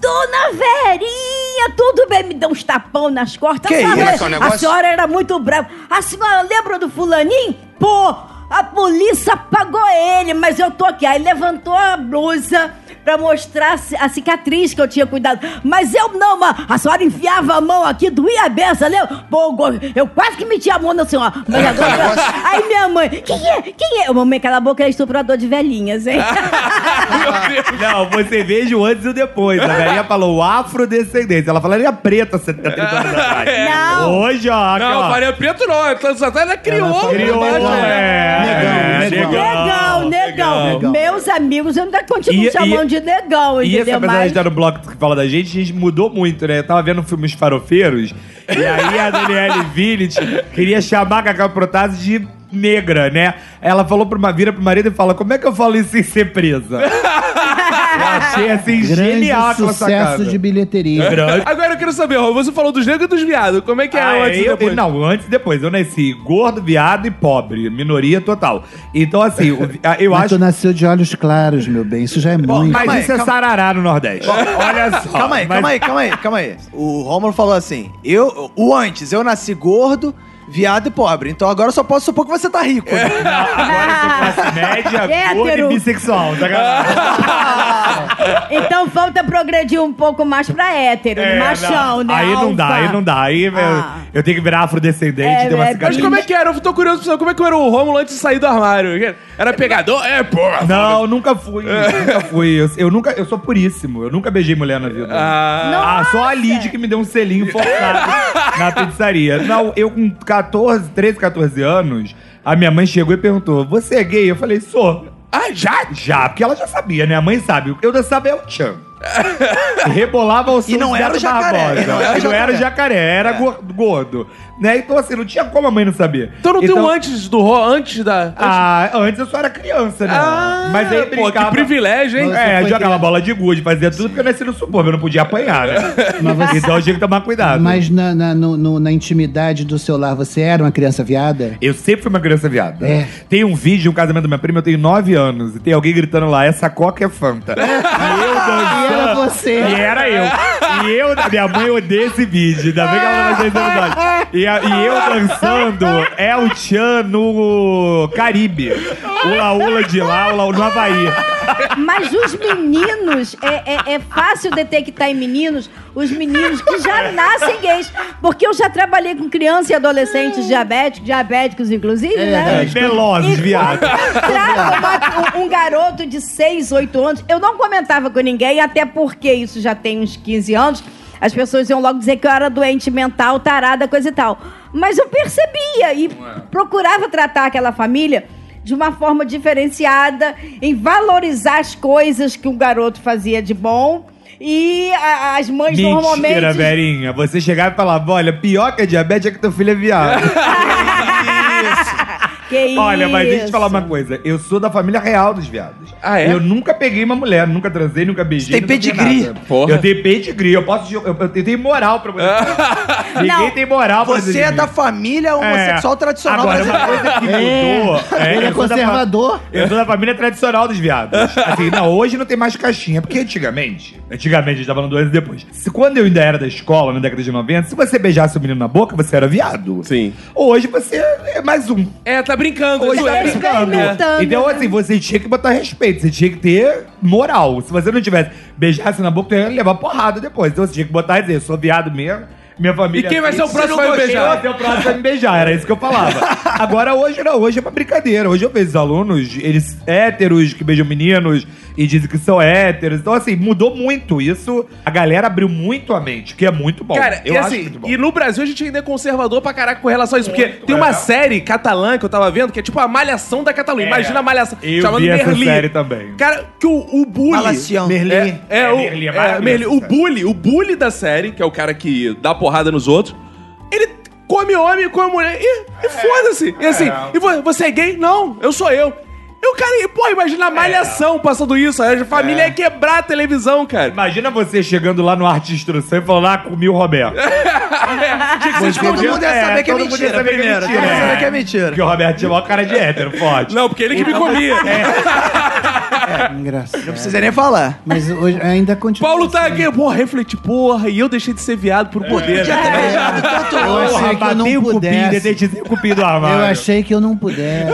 Speaker 5: Dona Verinha, tudo bem? Me deu uns tapão nas costas.
Speaker 4: Que
Speaker 5: A senhora-
Speaker 4: isso, é um
Speaker 5: A
Speaker 4: negócio-
Speaker 5: senhora era muito brava. A senhora lembra do fulaninho? Pô, a polícia pagou ele, mas eu tô aqui. Aí levantou a blusa pra mostrar a ci- a cicatriz que eu tinha cuidado. Mas eu não, ma. a senhora enfiava a mão aqui, doía a beça, lembra? Pô, eu go- eu quase que meti a mão na senhora. Mas agora... Aí minha mãe, quem é? Quem é? Ô, Mamãe, cala a boca, é estuprador de velhinhas, hein?
Speaker 6: Não, você veja o antes e o depois. A velhinha falou afrodescendência. Ela falaria preta 70 anos atrás.
Speaker 5: Não.
Speaker 6: Hoje, ó. aqui,
Speaker 3: Não,
Speaker 6: ó.
Speaker 3: Maria Preto não. Ela só tá na crioulo.
Speaker 6: Criou,
Speaker 3: né,
Speaker 6: é,
Speaker 3: baixo,
Speaker 6: é,
Speaker 7: Negão,
Speaker 5: Negão,
Speaker 7: negão.
Speaker 5: negão,
Speaker 7: negão.
Speaker 5: Meus amigos eu ainda continuo
Speaker 6: Ah, E-
Speaker 5: chamando
Speaker 6: e-
Speaker 5: de negão,
Speaker 6: E esse,
Speaker 5: entendeu?
Speaker 6: apesar de
Speaker 5: Mas...
Speaker 6: estar no bloco que fala da gente, a gente mudou muito, né? Eu tava vendo filmes farofeiros, e aí a Daniele Vinicius queria chamar a Cacau Protase de negra, né? Ela falou pra uma, vira pro marido e fala, como é que eu falo isso sem ser presa? eu achei, assim,
Speaker 7: Grande
Speaker 6: genial aquela sacada.
Speaker 7: sucesso de bilheteria.
Speaker 6: Grande.
Speaker 3: Agora eu quero saber, Rô, você falou dos negros e dos viados. Como é que é
Speaker 6: Ah,
Speaker 3: o antes e
Speaker 6: eu-
Speaker 3: depois?
Speaker 6: Não, antes e depois. Eu nasci gordo, viado e pobre. Minoria total. Então, assim, o vi- ah, eu
Speaker 7: Mas
Speaker 6: acho...
Speaker 7: tu nasceu de olhos claros, meu bem. Isso já é
Speaker 4: Bom,
Speaker 7: muito.
Speaker 6: Mas
Speaker 4: Calma aí,
Speaker 6: isso é
Speaker 4: calma-
Speaker 6: sarará no Nordeste. Olha só.
Speaker 4: Calma aí,
Speaker 6: mas-
Speaker 4: calma aí, calma aí, calma aí. O Rômulo falou assim: eu, o antes, eu nasci gordo, viado e pobre. Então agora eu só posso supor que você tá rico.
Speaker 6: É.
Speaker 4: né?
Speaker 6: Classe média, gorda
Speaker 5: Hétero.
Speaker 4: Ah.
Speaker 6: e bissexual, tá galera?
Speaker 5: Então falta progredir um pouco mais pra hétero,
Speaker 6: É,
Speaker 5: machão,
Speaker 6: não.
Speaker 5: né?
Speaker 6: Aí não dá,
Speaker 5: alfa.
Speaker 6: aí não dá. Aí
Speaker 5: Ah.
Speaker 6: eu, eu tenho que virar afrodescendente,
Speaker 5: É,
Speaker 6: ter uma
Speaker 5: é,
Speaker 3: Mas
Speaker 6: cicatriz.
Speaker 3: como é que era? Eu tô curioso pra saber como é que era o Rômulo antes de sair do armário. Era pegador? É, porra.
Speaker 6: Não, nunca fui. Nunca fui. Eu, eu nunca, eu sou puríssimo. Eu nunca beijei mulher na vida.
Speaker 3: Ah,
Speaker 6: Ah, só a Lid que me deu um selinho forçado na pizzaria. Não, eu com 14, 13, 14 anos, a minha mãe chegou e perguntou: Você é gay? Eu falei: Sou.
Speaker 3: ah, já?
Speaker 6: Já, porque ela já sabia, né? A mãe sabe. Eu dançava El Chan. Rebolava o som
Speaker 4: E não
Speaker 6: do
Speaker 4: era o
Speaker 6: Beto
Speaker 4: jacaré,
Speaker 6: Barbosa.
Speaker 4: e não era o
Speaker 6: E não era o jacaré, era
Speaker 3: É.
Speaker 6: gor- gordo. Né? Então, assim, não tinha como a mãe não saber.
Speaker 3: Então não tem um antes do Rô, antes da.
Speaker 6: Ah, antes eu só era criança, né?
Speaker 3: Ah,
Speaker 6: Mas aí
Speaker 3: pô,
Speaker 6: brincava...
Speaker 3: que privilégio, hein?
Speaker 6: É,
Speaker 7: foi
Speaker 6: jogava
Speaker 7: criança.
Speaker 6: bola de gude, fazia tudo, porque eu nasci no subúrbio, eu não podia apanhar, né?
Speaker 7: Mas você-
Speaker 6: Então eu tinha que tomar cuidado.
Speaker 7: Mas na, na- no- no- na intimidade do seu lar, você era uma criança viada?
Speaker 6: Eu sempre fui uma criança viada.
Speaker 7: É.
Speaker 6: Tem um vídeo de um casamento da minha prima, eu tenho 9 anos, e tem alguém gritando lá, essa coca é Fanta. e eu dançando.
Speaker 7: E era você.
Speaker 6: E era eu. E eu, minha mãe odeia esse vídeo. Ainda bem que ela não vai entender os olhos. E, a- e eu dançando é o Tchan no Caribe. O Laula de lá, o Laula no Havaí.
Speaker 5: Mas os meninos, é, é, é fácil detectar em meninos os meninos que já nascem gays. Porque eu já trabalhei com crianças e adolescentes diabéticos, diabéticos inclusive,
Speaker 6: É
Speaker 7: É
Speaker 5: né?
Speaker 6: Então, Velozes, viado.
Speaker 5: Entrava uma- um, um garoto de 6, 8 anos. Eu não comentava com ninguém, até porque isso já tem uns 15 anos. As pessoas iam logo dizer que eu era doente mental, tarada, coisa e tal. Mas eu percebia e procurava tratar aquela família de uma forma diferenciada, em valorizar as coisas que o garoto fazia de bom. E a- as mães
Speaker 6: Mentira,
Speaker 5: normalmente.
Speaker 6: Verinha. Você chegava e falava: olha, pior que a diabetes é que teu filho é viado.
Speaker 5: Que isso?
Speaker 6: Olha, mas deixa eu te falar uma coisa. Eu sou da família real dos viados.
Speaker 3: Ah, é?
Speaker 6: Eu nunca peguei uma mulher, nunca transei, nunca beijei.
Speaker 4: Tem
Speaker 6: nunca fiz
Speaker 4: pedigree.
Speaker 6: nada.
Speaker 3: Porra.
Speaker 6: Eu tenho pedigree, eu posso. Eu, eu, eu tenho moral pra você. Ninguém
Speaker 5: Não.
Speaker 6: tem moral pra
Speaker 4: Você
Speaker 6: dizer
Speaker 4: é
Speaker 6: de
Speaker 4: da
Speaker 6: mim.
Speaker 4: família homossexual tradicional É.
Speaker 6: Agora, uma
Speaker 4: brasileira.
Speaker 6: coisa que mudou. é,
Speaker 7: Ele é
Speaker 6: eu sou da fa-
Speaker 7: conservador.
Speaker 6: Eu sou da família tradicional dos viados. Assim, não, hoje não tem mais caixinha. Porque antigamente, antigamente, a gente tava falando dois anos depois. Se, quando eu ainda era da escola, na década de 90, se você beijasse o menino na boca, você era viado.
Speaker 3: Sim.
Speaker 6: Hoje você é mais um.
Speaker 3: É, tá brincando.
Speaker 6: Hoje tá
Speaker 3: tá
Speaker 5: Eles
Speaker 6: brincando.
Speaker 5: experimentando,
Speaker 6: Então,
Speaker 5: né?
Speaker 6: assim, você tinha que botar respeito, você tinha que ter moral. Se você não tivesse, beijasse na boca, você ia levar porrada depois. Então você tinha que botar e dizer, eu sou viado mesmo, minha família.
Speaker 3: E quem vai ser o
Speaker 6: Se
Speaker 3: próximo a
Speaker 6: não
Speaker 3: me
Speaker 6: gostou,
Speaker 3: beijar?
Speaker 6: até o próximo vai me beijar, era isso que eu falava. Agora, hoje não, hoje é uma brincadeira. Hoje eu vejo os alunos, eles héteros que beijam meninos e dizem que são héteros. Então, assim, mudou muito isso. A galera abriu muito a mente, que é muito bom.
Speaker 3: Cara,
Speaker 6: eu
Speaker 3: e
Speaker 6: acho
Speaker 3: assim,
Speaker 6: muito bom.
Speaker 3: e no Brasil a gente ainda é conservador pra caraca com relação a isso. Porque
Speaker 6: Muito,
Speaker 3: tem uma
Speaker 6: é.
Speaker 3: série catalã que eu tava vendo, que é tipo a malhação da Catalunha.
Speaker 6: É.
Speaker 3: Imagina a malhação.
Speaker 6: Eu
Speaker 3: chamando
Speaker 6: vi essa
Speaker 3: Merli.
Speaker 6: série também.
Speaker 3: Cara, que o, o bully...
Speaker 4: Malacião.
Speaker 3: É, é,
Speaker 6: É,
Speaker 3: o,
Speaker 6: Merli é
Speaker 3: é,
Speaker 6: maravilhoso,
Speaker 3: Merli, o
Speaker 6: cara.
Speaker 3: bully, o bully da série, que é o cara que dá porrada nos outros, ele come homem, come mulher e,
Speaker 6: É.
Speaker 3: e foda-se. E assim, e vo- você é gay? Não, eu sou eu. E o cara, e, pô,
Speaker 6: É.
Speaker 3: imagina a malhação passando isso. A família ia quebrar a televisão, cara.
Speaker 6: Imagina você chegando lá no Arte de Instrução e falando, ah, comi o Roberto.
Speaker 4: Mas todo
Speaker 6: entendeu?
Speaker 4: mundo ia
Speaker 6: É,
Speaker 4: saber que é
Speaker 6: todo mundo ia
Speaker 4: mentira
Speaker 6: saber que é
Speaker 4: primeiro. Todo mundo
Speaker 6: mentira.
Speaker 4: ia saber
Speaker 6: É.
Speaker 4: que é mentira.
Speaker 6: Porque o Roberto tinha uma cara de hétero, forte. Então, É.
Speaker 3: Não, porque ele que me comia.
Speaker 7: Engraçado.
Speaker 4: Não precisa nem falar.
Speaker 7: Mas hoje ainda continua. assim, né?
Speaker 3: Paulo tá aqui, porra, refleti, porra, e eu deixei de ser viado
Speaker 6: É.
Speaker 3: por poder. É.
Speaker 4: Já ter beijado tanto
Speaker 7: Eu
Speaker 4: homem.
Speaker 7: achei que eu
Speaker 6: batei
Speaker 7: não
Speaker 6: o cupim,
Speaker 7: pudesse.
Speaker 6: detetizei o cupim do armário.
Speaker 7: Eu achei É que eu não pudesse.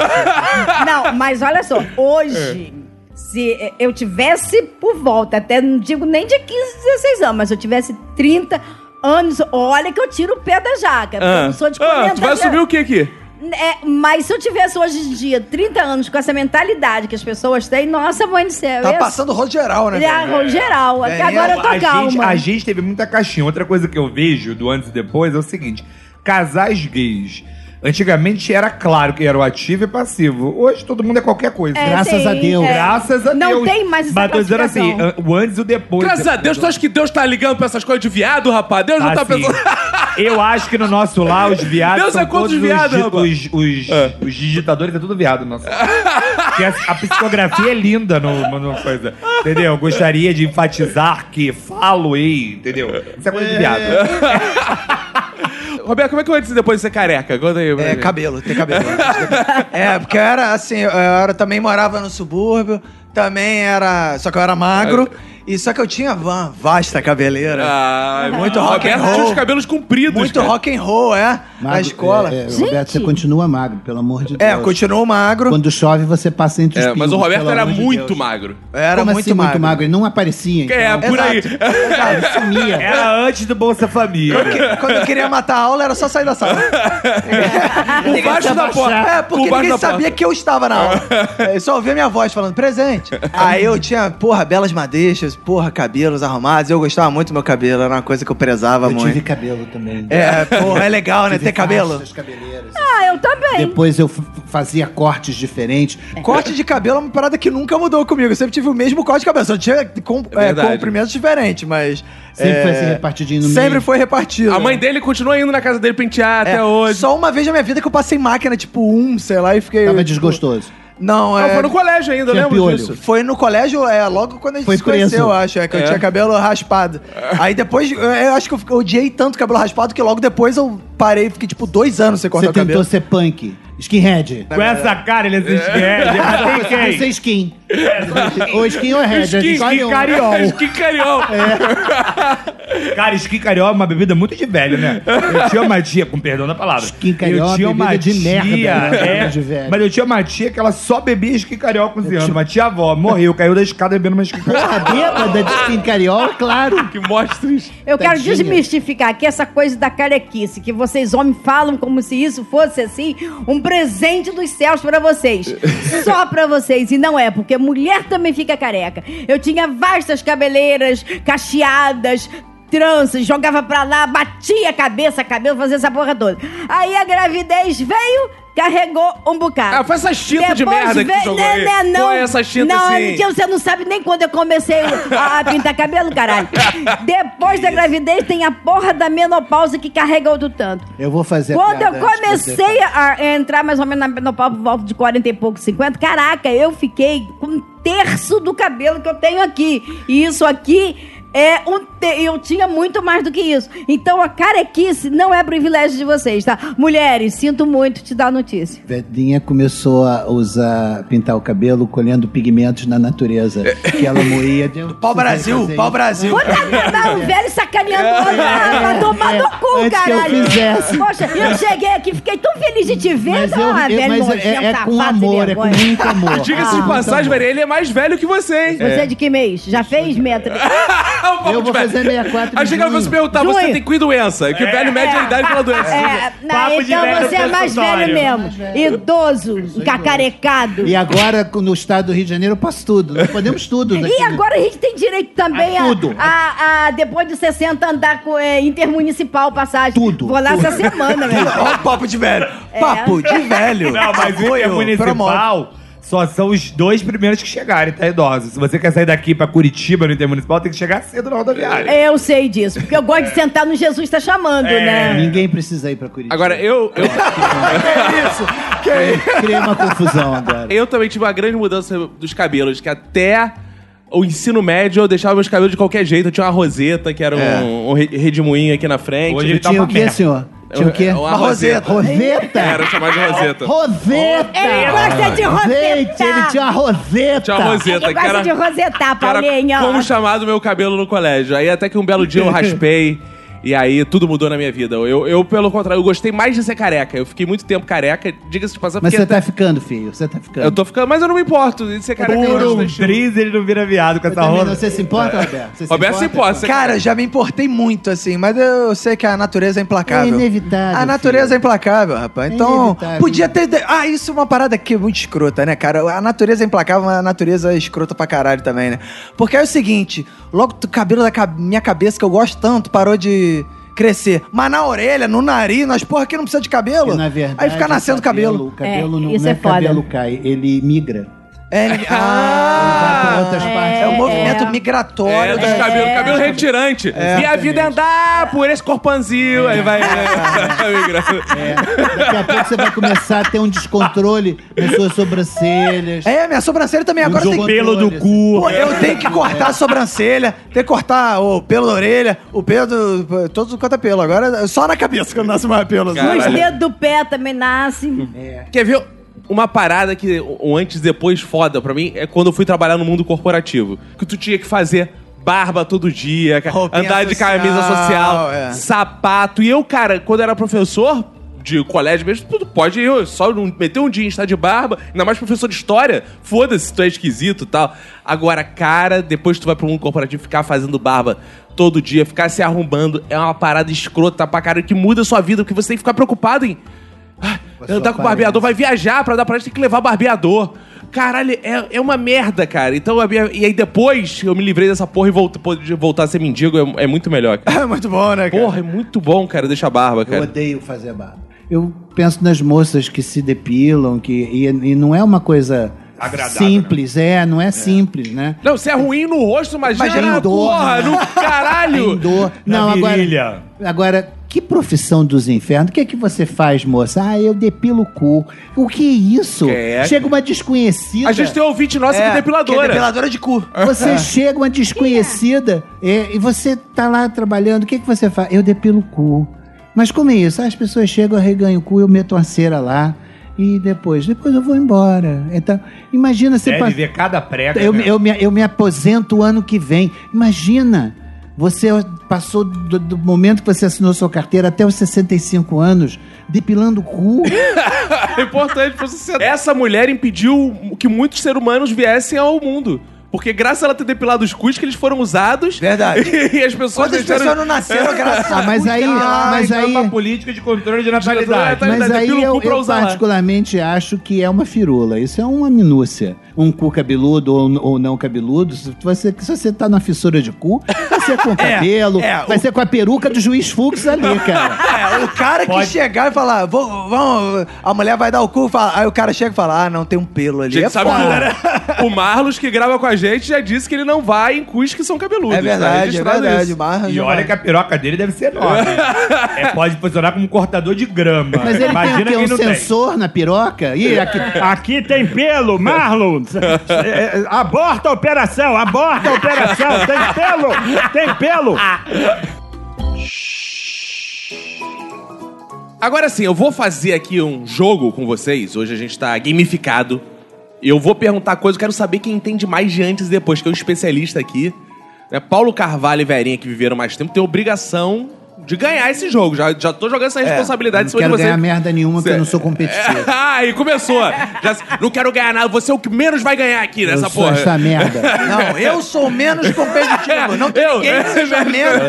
Speaker 5: Não, mas olha só, hoje,
Speaker 3: É.
Speaker 5: se eh, eu tivesse por volta, até não digo nem de 15, 16 anos, mas se eu tivesse 30 anos, olha que eu tiro o pé da jaca. porque eu não sou de 40
Speaker 3: ah, tu vai
Speaker 5: anos.
Speaker 3: assumir o que aqui?
Speaker 5: É, mas se eu tivesse hoje em dia 30 anos com essa mentalidade que as pessoas têm, nossa, mãe do céu.
Speaker 4: Tá
Speaker 5: eu-
Speaker 4: passando o rodo geral, né?
Speaker 5: Ele arrou geral, até
Speaker 4: É,
Speaker 5: agora eu tô
Speaker 6: a
Speaker 5: calma.
Speaker 6: Gente, a gente teve muita caixinha. Outra coisa que eu vejo do antes e depois é o seguinte: casais gays. Antigamente era claro que era o ativo e passivo. Hoje todo mundo é qualquer coisa.
Speaker 5: É,
Speaker 7: graças a Deus.
Speaker 6: Graças a
Speaker 5: Não
Speaker 6: Deus.
Speaker 5: tem mais essa
Speaker 6: Mas tô dizendo assim,
Speaker 5: classificação.
Speaker 6: o antes e o depois.
Speaker 3: Graças a Deus, tu acha que Deus tá ligando pra essas coisas de viado, rapaz? Deus não tá
Speaker 6: Assim,
Speaker 3: pensando.
Speaker 6: Eu acho que no nosso lar, os viados.
Speaker 3: Deus
Speaker 6: são
Speaker 3: é contra os
Speaker 6: todos
Speaker 3: viados,
Speaker 6: os,
Speaker 3: rapaz.
Speaker 6: di- os, os,
Speaker 3: É.
Speaker 6: os digitadores é tudo viado no nosso lar. Porque a, a psicografia é linda no, no coisa. Entendeu? Gostaria de enfatizar que falo e. Entendeu? Isso é coisa de viado.
Speaker 3: Roberto, como é que eu antes e depois de ser careca? Conta aí. pra
Speaker 4: É,
Speaker 3: mim.
Speaker 4: cabelo, tem cabelo. é, porque eu era assim, eu era, também morava no subúrbio, também era. Só que eu era
Speaker 6: É.
Speaker 4: magro. E só que eu tinha van, vasta cabeleira.
Speaker 3: Ah,
Speaker 4: Muito
Speaker 3: o
Speaker 4: Uhum.
Speaker 3: Roberto
Speaker 4: rock and roll.
Speaker 3: tinha os cabelos compridos.
Speaker 4: muito
Speaker 3: cara.
Speaker 4: rock and roll, é? na
Speaker 7: Magro,
Speaker 4: escola.
Speaker 7: é, é,
Speaker 4: É,
Speaker 7: Roberto, você continua magro, pelo amor de Deus.
Speaker 4: eu continuo magro.
Speaker 7: Quando chove, você passa entre os
Speaker 3: É, mas o
Speaker 7: pingos,
Speaker 3: Roberto
Speaker 7: pelo
Speaker 3: era
Speaker 7: amor de
Speaker 3: muito
Speaker 7: Deus.
Speaker 3: magro.
Speaker 4: Era
Speaker 7: Como
Speaker 4: muito,
Speaker 7: assim,
Speaker 4: magro.
Speaker 7: muito magro? Ele não aparecia, então.
Speaker 3: É, por aí.
Speaker 4: Exato.
Speaker 7: Ele sumia.
Speaker 4: É,
Speaker 6: Era antes do Bolsa
Speaker 4: Quando,
Speaker 6: Família.
Speaker 4: que- quando eu queria matar a aula, era só sair da sala.
Speaker 3: Por baixo da porta.
Speaker 4: É, porque
Speaker 3: Por baixo
Speaker 4: ninguém
Speaker 3: da
Speaker 4: sabia
Speaker 3: porta.
Speaker 4: que eu estava na aula. É, Eu só ouvia minha voz falando, presente. Aí eu tinha, porra, belas madeixas, porra, cabelos arrumados. Eu gostava muito do meu cabelo, era uma coisa que eu prezava
Speaker 7: Eu
Speaker 4: muito.
Speaker 7: tive cabelo também.
Speaker 4: É, porra, é legal, né?
Speaker 7: Tive
Speaker 4: Ter cabelo.
Speaker 7: faixas, cabeleiras.
Speaker 5: Ah, eu também.
Speaker 7: Depois eu f- fazia cortes diferentes.
Speaker 4: Corte de cabelo é uma parada que nunca mudou comigo. Eu sempre tive o mesmo corte de cabelo. Só tinha com,
Speaker 3: É verdade.
Speaker 4: comprimentos diferentes, mas.
Speaker 7: Sempre
Speaker 4: é,
Speaker 7: foi assim, repartidinho no
Speaker 4: Sempre
Speaker 7: meio.
Speaker 4: foi repartido.
Speaker 3: A mãe dele continua indo na casa dele pentear
Speaker 4: É,
Speaker 3: até hoje.
Speaker 4: Só uma vez na minha vida que eu passei máquina, tipo, um, sei lá, e fiquei.
Speaker 7: Tava
Speaker 4: tipo,
Speaker 7: desgostoso.
Speaker 4: Não,
Speaker 3: Não,
Speaker 4: é.
Speaker 3: foi no colégio ainda, eu
Speaker 7: Tinha
Speaker 3: lembro
Speaker 7: piolho.
Speaker 3: disso.
Speaker 4: Foi no colégio, é, logo quando a gente
Speaker 7: Foi
Speaker 4: se conheceu,
Speaker 7: preso.
Speaker 4: eu acho. É, que
Speaker 3: É.
Speaker 4: eu tinha cabelo raspado. Aí depois, eu, eu acho que eu fiquei- eu odiei tanto cabelo raspado que logo depois eu parei, fiquei tipo dois anos sem
Speaker 7: Você
Speaker 4: cortar o
Speaker 7: tentou
Speaker 4: cabelo. É,
Speaker 7: ser punk, skinhead.
Speaker 6: Com essa cara, ele existe. É,
Speaker 7: Você
Speaker 6: quem? É.
Speaker 7: Você é skin. Ou skin ou head.
Speaker 6: Skin, skin, cariol.
Speaker 3: que cariol.
Speaker 6: Cara, esqui carioca é uma bebida muito de velho, né? Eu tinha uma tia, com perdão da palavra.
Speaker 7: Esqui carioca
Speaker 6: eu tinha
Speaker 7: é
Speaker 6: uma
Speaker 7: bebida de
Speaker 6: tia,
Speaker 7: merda, né?
Speaker 6: é,
Speaker 7: De velho.
Speaker 6: Mas eu tinha uma tia que ela só bebia esqui carioca cozinhando. Uma tia avó morreu, caiu da escada bebendo uma esqui carioca.
Speaker 7: A bêbada de skin cariola, claro.
Speaker 3: Que mostras.
Speaker 5: Eu quero
Speaker 7: Tadinha.
Speaker 5: desmistificar aqui essa coisa da carequice, que vocês homens falam como se isso fosse assim um presente dos céus pra vocês. Só pra vocês. E não é, porque mulher também fica careca. Eu tinha vastas cabeleiras, cacheadas. Tranças, jogava pra lá, batia a cabeça, cabelo, fazia essa porra toda. Aí a gravidez veio, carregou um bocado.
Speaker 3: Ah, foi essa tinta de merda que tu
Speaker 5: vem-
Speaker 3: jogou
Speaker 5: né,
Speaker 3: aí.
Speaker 5: né, não.
Speaker 3: Foi essa tinta
Speaker 5: não,
Speaker 3: assim.
Speaker 5: Anitinha, você não sabe nem quando eu comecei a pintar cabelo, caralho. Depois da gravidez tem a porra da menopausa que carrega outro tanto.
Speaker 7: Eu vou fazer a
Speaker 5: Quando eu
Speaker 7: piada antes de você
Speaker 5: comecei a entrar mais ou menos na menopausa por volta de 40 e pouco, 50, caraca, eu fiquei com um terço do cabelo que eu tenho aqui. E isso aqui é um te... eu tinha muito mais do que isso. Então a carequice não é privilégio de vocês, tá? Mulheres, sinto muito te dar notícia.
Speaker 7: Vedinha começou a usar, pintar o cabelo colhendo pigmentos na natureza.
Speaker 3: É.
Speaker 7: Que ela moía. de-
Speaker 4: Pau-brasil,
Speaker 7: fazer isso.
Speaker 4: pau-brasil.
Speaker 5: Vou nadar o um velho sacaneando o outro. Ah, vai tomar no cu,
Speaker 7: É. Antes que eu
Speaker 5: caralho.
Speaker 7: fizesse.
Speaker 5: Poxa, eu cheguei aqui, fiquei tão feliz de te ver.
Speaker 7: Mas, eu,
Speaker 5: ah,
Speaker 7: eu-
Speaker 5: velho
Speaker 7: mas é-
Speaker 5: nojento,
Speaker 7: é, é com
Speaker 5: safado, sem
Speaker 7: amor, é com
Speaker 5: vergonha.
Speaker 7: muito amor.
Speaker 3: Diga-se de
Speaker 7: Ah,
Speaker 3: passagem,
Speaker 7: muito amor.
Speaker 3: velho, ele é mais velho que você, hein?
Speaker 5: Você é de que mês? Já fez meta?
Speaker 3: Ah, um pouco
Speaker 7: Eu vou
Speaker 3: de velho.
Speaker 7: fazer 64
Speaker 3: Aí
Speaker 7: de
Speaker 3: chega ela
Speaker 7: junho.
Speaker 3: vai se perguntar, você
Speaker 5: Junho.
Speaker 3: tem que doença?
Speaker 6: É.
Speaker 3: Que o velho mede a idade pela doença.
Speaker 5: É, não,
Speaker 6: Papo de
Speaker 5: então
Speaker 6: velho
Speaker 5: você é mais velho
Speaker 6: pessoal.
Speaker 5: mesmo. Idoso, cacarecado.
Speaker 7: E agora, no estado do Rio de Janeiro, eu posso tudo. Nós podemos tudo.
Speaker 5: E
Speaker 7: daqui.
Speaker 5: agora a gente tem direito
Speaker 3: Ah,
Speaker 5: também
Speaker 7: A
Speaker 5: a,
Speaker 7: tudo.
Speaker 5: a- a, depois de 60, andar com é, intermunicipal passagem.
Speaker 7: Tudo.
Speaker 5: Vou lá essa semana, né? É. meu.
Speaker 4: Olha o papo de velho. Papo de velho.
Speaker 6: Não, mas o que é
Speaker 4: Apoio, promove.
Speaker 6: municipal só são os dois primeiros que chegarem, tá, idosos? Se você quer sair daqui pra Curitiba, no Intermunicipal, tem que chegar cedo na rodoviária.
Speaker 5: Eu sei disso, porque eu gosto de sentar no Jesus tá chamando,
Speaker 6: É.
Speaker 3: É.
Speaker 5: né?
Speaker 7: Ninguém precisa ir pra Curitiba.
Speaker 3: Agora, eu, eu,
Speaker 7: Cria uma confusão agora.
Speaker 3: eu também tive uma grande mudança dos cabelos, que até o ensino médio eu deixava meus cabelos de qualquer jeito. Eu tinha uma roseta, que era
Speaker 4: É.
Speaker 3: um, um re- redemoinho aqui na frente. é
Speaker 6: Hoje
Speaker 7: Eu
Speaker 6: ele tá
Speaker 7: tinha
Speaker 6: uma
Speaker 7: o quê,
Speaker 6: merda.
Speaker 7: senhor? Tinha o quê?
Speaker 3: Uma roseta.
Speaker 7: Roseta?
Speaker 3: Era chamado de roseta.
Speaker 7: Roseta!
Speaker 5: Ele gosta de
Speaker 7: Gente, ele
Speaker 5: rosetar.
Speaker 7: tinha uma roseta!
Speaker 3: Tinha uma roseta,
Speaker 5: Ele
Speaker 3: que
Speaker 5: gosta
Speaker 3: era...
Speaker 5: de rosetar,
Speaker 3: Cara,
Speaker 5: Paulinha.
Speaker 3: como chamado meu cabelo no colégio. Aí até que um belo dia eu raspei. E aí tudo mudou na minha vida. Eu, eu, pelo contrário, eu gostei mais de ser careca. Eu fiquei muito tempo careca. Diga-se de passar,
Speaker 7: Mas
Speaker 3: porque...
Speaker 7: você tá ficando, filho. Você tá ficando.
Speaker 3: Eu tô ficando... Mas eu não me importo de ser careca. eu
Speaker 6: Por
Speaker 3: gosto
Speaker 6: um
Speaker 3: desse estilo.
Speaker 6: triz, ele não vira viado com
Speaker 7: Eu
Speaker 6: essa É.
Speaker 7: também não-
Speaker 6: roda.
Speaker 7: Você se importa, Roberto? Você
Speaker 3: Roberto se importa. é.
Speaker 4: Cara, já me importei muito, assim, mas eu sei que a natureza é implacável.
Speaker 7: É inevitável,
Speaker 4: A natureza
Speaker 7: filho.
Speaker 4: é implacável, rapaz.
Speaker 7: É
Speaker 4: Então,
Speaker 7: inevitável.
Speaker 4: podia ter. de- Ah, isso é uma parada que é muito escrota, né, cara? A natureza é implacável, mas a natureza é escrota pra caralho também, né? Porque é o seguinte: logo o cabelo da ca- minha cabeça, que eu gosto tanto, parou de. Crescer. Mas na orelha, no nariz, nas porra que não precisa de cabelo.
Speaker 7: Porque, na verdade,
Speaker 4: Aí fica nascendo cabelo.
Speaker 7: O cabelo
Speaker 5: É,
Speaker 7: não,
Speaker 5: isso
Speaker 7: não
Speaker 5: é
Speaker 7: é
Speaker 5: foda.
Speaker 7: cabelo cai, ele migra.
Speaker 4: É, ele- ah,
Speaker 7: Vai pra outras partes.
Speaker 4: é o movimento migratório.
Speaker 3: É,
Speaker 4: da-
Speaker 3: dos cabelos, cabelo retirante. e a vida é andar por esse corpanzil. Aí vai. né? É.
Speaker 7: É. Daqui a pouco você vai começar a ter um descontrole nas suas sobrancelhas.
Speaker 4: É, minha sobrancelha também agora
Speaker 7: Nos
Speaker 4: tem
Speaker 6: Um Pelo do
Speaker 7: controles.
Speaker 6: cu.
Speaker 4: Pô, eu tenho que cortar a sobrancelha, tenho que cortar o pelo da orelha, o pelo do. Todo quanto é pelo. Agora é só na cabeça que eu nasço mais pelo.
Speaker 3: Cara.
Speaker 5: Os
Speaker 3: Caralho.
Speaker 5: dedos do pé também nascem.
Speaker 3: Quer ver? uma parada que um antes e depois foda pra mim é quando eu fui trabalhar no mundo corporativo. Que tu tinha que fazer barba todo dia, ca-
Speaker 4: Roupinha
Speaker 3: andar de
Speaker 4: social,
Speaker 3: camisa social,
Speaker 4: é.
Speaker 3: sapato. E eu, cara, quando era professor de colégio mesmo, tu pode ir, só não meter um dia em estar de barba, ainda mais professor de história, foda-se, tu é esquisito e tal. Agora, cara, depois tu vai pro mundo corporativo ficar fazendo barba todo dia, ficar se arrumbando, é uma parada escrota pra caralho que muda a sua vida, porque você tem que ficar preocupado em... Ah,
Speaker 7: sua
Speaker 3: andar com barbeador, vai viajar pra dar palestra, tem que levar barbeador. Caralho, é, é uma merda, cara. Então, a minha- e aí depois eu me livrei dessa porra e volto, pude voltar a ser mendigo é, é muito melhor. cara.
Speaker 4: É muito bom, né, cara?
Speaker 3: Porra, é muito bom, cara, deixa a barba,
Speaker 7: Eu
Speaker 3: cara.
Speaker 7: odeio fazer barba. Eu penso nas moças que se depilam, que e, e não é uma coisa
Speaker 3: né?
Speaker 6: Agradável,
Speaker 7: simples, é, não é, simples, né?
Speaker 3: Não, se é ruim no rosto, imagina
Speaker 7: Imagina
Speaker 3: na
Speaker 7: em dor,
Speaker 3: porra,
Speaker 7: né?
Speaker 3: no caralho.
Speaker 7: Tem dor.
Speaker 6: Na
Speaker 7: Não, agora,
Speaker 6: virilha.
Speaker 7: agora, que profissão dos infernos? O que é que você faz, moça? Ah, eu depilo o cu. O que é isso?
Speaker 3: É.
Speaker 7: Chega uma desconhecida.
Speaker 3: A gente tem um ouvinte nosso que é
Speaker 4: que é
Speaker 3: depiladora.
Speaker 4: depiladora de cu. É.
Speaker 7: Você chega uma desconhecida é, e você tá lá trabalhando. O que, que você faz? Eu depilo o cu. Mas como é isso? Ah, As pessoas chegam, arreganham o cu, eu meto uma cera lá. E depois, depois eu vou embora. Então, imagina você
Speaker 6: Deve
Speaker 7: pa-
Speaker 6: ver É, cada prega.
Speaker 7: eu,
Speaker 6: né?
Speaker 7: eu, me, eu me aposento o ano que vem. Imagina, você passou do, do momento que você assinou sua carteira até os 65 anos, depilando o cu.
Speaker 3: É importante pra sociedade. Essa mulher impediu que muitos seres humanos viessem ao mundo. Porque graças a ela ter depilado os cus que eles foram usados...
Speaker 4: Verdade.
Speaker 3: e as pessoas
Speaker 4: Quantas pessoas não nasceram graças a
Speaker 7: Ah, mas
Speaker 4: Deus,
Speaker 7: aí-
Speaker 4: cara?
Speaker 7: mas
Speaker 6: Então é
Speaker 7: aí-
Speaker 6: uma política de controle de natalidade.
Speaker 3: Tá,
Speaker 7: Mas
Speaker 3: tá,
Speaker 7: aí
Speaker 3: depila o
Speaker 7: eu,
Speaker 3: cu pra
Speaker 7: eu
Speaker 3: usar lá.
Speaker 7: particularmente acho que é uma firula. Isso é uma minúcia. Um cu cabeludo ou, ou não cabeludo, se você, se você tá na fissura de cu, vai ser com o cabelo,
Speaker 4: é,
Speaker 7: vai
Speaker 4: o-
Speaker 7: ser com a peruca do juiz Fux ali, cara.
Speaker 4: É, o cara que
Speaker 6: Pode-
Speaker 4: chegar e falar, vamos, vamos, a mulher vai dar o cu, fala, aí o cara chega e fala, ah, não, tem um pelo ali.
Speaker 3: A gente
Speaker 4: é
Speaker 3: sabe
Speaker 4: foda.
Speaker 3: que o, o Marlos, que grava com a gente, já disse que ele não vai em cus que são cabeludos.
Speaker 4: É
Speaker 3: tá
Speaker 4: verdade, é
Speaker 3: registrado
Speaker 4: verdade.
Speaker 3: isso.
Speaker 4: Marra,
Speaker 6: E olha que a piroca dele deve ser enorme. É, pode funcionar como cortador de grama.
Speaker 7: Mas ele
Speaker 6: Imagina
Speaker 7: tem o
Speaker 6: quem
Speaker 7: quê?
Speaker 6: não É.
Speaker 7: Um sensor na piroca? Ih, aqui,
Speaker 8: Aqui tem pelo, Marlon! É, é, Aborta a operação! Aborta a operação! Tem pelo! Tem pelo!
Speaker 3: Agora sim, eu vou fazer aqui um jogo com vocês. Hoje a gente tá gamificado. Eu vou perguntar coisa, eu quero saber quem entende mais de antes e depois, que é um especialista aqui. Né? Paulo Carvalho e Verinha, que viveram mais tempo, tem obrigação de ganhar esse jogo. Já, já tô jogando essa
Speaker 7: É,
Speaker 3: responsabilidade em
Speaker 7: não
Speaker 3: cima de
Speaker 7: quero
Speaker 3: você.
Speaker 7: ganhar merda nenhuma porque eu não sou competitivo.
Speaker 3: Ai, começou. Já- não quero ganhar nada. Você é o que menos vai ganhar aqui nessa
Speaker 7: eu sou
Speaker 3: porra.
Speaker 7: essa merda.
Speaker 4: Não, eu sou menos competitivo. Não tem
Speaker 3: Eu-
Speaker 4: ninguém que seja menos.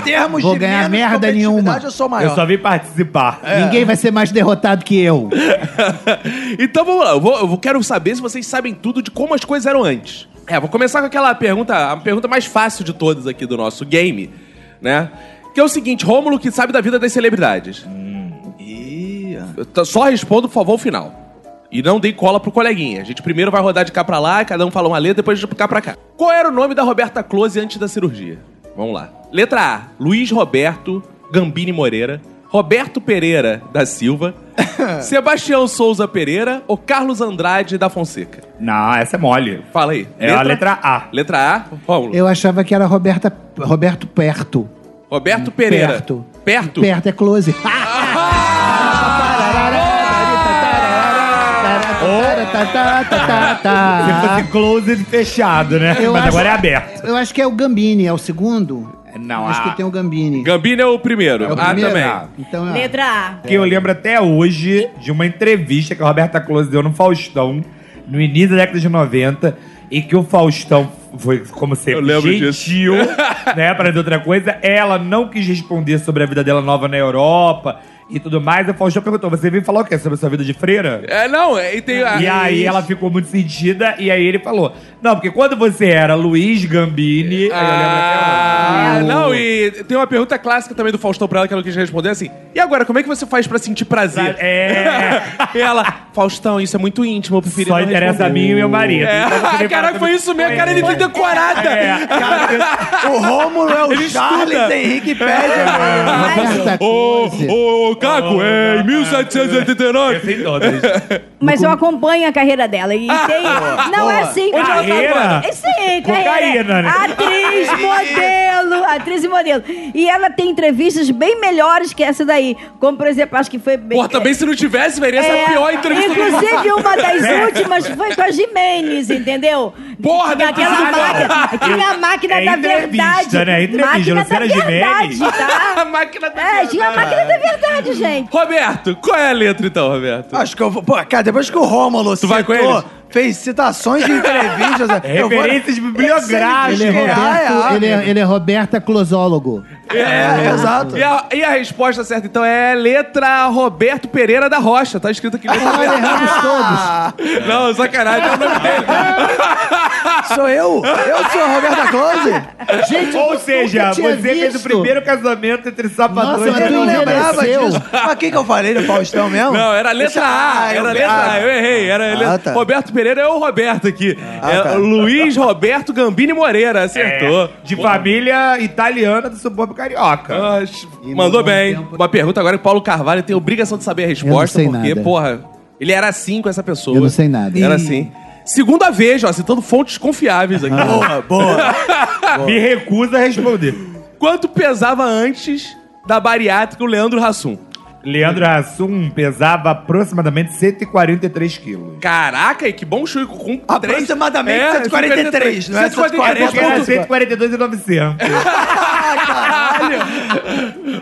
Speaker 4: Em termos
Speaker 7: Vou
Speaker 4: de
Speaker 7: ganhar
Speaker 4: menos
Speaker 7: merda
Speaker 4: competitividade,
Speaker 7: nenhuma.
Speaker 4: eu sou
Speaker 6: Eu
Speaker 4: maior.
Speaker 6: só vim participar.
Speaker 7: É. Ninguém vai ser mais derrotado que eu.
Speaker 3: então vamos lá, eu, vou- eu vou- quero saber se vocês sabem tudo de como as coisas eram antes. É, vou começar com aquela pergunta, a pergunta mais fácil de todas aqui do nosso game, né? Que é o seguinte, Rômulo que sabe da vida das celebridades.
Speaker 6: Hum,
Speaker 4: Ih,
Speaker 6: ah.
Speaker 3: Eu t- Só responda, por favor, o final. E não dei cola pro coleguinha. A gente primeiro vai rodar de cá pra lá, cada um fala uma letra, depois de cá pra cá. Qual era o nome da Roberta Close antes da cirurgia? Vamos lá. Letra A, Luiz Roberto Gambini Moreira. Roberto Pereira da Silva. Sebastião Souza Pereira ou Carlos Andrade da Fonseca?
Speaker 6: Não, essa é mole.
Speaker 3: Fala aí.
Speaker 6: É a letra A.
Speaker 3: Letra A, Rômulo.
Speaker 7: Eu achava que era Roberta, Roberto Perto.
Speaker 3: Roberto Pereira.
Speaker 7: Perto.
Speaker 3: Perto?
Speaker 7: Perto Ah! é close.
Speaker 6: Se fosse closed, fechado, né?
Speaker 7: Eu
Speaker 6: Mas
Speaker 7: acho-
Speaker 6: agora é aberto.
Speaker 7: Eu acho que é o Gambini, é o segundo?
Speaker 6: Não,
Speaker 7: Acho
Speaker 6: a-
Speaker 7: que tem o Gambini.
Speaker 3: Gambini é o primeiro.
Speaker 7: É o
Speaker 3: ah,
Speaker 7: primeiro?
Speaker 3: também.
Speaker 6: Ah.
Speaker 7: Então, é.
Speaker 5: Letra A.
Speaker 6: Que eu lembro até hoje de uma entrevista que a Roberta Close deu no Faustão, no início da década de 90, e que o Faustão foi, como sempre,
Speaker 3: Eu lembro
Speaker 6: gentil, né, pra dizer outra coisa. Ela não quis responder sobre a vida dela nova na Europa e tudo mais. O Faustão perguntou, você veio falar o quê? Sobre a sua vida de freira?
Speaker 3: É, não, é, e tem a-
Speaker 6: E aí ela ficou muito sentida, e aí ele falou, não, porque quando você era Luiz Gambini... aí eu lembro até hoje.
Speaker 3: Ah, não, e tem uma pergunta clássica também do Faustão pra ela que ela não quis responder assim. E agora, como é que você faz pra sentir prazer?
Speaker 6: É,
Speaker 3: E ela, Faustão, isso é muito íntimo, eu prefiro.
Speaker 6: só
Speaker 3: não
Speaker 6: interessa a
Speaker 3: responder."
Speaker 6: mim e meu marido. Então,
Speaker 3: É, caralho, foi isso mesmo, cara, ele tem decorada.
Speaker 6: É.
Speaker 4: O Rômulo é o
Speaker 3: Ele
Speaker 4: Charles
Speaker 3: estuda. É.
Speaker 4: Henrique Pérez. mano.
Speaker 7: Roberta
Speaker 3: Ô,
Speaker 7: Close.
Speaker 3: ô, Caco, é em
Speaker 6: Eu
Speaker 3: 1789.
Speaker 6: sei todas.
Speaker 5: Mas eu acompanho a carreira dela. E tem. não é assim,
Speaker 3: Ah! Onde ela tá
Speaker 6: Carreira?
Speaker 5: É sim,
Speaker 6: Cocaína, né?
Speaker 5: Atriz, modelo. Atriz e modelo. E ela tem entrevistas bem melhores que essa daí. Como, por exemplo, acho que foi.
Speaker 3: tá Porra, também se não tivesse, velho, essa é a pior
Speaker 5: Inclusive, uma das
Speaker 3: É.
Speaker 5: últimas foi com a Jimenez, entendeu?
Speaker 3: Porra,
Speaker 5: Tinha
Speaker 3: da
Speaker 5: aquela
Speaker 3: cara!
Speaker 5: máquina, tinha a máquina
Speaker 6: É
Speaker 5: da
Speaker 6: entrevista,
Speaker 5: verdade.
Speaker 6: né? É entrevista,
Speaker 5: Máquina da
Speaker 6: Luciana
Speaker 5: verdade,
Speaker 6: Gimenez.
Speaker 3: A
Speaker 5: tá?
Speaker 3: máquina da
Speaker 5: É, tinha a máquina da verdade, gente.
Speaker 3: Roberto, qual é a letra então, Roberto?
Speaker 4: Acho que eu vou. Pô, cara, depois que o Rômulo citou,
Speaker 3: vai com eles? É
Speaker 4: fez citações de entrevistas. eu vou-
Speaker 6: Referências bibliográficas.
Speaker 4: Ele
Speaker 7: Ele é,
Speaker 4: Ah,
Speaker 7: Roberto, ele, é, ele é Roberta Closólogo.
Speaker 4: é, exato.
Speaker 3: E a, e a resposta certa, então, é letra Roberto Pereira da Rocha. Tá escrito aqui. Letra
Speaker 7: Ah, erramos todos.
Speaker 3: Roberto. Não, sacanagem, é o nome dele.
Speaker 4: Sou eu? Eu sou a Roberta Close?
Speaker 7: Gente, eu
Speaker 6: Ou
Speaker 7: nunca
Speaker 6: seja,
Speaker 7: tinha
Speaker 6: você fez o
Speaker 7: visto.
Speaker 6: primeiro casamento entre
Speaker 7: Nossa,
Speaker 6: sapatões
Speaker 7: mas
Speaker 4: Eu
Speaker 7: tu
Speaker 4: não
Speaker 7: envelheceu.
Speaker 4: lembrava disso. Mas quem que eu falei no Faustão mesmo?
Speaker 3: Não, era letra A.
Speaker 4: Ah, eu-
Speaker 3: era letra A, eu errei. Era letra-
Speaker 4: tá.
Speaker 3: Roberto Pereira é o Roberto aqui. é
Speaker 4: tá.
Speaker 3: Luiz Roberto Gambini Moreira, acertou.
Speaker 6: É, de família italiana do subúrbio carioca.
Speaker 3: Ah, mandou bem. Uma pergunta agora que o Paulo Carvalho tem obrigação de saber a resposta,
Speaker 7: sei
Speaker 3: porque,
Speaker 7: nada.
Speaker 3: porra, ele era assim com essa pessoa.
Speaker 7: Eu não sei nada.
Speaker 3: Era
Speaker 7: Ih.
Speaker 3: assim. Segunda vez, ó, citando fontes confiáveis aqui.
Speaker 4: Ah, Boa, boa.
Speaker 6: Me recusa a responder.
Speaker 3: Quanto pesava antes da bariátrica o Leandro Hassum?
Speaker 6: Leandro Hassum pesava aproximadamente 143 quilos.
Speaker 3: Caraca, e que bom chuico com três- É,
Speaker 4: Aproximadamente 143, não é
Speaker 3: 143.
Speaker 6: Porque era
Speaker 4: 143.
Speaker 6: 142,900.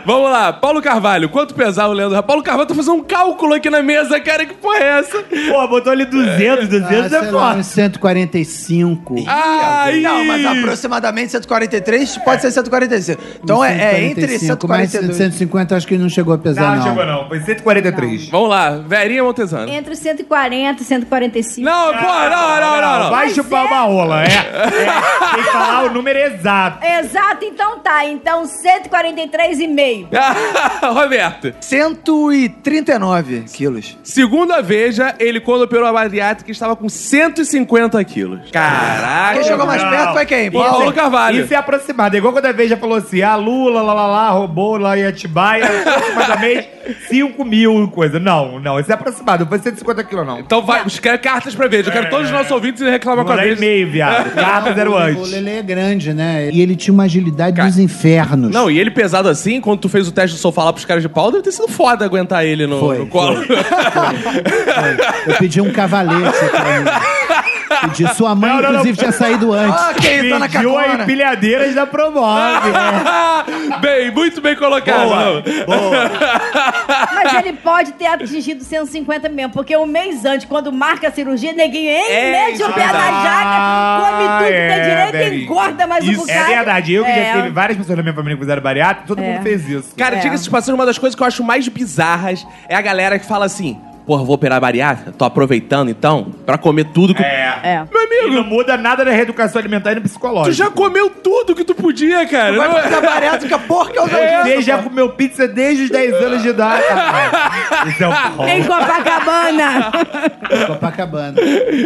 Speaker 3: Vamos lá, Paulo Carvalho, quanto pesava o Leandro? Paulo Carvalho tá fazendo um cálculo aqui na mesa, cara, que porra é essa?
Speaker 6: Pô, botou ali 200, 200
Speaker 7: Ah,
Speaker 6: é
Speaker 7: sei lá,
Speaker 6: forte.
Speaker 7: uns 145.
Speaker 3: Ai,
Speaker 4: Ah, Não, mas aproximadamente 143 pode ser 145. Então é, é entre
Speaker 7: 145, mas
Speaker 4: 142.
Speaker 7: 150 acho que ele não chegou a pesar,
Speaker 6: Não,
Speaker 7: não.
Speaker 6: não chegou não. Foi 143.
Speaker 3: Vamos lá, Verinha Montesano.
Speaker 5: Entre 140 e 145.
Speaker 3: Não, porra, não, não, não, não.
Speaker 6: Vai chupar uma rola, é. é. Tem que falar o número exato.
Speaker 5: Exato, então tá. Então 143,5.
Speaker 3: Roberto,
Speaker 4: 139 quilos.
Speaker 3: segunda veja, ele quando operou a bariátrica estava com 150 quilos. Caraca.
Speaker 4: Quem chegou mais
Speaker 6: não.
Speaker 4: perto foi quem?
Speaker 3: Paulo
Speaker 4: Paulo.
Speaker 3: Carvalho.
Speaker 6: Isso é aproximado. É igual quando a Veja falou assim, ah, Lula, lá, lá, lá, roubou lá em Atibaia, aproximadamente 5 mil coisa. Não, não, isso é aproximado. Não foi 150 quilos, não.
Speaker 3: Então vai, escreve cartas pra veja. Eu quero todos os nossos ouvintes reclamar com a
Speaker 6: Não é
Speaker 3: veja.
Speaker 6: e-mail, viado. Cartas eram
Speaker 7: O
Speaker 6: antes.
Speaker 7: Lele é grande, né? E ele tinha uma agilidade
Speaker 3: Cara-
Speaker 7: dos infernos.
Speaker 3: Não, e ele pesado assim, quando tu fez o teste do sofá lá pros caras de pau, deve ter sido foda aguentar ele no,
Speaker 7: Foi,
Speaker 3: no colo.
Speaker 7: Eu pedi um cavalete pra ele. Pedi. Sua mãe,
Speaker 6: Não, não, não.
Speaker 7: inclusive, tinha saído antes.
Speaker 4: Ah, quem tá na
Speaker 6: Pediu a
Speaker 4: cacona?
Speaker 6: empilhadeira já promove. né?
Speaker 3: bem, muito bem colocado.
Speaker 6: Boa,
Speaker 3: não.
Speaker 5: Mas ele pode ter atingido 150 mesmo, porque um mês antes, quando marca a cirurgia, neguinho hein,
Speaker 3: É,
Speaker 5: mete o
Speaker 3: isso
Speaker 5: um pé na
Speaker 6: verdade.
Speaker 5: jaca, come tudo que tem
Speaker 6: É,
Speaker 5: direito
Speaker 6: Berinha.
Speaker 5: e engorda mais um
Speaker 6: Isso
Speaker 5: bocado.
Speaker 6: é verdade. Eu que
Speaker 5: É.
Speaker 6: já tive várias pessoas na minha família que fizeram bariátrica, todo
Speaker 5: É.
Speaker 6: mundo fez isso.
Speaker 3: Cara,
Speaker 5: É.
Speaker 3: diga-se de passagem, uma das coisas que eu acho mais bizarras é a galera que fala assim: porra, vou operar a bariátrica, tô aproveitando então pra comer tudo que.
Speaker 6: É.
Speaker 5: É.
Speaker 3: Meu
Speaker 6: E não
Speaker 3: amigo,
Speaker 6: muda nada na reeducação alimentar e no
Speaker 3: tu
Speaker 6: psicológico.
Speaker 3: já comeu tudo que tu podia, cara. Não
Speaker 4: Vai
Speaker 3: é-
Speaker 4: ficar bariátrica porque eu
Speaker 6: É,
Speaker 4: não
Speaker 6: Você já comeu pizza desde os 10 anos de idade. Isso é um
Speaker 5: Em
Speaker 6: ponto.
Speaker 5: Copacabana.
Speaker 7: Copacabana.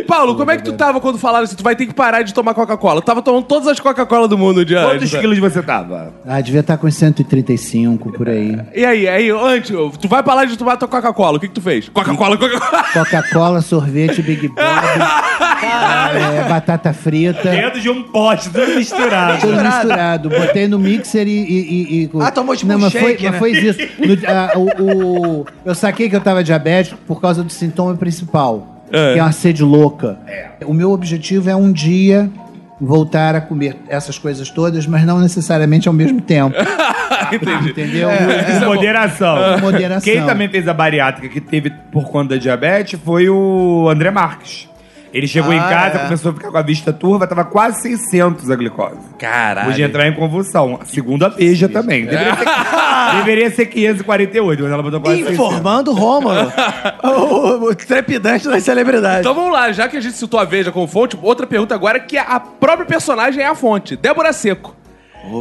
Speaker 3: Paulo, como é que tu tava quando falaram assim? Tu vai ter que parar de tomar Coca-Cola. Tu tava tomando todas as Coca-Cola do mundo de
Speaker 6: Quantos
Speaker 3: antes.
Speaker 6: quilos você tava?
Speaker 7: Ah, devia estar com uns 135, por aí.
Speaker 3: E aí, aí, antes, tu vai parar de tomar tua Coca-Cola. O que, que tu fez? Coca-Cola, Coca-Cola.
Speaker 7: Coca-Cola, sorvete, Big Bob, é, batata frita.
Speaker 6: Dentro de um pote, tudo misturado. né?
Speaker 7: Tudo misturado. Botei no mixer e... e, e- e-
Speaker 4: Ah, tomou tipo
Speaker 7: Não,
Speaker 4: um
Speaker 7: mas foi,
Speaker 4: shake, né?
Speaker 7: mas foi isso. No- ah, o- o- eu saquei que eu tava diabético por causa do sintoma principal,
Speaker 3: É.
Speaker 7: que é uma sede louca. O meu objetivo é um dia voltar a comer essas coisas todas, mas não necessariamente ao mesmo tempo.
Speaker 6: Ah,
Speaker 4: Ah,
Speaker 3: Entendi.
Speaker 6: É,
Speaker 7: Entendeu?
Speaker 6: Com moderação.
Speaker 7: Com moderação.
Speaker 6: É. Quem também fez a bariátrica que teve por conta da diabetes foi o André Marques. Ele chegou em
Speaker 4: Ah,
Speaker 6: casa,
Speaker 4: é.
Speaker 6: começou a ficar com a vista turva, tava quase 600 a glicose.
Speaker 3: Caralho.
Speaker 6: Podia entrar em convulsão. A segunda beija também. Deveria ser, deveria ser 548, mas ela botou quase 600.
Speaker 4: Informando o Rômulo. o, o- o trepidante das celebridades.
Speaker 3: Então vamos lá, já que a gente citou a Veja como fonte, outra pergunta agora é que a própria personagem é a fonte. Débora Seco.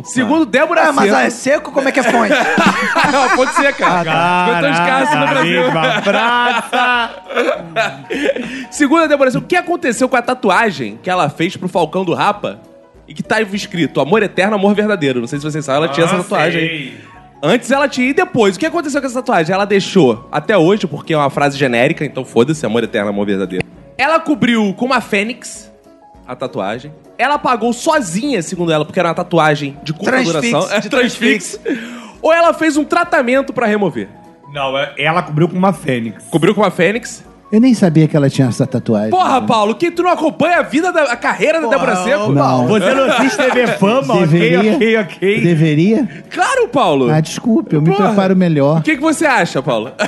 Speaker 3: Segundo Débora
Speaker 4: Ah,
Speaker 3: Seco.
Speaker 4: mas ah, é seco? Como é que é fonte?
Speaker 3: é uma fonte seca. Caralho, de casa no
Speaker 6: Ah, tá. Caraca,
Speaker 3: Brasil.
Speaker 6: mesma praça.
Speaker 3: Segundo a Débora Seco, assim, o que aconteceu com a tatuagem que ela fez pro Falcão do Rapa? E que tá escrito Amor Eterno, Amor Verdadeiro. Não sei se vocês sabem, ela tinha essa tatuagem aí. Antes ela tinha e depois. O que aconteceu com essa tatuagem? Ela deixou até hoje, porque é uma frase genérica, então foda-se, amor eterno, amor verdadeiro. Ela cobriu com uma fênix a tatuagem. Ela pagou sozinha, segundo ela, porque era uma tatuagem de curta
Speaker 4: Transfix,
Speaker 3: duração. É,
Speaker 4: de
Speaker 3: transfix. Ou ela fez um tratamento pra remover.
Speaker 6: Não, é, ela cobriu com uma fênix.
Speaker 3: Cobriu com uma fênix.
Speaker 7: Eu nem sabia que ela tinha essa tatuagem.
Speaker 3: Porra, Paulo, que tu não acompanha a vida, da, a carreira da Débora Seco?
Speaker 7: Não.
Speaker 6: Você não quis TV fama?
Speaker 7: Deveria.
Speaker 6: Ok, ok, ok.
Speaker 7: Deveria?
Speaker 3: Claro, Paulo.
Speaker 7: Ah, desculpe, eu me
Speaker 3: Porra.
Speaker 7: preparo melhor.
Speaker 3: O que, que você acha, Paulo?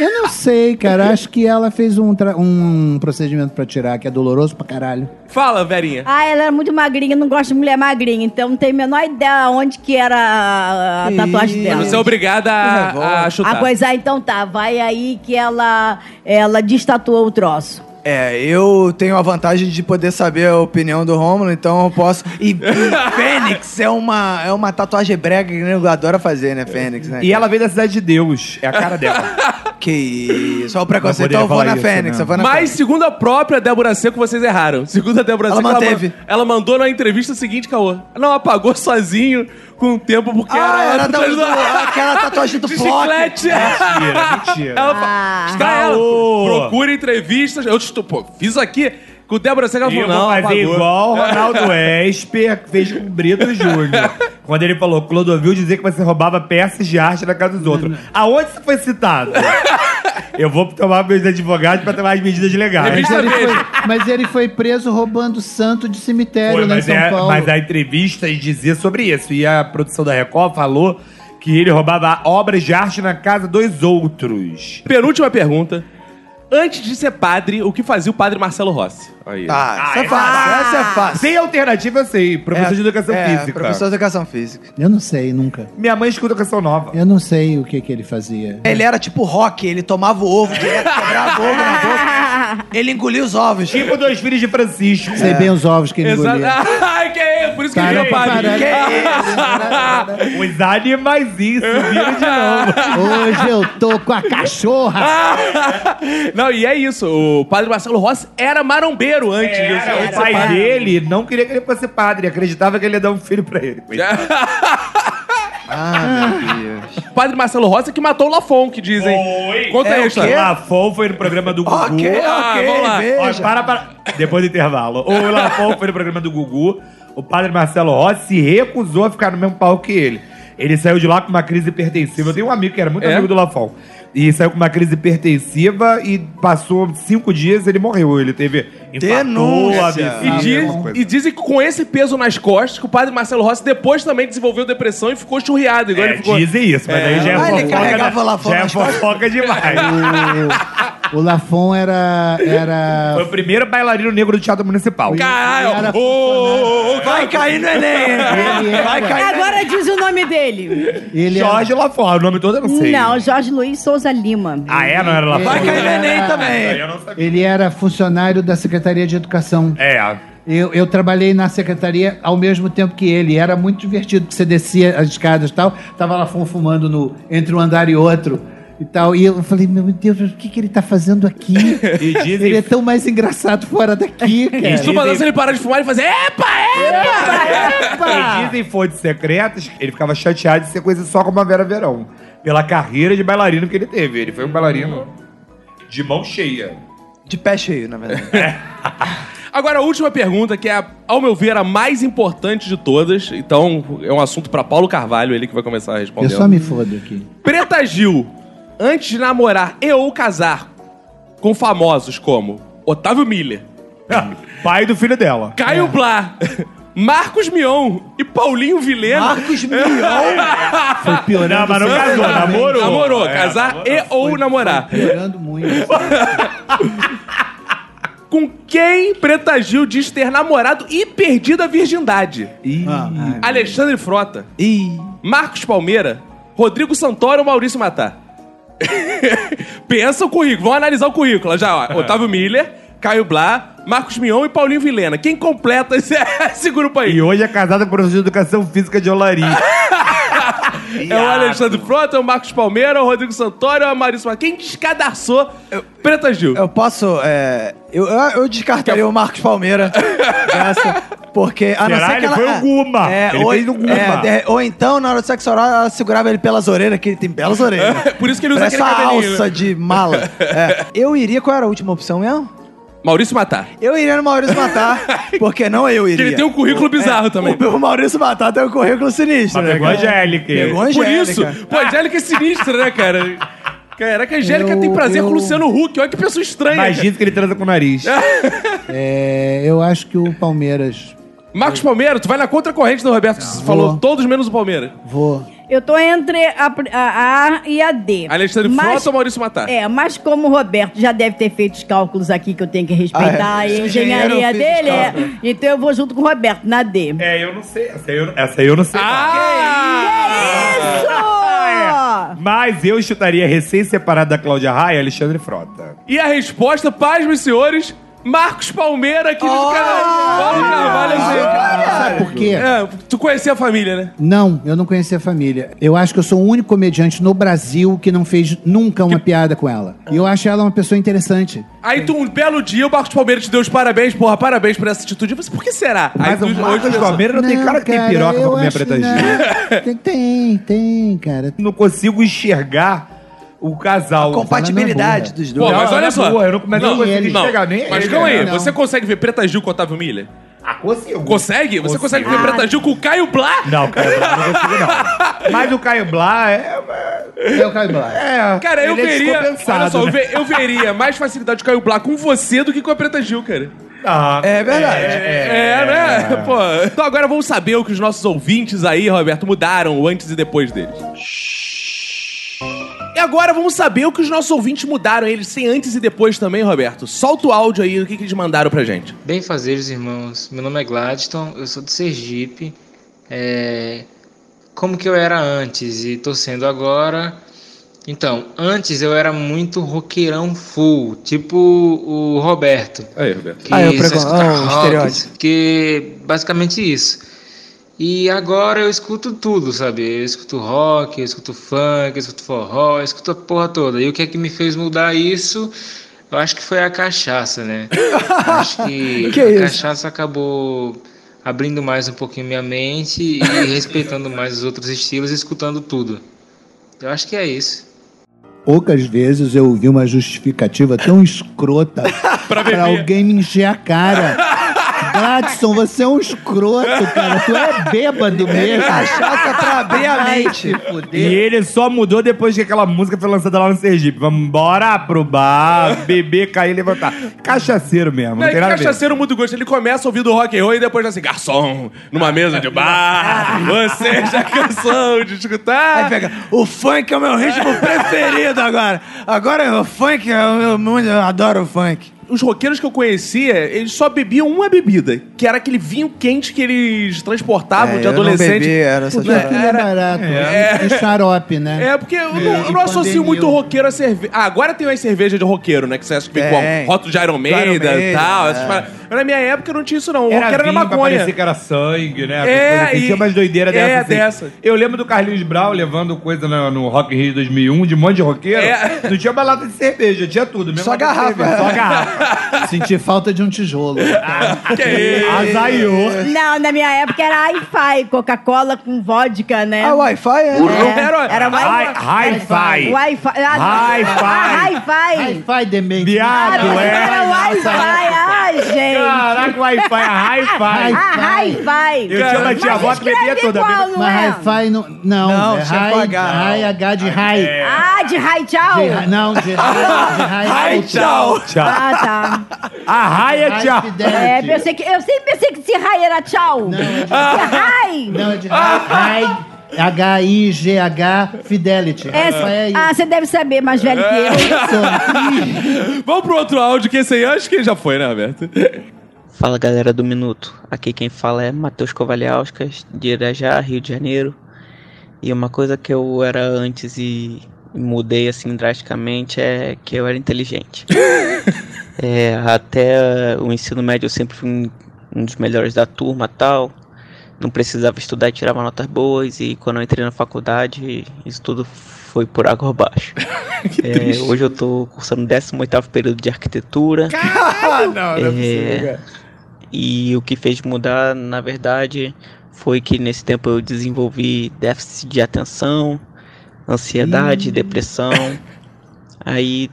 Speaker 7: Eu não sei, cara. Acho que ela fez um, tra- um procedimento pra tirar, que é doloroso pra caralho.
Speaker 3: Fala, Verinha.
Speaker 5: Ah, ela era muito magrinha, não gosto de mulher magrinha, então não tenho a menor ideia onde que era a- a
Speaker 4: Ih,
Speaker 5: tatuagem dela.
Speaker 3: Você é obrigada a, a chutar.
Speaker 5: A coisa, então tá, vai aí que ela, ela destatuou o troço.
Speaker 4: É, eu tenho a vantagem de poder saber a opinião do Rômulo, então eu posso. E, e Fênix é uma, é uma tatuagem brega que o nego adora fazer, né, Fênix, né?
Speaker 6: E ela veio da Cidade de Deus. É a cara dela.
Speaker 4: Que isso, só o preconceito.
Speaker 6: Não poderia
Speaker 4: Então eu vou
Speaker 6: falar
Speaker 4: na
Speaker 6: isso,
Speaker 4: Fênix,
Speaker 6: né?
Speaker 4: eu vou na
Speaker 3: Mas, segundo a própria Débora Seco, vocês erraram. Segundo a Débora
Speaker 4: Ela
Speaker 3: Seco,
Speaker 4: manteve.
Speaker 3: Ela, ma- ela mandou na entrevista o seguinte, Caô. Não, apagou sozinho com o tempo, porque
Speaker 4: Ah,
Speaker 3: era...
Speaker 4: era da, do, aquela tatuagem do
Speaker 3: de
Speaker 4: Flock.
Speaker 3: chiclete.
Speaker 6: Mentira, mentira.
Speaker 3: Ela fa-
Speaker 5: Ah.
Speaker 3: Está ela.
Speaker 6: Caô.
Speaker 3: Procure entrevistas. Eu estou, pô, fiz aqui com o Débora Seco. Ela
Speaker 6: Eu
Speaker 3: falou,
Speaker 6: vou
Speaker 3: não,
Speaker 6: fazer
Speaker 3: apagou.
Speaker 6: igual o Ronaldo é, Esper fez com o Brito Júnior. Quando ele falou, Clodovil dizia que você roubava peças de arte na casa dos outros. Aonde isso foi citado? Eu vou tomar meus advogados pra tomar as medidas legais.
Speaker 3: Revista
Speaker 7: Mas ele,
Speaker 3: Veja.
Speaker 7: foi, mas ele foi preso roubando santo de cemitério
Speaker 6: Foi,
Speaker 7: lá em
Speaker 6: mas,
Speaker 7: São
Speaker 6: é-
Speaker 7: Paulo.
Speaker 6: mas a entrevista dizia sobre isso. E a produção da Record falou que ele roubava obras de arte na casa dos outros.
Speaker 3: Penúltima pergunta. Antes de ser padre, o que fazia o padre Marcelo Rossi? Aí.
Speaker 4: Ah,
Speaker 6: Ah,
Speaker 4: isso é fácil,
Speaker 6: ah,
Speaker 4: essa é fácil.
Speaker 6: Sem alternativa, eu sei. Professor
Speaker 4: É,
Speaker 6: de educação
Speaker 4: é,
Speaker 6: física.
Speaker 4: Professor de educação física.
Speaker 7: Eu não sei, nunca.
Speaker 6: Minha mãe escuta educação nova.
Speaker 7: Eu não sei o que, que ele fazia.
Speaker 4: Ele era tipo rock, ele tomava o ovo direto, quebrava o ovo na boca. Ele engolia os ovos.
Speaker 6: Tipo dois filhos de Francisco. É.
Speaker 7: Sei bem os ovos que ele
Speaker 3: Exato.
Speaker 7: engolia.
Speaker 3: Ai, que é isso? Por isso que ele
Speaker 7: Caramba,
Speaker 3: é padre.
Speaker 7: caralho.
Speaker 6: Os animaizinhos subiram de novo.
Speaker 7: Hoje eu tô com a cachorra.
Speaker 3: Não, e é isso. O padre Marcelo Rossi era marombeiro antes
Speaker 6: É.
Speaker 3: disso.
Speaker 6: o pai dele não queria que ele fosse padre, acreditava que ele ia dar um filho pra ele.
Speaker 4: Ah, meu Deus.
Speaker 3: O padre Marcelo Rossi é que matou o Lafon, que dizem. Conta
Speaker 6: É
Speaker 3: aí,
Speaker 6: o
Speaker 3: Gustavo.
Speaker 6: quê? Lafon foi no programa do Gugu.
Speaker 4: ok,
Speaker 3: Ah, vamos lá.
Speaker 4: ok,
Speaker 6: Ó,
Speaker 4: veja.
Speaker 6: para, para. Depois do intervalo. O Lafon foi no programa do Gugu. O padre Marcelo Rossi se recusou a ficar no mesmo palco que ele. Ele saiu de lá com uma crise hipertensiva. Eu tenho um amigo que era muito
Speaker 3: É?
Speaker 6: amigo do Lafon. E saiu com uma crise hipertensiva e passou cinco dias ele morreu. Ele teve. infartou,
Speaker 4: Denúncia.
Speaker 6: abscissa,
Speaker 3: E, diz-
Speaker 6: alguma coisa.
Speaker 3: e dizem que com esse peso nas costas, que o padre Marcelo Rossi depois também desenvolveu depressão e ficou churriado. Igual
Speaker 6: É,
Speaker 3: ele ficou...
Speaker 6: dizem isso, mas aí já é
Speaker 4: Ah, ele
Speaker 6: fofoca.
Speaker 4: carregava
Speaker 6: né?
Speaker 4: lá fora
Speaker 6: já é
Speaker 4: nas costas.
Speaker 6: fofoca demais.
Speaker 7: O Lafon era.
Speaker 6: Foi
Speaker 7: era.
Speaker 6: o primeiro bailarino negro do Teatro Municipal.
Speaker 3: Caralho!
Speaker 7: Era
Speaker 3: Ô, ô, ô,
Speaker 4: Vai cair no Enem,
Speaker 7: Ele
Speaker 4: hein?
Speaker 7: era-
Speaker 4: Vai cair no
Speaker 5: Agora diz o nome dele.
Speaker 7: Ele era-
Speaker 6: Jorge Lafon, o nome todo eu não sei.
Speaker 5: Não, Jorge Luiz Souza Lima.
Speaker 6: Ah, é? Não era Lafon?
Speaker 4: Vai cair no Enem também.
Speaker 6: Ah, Eu não sabia.
Speaker 7: Ele era funcionário da Secretaria de Educação.
Speaker 6: É.
Speaker 7: Eu, eu trabalhei na secretaria ao mesmo tempo que ele. Era muito divertido, porque você descia as escadas e tal, tava lá fumando no, entre um andar e outro e tal. E eu falei, meu Deus, o que, que ele tá fazendo aqui?
Speaker 6: E
Speaker 7: ele é
Speaker 6: dizem...
Speaker 7: tão mais engraçado fora daqui, cara.
Speaker 3: Isso mandando se ele parar de fumar e fazer epa, epa!
Speaker 6: E dizem fontes secretas, ele ficava chateado de ser coisa só como a Vera Verão. Pela carreira de bailarino que ele teve. Ele foi um bailarino de mão cheia.
Speaker 4: De pé cheio, na verdade.
Speaker 3: É. Agora, a última pergunta, que é, ao meu ver, a mais importante de todas. Então, é um assunto pra Paulo Carvalho, ele que vai começar a
Speaker 7: Eu
Speaker 3: responder.
Speaker 7: só me fodo aqui.
Speaker 3: Preta Gil, antes de namorar e ou casar com famosos como Otávio Miller,
Speaker 6: Pai do filho dela. É.
Speaker 3: Caio Blá, Marcos Mion e Paulinho Vilena.
Speaker 4: Marcos Mion.
Speaker 7: Foi piorando.
Speaker 6: Não, mas não
Speaker 7: sempre.
Speaker 6: casou, namorou.
Speaker 3: Namorou,
Speaker 6: É,
Speaker 3: casar e ou namorar.
Speaker 7: Foi piorando muito.
Speaker 3: Com quem Preta Gil diz ter namorado e perdido a virgindade?
Speaker 7: Ah,
Speaker 3: Alexandre Frota,
Speaker 4: Ih.
Speaker 3: Marcos Palmeira, Rodrigo Santoro ou Maurício Matar? Pensa o currículo, vamos analisar o currículo já,
Speaker 6: É.
Speaker 3: ó. Otávio Miller, Caio Blá, Marcos Mion e Paulinho Vilena. Quem completa esse, esse grupo aí?
Speaker 6: E hoje é casada com o professor de educação física de Olaria.
Speaker 3: É o Alexandre Frota, é o Marcos Palmeira, é o Rodrigo Santoro, é o Maurício Matar. Quem descadarçou Preta Gil?
Speaker 4: Eu posso. é, eu, eu, eu descartaria o Marcos Palmeira dessa, porque. A
Speaker 6: Será? Ele foi o Guma.
Speaker 4: É,
Speaker 6: Ele
Speaker 4: ou,
Speaker 6: fez o Guma.
Speaker 4: é, de- ou então, na hora do sexo oral, ela segurava ele pelas orelhas, que ele tem belas orelhas.
Speaker 3: Por isso que ele usa
Speaker 4: Parece
Speaker 3: aquele
Speaker 4: uma
Speaker 3: cabelinho,
Speaker 4: alça
Speaker 3: né?
Speaker 4: de mala. É, eu iria. Qual era a última opção mesmo?
Speaker 3: Maurício Matar.
Speaker 4: Eu iria no Maurício Matar, porque não eu
Speaker 3: Que
Speaker 4: iria.
Speaker 3: ele tem um currículo bizarro também.
Speaker 4: O, o Maurício Matar tem um currículo sinistro,
Speaker 6: É. Mas
Speaker 4: né?
Speaker 6: pegou a
Speaker 4: cara?
Speaker 6: Angélica.
Speaker 4: Pegou a
Speaker 3: Por
Speaker 4: Angélica.
Speaker 3: isso, pô, a Angélica é sinistra, né, cara? Caraca, a Angélica
Speaker 7: Eu-
Speaker 3: tem prazer com o
Speaker 7: eu-
Speaker 3: Luciano Huck. Olha que pessoa estranha.
Speaker 6: Imagina que ele transa com o nariz.
Speaker 7: É, eu acho que o Palmeiras.
Speaker 3: Marcos Palmeira, tu vai na contracorrente do Roberto, que falou
Speaker 7: Vou.
Speaker 3: todos menos o Palmeiras.
Speaker 7: Vou.
Speaker 5: Eu tô entre a, pr- a A e a D.
Speaker 3: Alexandre
Speaker 5: Mas-
Speaker 3: Frota ou Maurício Matar?
Speaker 5: É, mas como o Roberto já deve ter feito os cálculos aqui que eu tenho que respeitar
Speaker 4: Ah, é.
Speaker 5: e a
Speaker 4: Esse
Speaker 5: engenharia
Speaker 4: engenheiro fez os
Speaker 5: dele, é.
Speaker 4: cálculos.
Speaker 5: então eu vou junto com o Roberto na D.
Speaker 6: É, eu não sei. Essa aí eu, essa aí eu não sei.
Speaker 3: Ah!
Speaker 6: Ah, é.
Speaker 5: Isso!
Speaker 6: Mas eu chutaria recém-separado da Cláudia Raia, Alexandre Frota.
Speaker 3: E a resposta, pasmem, senhores, Marcos Palmeira, aqui do canal. Paulo Carvalho. assim.
Speaker 7: Sabe por quê?
Speaker 3: É, tu conhecia a família, né?
Speaker 7: Não, eu não conhecia a família. Eu acho que eu sou o único comediante no Brasil que não fez nunca uma piada com ela. E eu acho ela uma pessoa interessante.
Speaker 3: Aí tu, um belo dia, o Marcos Palmeira te deu os parabéns, porra, parabéns por essa atitude. Você, por que será?
Speaker 6: Mas
Speaker 3: tu,
Speaker 6: o Marcos
Speaker 3: pensou,
Speaker 6: Palmeira não, tem cara que tem piroca pra
Speaker 7: eu
Speaker 6: comer a
Speaker 7: acho
Speaker 6: preta
Speaker 7: que
Speaker 6: Gil.
Speaker 7: não. Tem, tem, tem, cara.
Speaker 6: Não consigo enxergar o casal.
Speaker 4: Compatibilidade
Speaker 7: boa.
Speaker 4: dos dois.
Speaker 3: Pô, mas
Speaker 6: Não,
Speaker 3: olha
Speaker 6: na
Speaker 3: só.
Speaker 6: boa, eu não- mas eu não consegui enxergar nem
Speaker 3: Mas
Speaker 6: ele,
Speaker 3: calma aí,
Speaker 6: né?
Speaker 3: você consegue ver Preta Gil com Otávio Miller?
Speaker 6: Ah, consigo.
Speaker 3: Consegue? Você consegue ver
Speaker 5: Ah.
Speaker 3: Preta Gil com o Caio Blá?
Speaker 6: Não, Caio Blá, não consigo não. Mas o Caio Blá é...
Speaker 7: É o Caio Blas.
Speaker 6: é
Speaker 3: Cara, eu
Speaker 6: ele é
Speaker 3: veria.
Speaker 6: descompensado,
Speaker 3: olha só, eu,
Speaker 6: né?
Speaker 3: ve- eu veria mais facilidade com o Caio Blá com você do que com a Preta Gil, cara.
Speaker 6: Ah,
Speaker 4: É verdade.
Speaker 3: É, né? Pô. Então agora vamos saber o que os nossos ouvintes aí, Roberto, mudaram o antes e depois deles. E agora vamos saber o que os nossos ouvintes mudaram eles sem antes e depois também, Roberto. Solta o áudio aí, o que, que eles mandaram pra gente.
Speaker 9: Bem fazeres, irmãos. Meu nome é Gladstone, eu sou de Sergipe. É, Como que eu era antes e tô sendo agora? Então, antes eu era muito roqueirão full, tipo o Roberto.
Speaker 3: Aí, Roberto.
Speaker 9: Que
Speaker 4: Ah, eu
Speaker 9: só
Speaker 4: prego-
Speaker 9: escuta
Speaker 4: ah, o
Speaker 9: rock,
Speaker 4: estereótipo.
Speaker 9: Que basicamente isso. E agora eu escuto tudo, sabe? Eu escuto rock, eu escuto funk, eu escuto forró, eu escuto a porra toda. E o que é que me fez mudar isso? Eu acho que foi a cachaça, né? acho que,
Speaker 4: Que é
Speaker 9: a
Speaker 4: isso?
Speaker 9: cachaça acabou abrindo mais um pouquinho minha mente e respeitando mais os outros estilos e escutando tudo. Eu acho que é isso.
Speaker 7: Poucas vezes eu ouvi uma justificativa tão escrota pra, alguém me encher a cara. Gladson, você é um escroto, cara. Tu é bêbado mesmo.
Speaker 4: Cachaça pra abrir a mente.
Speaker 6: E ele só mudou depois que aquela música foi lançada lá no Sergipe. Vambora pro bar, beber, cair, levantar. Cachaceiro mesmo, não,
Speaker 3: Não, é
Speaker 6: tem
Speaker 3: que
Speaker 6: nada a ver.
Speaker 3: cachaceiro muda o gosto. Ele começa ouvindo rock and roll e depois assim, garçom, numa mesa de bar, você já cansou de escutar.
Speaker 4: Aí pega, o funk é o meu ritmo preferido agora. Agora o funk é o meu mundo, eu adoro o funk.
Speaker 3: os roqueiros que eu conhecia, eles só bebiam uma bebida, que era aquele vinho quente que eles transportavam
Speaker 4: É,
Speaker 3: de
Speaker 4: eu não
Speaker 3: adolescente.
Speaker 4: bebi, era essa
Speaker 7: Porque aquilo é
Speaker 3: Era-
Speaker 7: barato. E xarope, né?
Speaker 3: É, porque eu não, eu não
Speaker 7: E
Speaker 3: associo
Speaker 7: pandemia.
Speaker 3: muito roqueiro a cerveja. Ah, agora tem umas cervejas de roqueiro, né? Que você acha que vem
Speaker 4: Tem.
Speaker 3: com rótulo de Iron
Speaker 4: Iron
Speaker 3: Maiden e
Speaker 4: Maiden,
Speaker 3: tal.
Speaker 4: é.
Speaker 3: essas paradas. Mas na minha época eu não tinha isso, não. O
Speaker 6: Era
Speaker 3: roqueiro era
Speaker 6: vinho pra
Speaker 3: maconha.
Speaker 6: parecer que era sangue, né?
Speaker 3: É,
Speaker 6: Essas coisas.
Speaker 3: e-
Speaker 6: Tinha umas doideiras
Speaker 3: é,
Speaker 6: dessas.
Speaker 3: dessa.
Speaker 6: Eu lembro do Carlinhos Brau levando coisa no, no Rock in Rio de 2001, de um monte de roqueiro.
Speaker 3: É.
Speaker 6: Não tinha uma lata de cerveja, tinha tudo. Mesmo
Speaker 4: Só
Speaker 6: lata de
Speaker 4: garrafa.
Speaker 6: cerveja, Só garrafa.
Speaker 7: Senti falta de um tijolo.
Speaker 3: Ah,
Speaker 6: Azaiou.
Speaker 5: Não, na minha época era hi-fi, Coca-Cola com vodka, né?
Speaker 4: Ah, Wi-Fi é.
Speaker 5: É,
Speaker 3: Era-
Speaker 5: era
Speaker 6: Hi- hi-fi.
Speaker 5: Wi-Fi. Ah,
Speaker 6: Hi-fi.
Speaker 5: Ah, hi-fi.
Speaker 7: Hi-Fi demente.
Speaker 5: Ah,
Speaker 6: Viado,
Speaker 5: pensei que era
Speaker 6: é.
Speaker 5: Wi-Fi. Ah, gente.
Speaker 6: Caraca, Wi-Fi, é hi-fi.
Speaker 5: Ah, hi-fi.
Speaker 6: Eu tinha uma tia avó que bebia toda.
Speaker 5: igual,
Speaker 6: bebia-
Speaker 5: não é?
Speaker 7: Mas hi-fi não. Não,
Speaker 4: Não,
Speaker 7: é
Speaker 4: tinha
Speaker 7: hi,
Speaker 4: com H.
Speaker 7: hi, H de hi.
Speaker 5: Ah, de hi, tchau.
Speaker 7: De hi- não, de hi. De hi,
Speaker 6: Hi, tchau. Tchau.
Speaker 5: Ah, tá.
Speaker 6: A raia,
Speaker 7: Hi,
Speaker 6: tchau.
Speaker 7: fidelity.
Speaker 5: É, pensei que, eu sempre pensei que esse hi era tchau. Não,
Speaker 7: é de-
Speaker 5: hi.
Speaker 7: Não, é de hi. hi H-I-G-H Fidelity.
Speaker 5: É,
Speaker 7: Hi-Fi é isso.
Speaker 5: ah, você deve saber, mais velho que eu.
Speaker 3: Vamos pro outro áudio, que esse aí eu acho que já foi, né, Roberto?
Speaker 10: Fala galera do Minuto, aqui quem fala é Matheus Kovalhauskas, de Irajá, Rio de Janeiro. E uma coisa que eu era antes e mudei assim drasticamente é que eu era inteligente. É, até o ensino médio eu sempre fui um- um dos melhores da turma tal, não precisava estudar e tirava notas boas, e quando eu entrei na faculdade isso tudo foi por água abaixo. É, hoje eu tô cursando 18º período de arquitetura.
Speaker 4: Ah, não, não é
Speaker 10: É.
Speaker 9: né,
Speaker 4: possível, cara.
Speaker 10: E o que fez mudar, na verdade, foi que nesse tempo eu desenvolvi déficit de atenção, ansiedade, depressão. Aí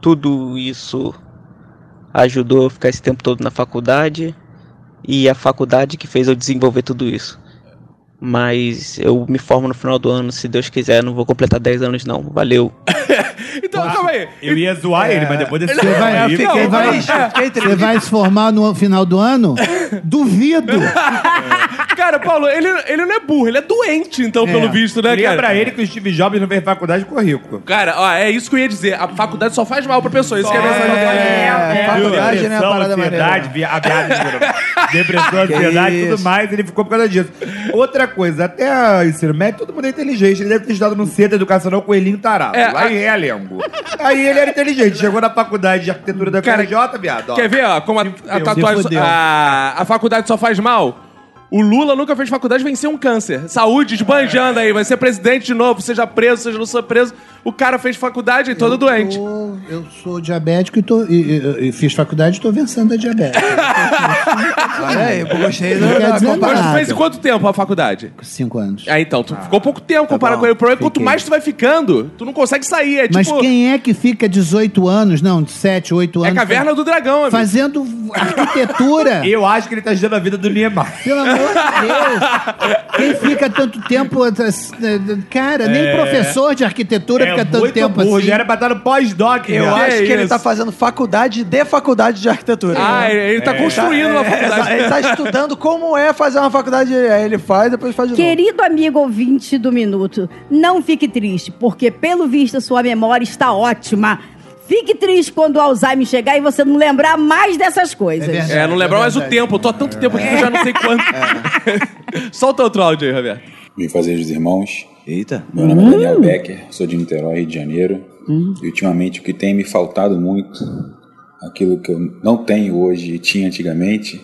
Speaker 10: tudo isso ajudou eu ficar esse tempo todo na faculdade e a faculdade que fez eu desenvolver tudo isso. Mas eu me formo no final do ano, se Deus quiser, não vou completar 10 anos não. Valeu.
Speaker 3: Então, calma aí.
Speaker 6: Eu ia zoar ele, mas depois desse
Speaker 7: Você
Speaker 6: jogo
Speaker 3: É,
Speaker 7: vai,
Speaker 6: aí,
Speaker 7: você
Speaker 6: não,
Speaker 7: vai- você vai se formar no final do ano? Duvido!
Speaker 3: Cara, Paulo, ele, ele não é burro, ele é doente, então, pelo visto, né, cara?
Speaker 6: Lembra ele que o Steve Jobs não veio pra faculdade com rico.
Speaker 3: Cara, ó, é isso que eu ia dizer. A faculdade só faz mal pra pessoa. Isso que é a mensagem do Paulo.
Speaker 4: É, faculdade, né? a
Speaker 6: Depressão,
Speaker 4: Parada
Speaker 6: ansiedade,
Speaker 4: maneira.
Speaker 6: via, a viagem, juro. depressão, ansiedade e tudo
Speaker 4: isso.
Speaker 6: mais, ele ficou por causa disso. Outra coisa, até o ensino médio, todo mundo é inteligente. Ele deve ter estudado no centro educacional Coelhinho Tarado,
Speaker 3: É,
Speaker 6: lá
Speaker 3: a-
Speaker 6: em Realengo. Aí ele era inteligente, chegou na faculdade de arquitetura da
Speaker 3: Cara,
Speaker 6: FRJ, viado. ó.
Speaker 3: Quer ver, ó, como a, a
Speaker 6: fudeu,
Speaker 3: tatuagem.
Speaker 6: se fudeu.
Speaker 3: A, a faculdade só faz mal? O Lula nunca fez faculdade, venceu um câncer. Saúde esbanjando aí, vai ser presidente de novo, seja preso, seja não seja preso. O cara fez faculdade e todo doente.
Speaker 7: Eu, eu sou diabético e, tô, e- e- e fiz faculdade e tô vencendo a diabetes.
Speaker 4: Olha aí, eu gostei
Speaker 7: Não quer
Speaker 4: da
Speaker 7: dizer
Speaker 4: comparação.
Speaker 3: Mas tu
Speaker 7: nada.
Speaker 3: fez em quanto tempo a faculdade?
Speaker 7: Cinco anos.
Speaker 3: Ah, então, tu ficou pouco tempo comparado
Speaker 7: bom,
Speaker 3: com ele. O problema é que quanto
Speaker 7: fiquei.
Speaker 3: mais tu vai ficando, tu não consegue sair. É
Speaker 7: Mas
Speaker 3: tipo.
Speaker 7: quem é que fica 18 anos, não, 7, 8
Speaker 3: É
Speaker 7: anos...
Speaker 3: caverna do dragão, amigo.
Speaker 7: Fazendo arquitetura?
Speaker 6: Eu acho que ele tá ajudando a vida do Niemeyer.
Speaker 7: Pelo amor de Deus! Quem fica tanto tempo. eh, Cara,
Speaker 3: É.
Speaker 7: nem professor de arquitetura fica tanto tempo
Speaker 6: É burro,
Speaker 7: assim.
Speaker 6: já era pra estar no pós-doc. né?
Speaker 4: Eu
Speaker 6: viado.
Speaker 4: acho que ele
Speaker 3: É isso?
Speaker 4: tá fazendo faculdade de faculdade de arquitetura.
Speaker 3: Ah,
Speaker 4: né?
Speaker 3: ele ele tá
Speaker 6: É.
Speaker 3: construindo uma
Speaker 4: Ele
Speaker 3: faculdade.
Speaker 4: tá- ele tá estudando como é fazer uma faculdade. Aí ele faz, depois faz de novo.
Speaker 5: Querido amigo ouvinte do Minuto, não fique triste, porque pelo visto sua memória está ótima. Fique triste quando o Alzheimer chegar e você não lembrar mais dessas coisas.
Speaker 7: verdade.
Speaker 3: É, não lembrar mais o tempo. Eu tô há tanto tempo aqui que eu já não sei quanto. Solta outro áudio aí, Roberto.
Speaker 11: Vim fazer os irmãos.
Speaker 4: Eita.
Speaker 11: Meu nome é Daniel Becker, sou de Niterói, Rio de Janeiro. E ultimamente o que tem me faltado muito, aquilo que eu não tenho hoje e tinha antigamente,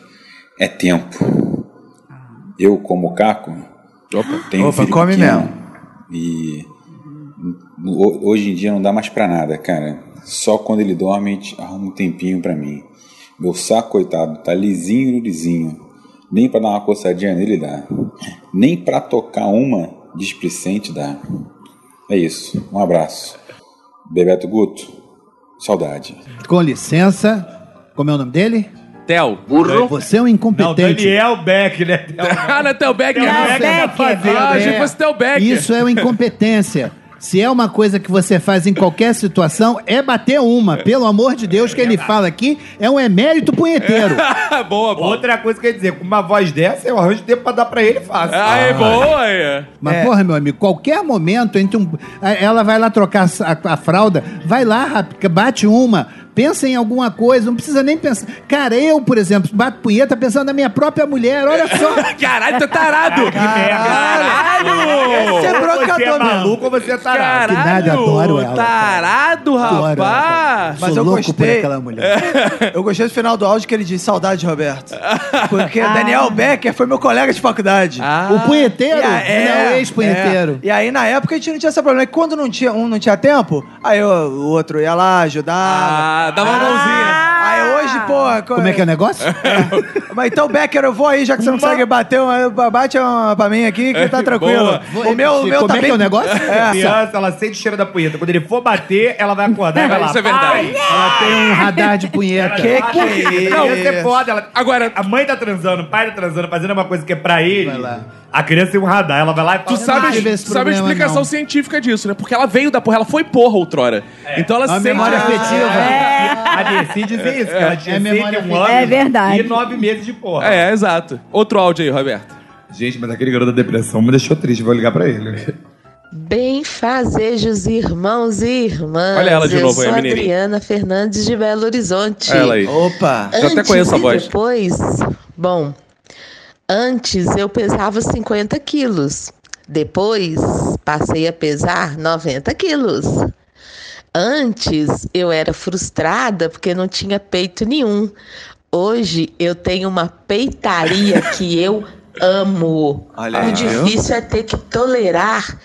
Speaker 11: é tempo. Eu, como Caco, tenho um
Speaker 4: Ah. Opa,
Speaker 11: filho
Speaker 4: come
Speaker 11: pequeno.
Speaker 4: mesmo.
Speaker 11: E no- hoje em dia não dá mais pra nada, cara. Só quando ele dorme a gente arruma um tempinho pra mim. Meu saco, coitado, tá lisinho, lisinho. Nem pra dar uma coçadinha nele dá. Nem pra tocar uma displicente dá. É isso. Um abraço. Bebeto Guto, saudade.
Speaker 7: Com licença, como é o nome dele?
Speaker 3: Theo. Burro.
Speaker 7: Você é um
Speaker 6: Não,
Speaker 7: incompetente.
Speaker 6: Daniel Beck, né?
Speaker 3: Ah, não é Theo Becker.
Speaker 5: Theo
Speaker 3: não.
Speaker 5: Becker.
Speaker 3: Ah, achei que fosse Theo Becker.
Speaker 7: é Isso é uma incompetência. Se é uma coisa que você faz em qualquer situação, é bater uma. Pelo amor de Deus, que ele fala aqui é um emérito punheteiro.
Speaker 3: boa, boa.
Speaker 6: Outra coisa que eu ia dizer, com uma voz dessa, eu arranjo tempo pra dar pra ele fácil. É.
Speaker 3: Aí, Ah, é boa aí.
Speaker 7: Mas, porra, meu amigo, qualquer momento, entre um. a- Ela vai lá trocar a, a fralda, vai lá, rap- bate uma, pensa em alguma coisa, não precisa nem pensar. Cara, eu, por exemplo, bato punheta pensando na minha própria mulher, olha só.
Speaker 3: Caralho, tu é tarado.
Speaker 4: Você é
Speaker 3: Caralho.
Speaker 6: Você é
Speaker 4: brocador mesmo.
Speaker 6: maluco ou você é tarado?
Speaker 3: Caralho.
Speaker 7: nada, adoro ela, cara.
Speaker 3: Tarado,
Speaker 7: Adoro ela, cara.
Speaker 3: rapaz.
Speaker 7: Sou
Speaker 4: Mas eu
Speaker 7: louco por
Speaker 4: gostei.
Speaker 7: aquela mulher.
Speaker 4: Eu gostei do final do áudio que ele diz saudade, Roberto. Porque
Speaker 3: Ah.
Speaker 4: Daniel Becker foi meu colega de faculdade.
Speaker 7: O punheteiro?
Speaker 4: E a-
Speaker 7: não, o ex-punheteiro.
Speaker 4: é. E aí, na época, a gente não tinha esse problema. E quando não tinha, um não tinha tempo, aí o, o outro ia lá, ajudava. Ah.
Speaker 3: Ah, dá uma mãozinha.
Speaker 4: Aí hoje, pô...
Speaker 7: Como é que é o negócio?
Speaker 4: Mas então, Becker, eu vou aí, já que você não consegue bater, uma- bate uma pra mim aqui que tá tranquilo.
Speaker 7: Vou
Speaker 4: O meu, o
Speaker 7: repetir.
Speaker 4: meu
Speaker 7: Como
Speaker 4: tá
Speaker 7: é que
Speaker 4: bem...
Speaker 7: é o negócio?
Speaker 4: É.
Speaker 6: Criança, ela sente o cheiro da punheta. Quando ele for bater, ela vai acordar e vai lá.
Speaker 3: Isso é verdade.
Speaker 7: Ela tem um radar de punheta.
Speaker 4: Que que é
Speaker 6: Não, criança é
Speaker 4: isso?
Speaker 6: foda. Ela...
Speaker 3: Agora,
Speaker 6: A mãe tá transando, o pai tá transando, fazendo uma coisa que é pra ele.
Speaker 7: Vai lá.
Speaker 6: A criança tem um radar. Ela vai lá e
Speaker 3: Tu
Speaker 6: fala...
Speaker 3: sabe,
Speaker 7: tive
Speaker 3: tu
Speaker 7: esse
Speaker 3: sabe a
Speaker 7: problema,
Speaker 3: explicação
Speaker 7: não.
Speaker 3: científica disso, né? Porque ela veio da porra, ela foi porra outrora. Então ela É.
Speaker 7: É uma
Speaker 3: sente-
Speaker 7: memória afetiva.
Speaker 6: A Desi diz isso, que ela tinha
Speaker 7: É memória
Speaker 6: sempre um
Speaker 7: afetiva.
Speaker 6: ano
Speaker 5: É verdade.
Speaker 6: e nove meses de porra.
Speaker 3: É, exato. Outro áudio aí, Roberto.
Speaker 6: Gente, mas aquele garoto da depressão me deixou triste. Vou ligar pra ele.
Speaker 12: Bem fazejos irmãos e irmãs.
Speaker 3: Olha ela de
Speaker 12: Eu
Speaker 3: novo aí,
Speaker 12: sou
Speaker 3: a mineirinha.
Speaker 12: Adriana Fernandes de Belo Horizonte.
Speaker 3: Olha ela aí.
Speaker 4: Opa!
Speaker 3: Eu até
Speaker 12: Antes
Speaker 3: conheço a
Speaker 12: e
Speaker 3: voz.
Speaker 12: Depois, bom, antes eu pesava 50 quilos. Depois passei a pesar 90 quilos. Antes eu era frustrada porque não tinha peito nenhum. Hoje eu tenho uma peitaria que eu amo.
Speaker 4: Olha aí,
Speaker 12: o
Speaker 4: viu?
Speaker 12: difícil é ter que tolerar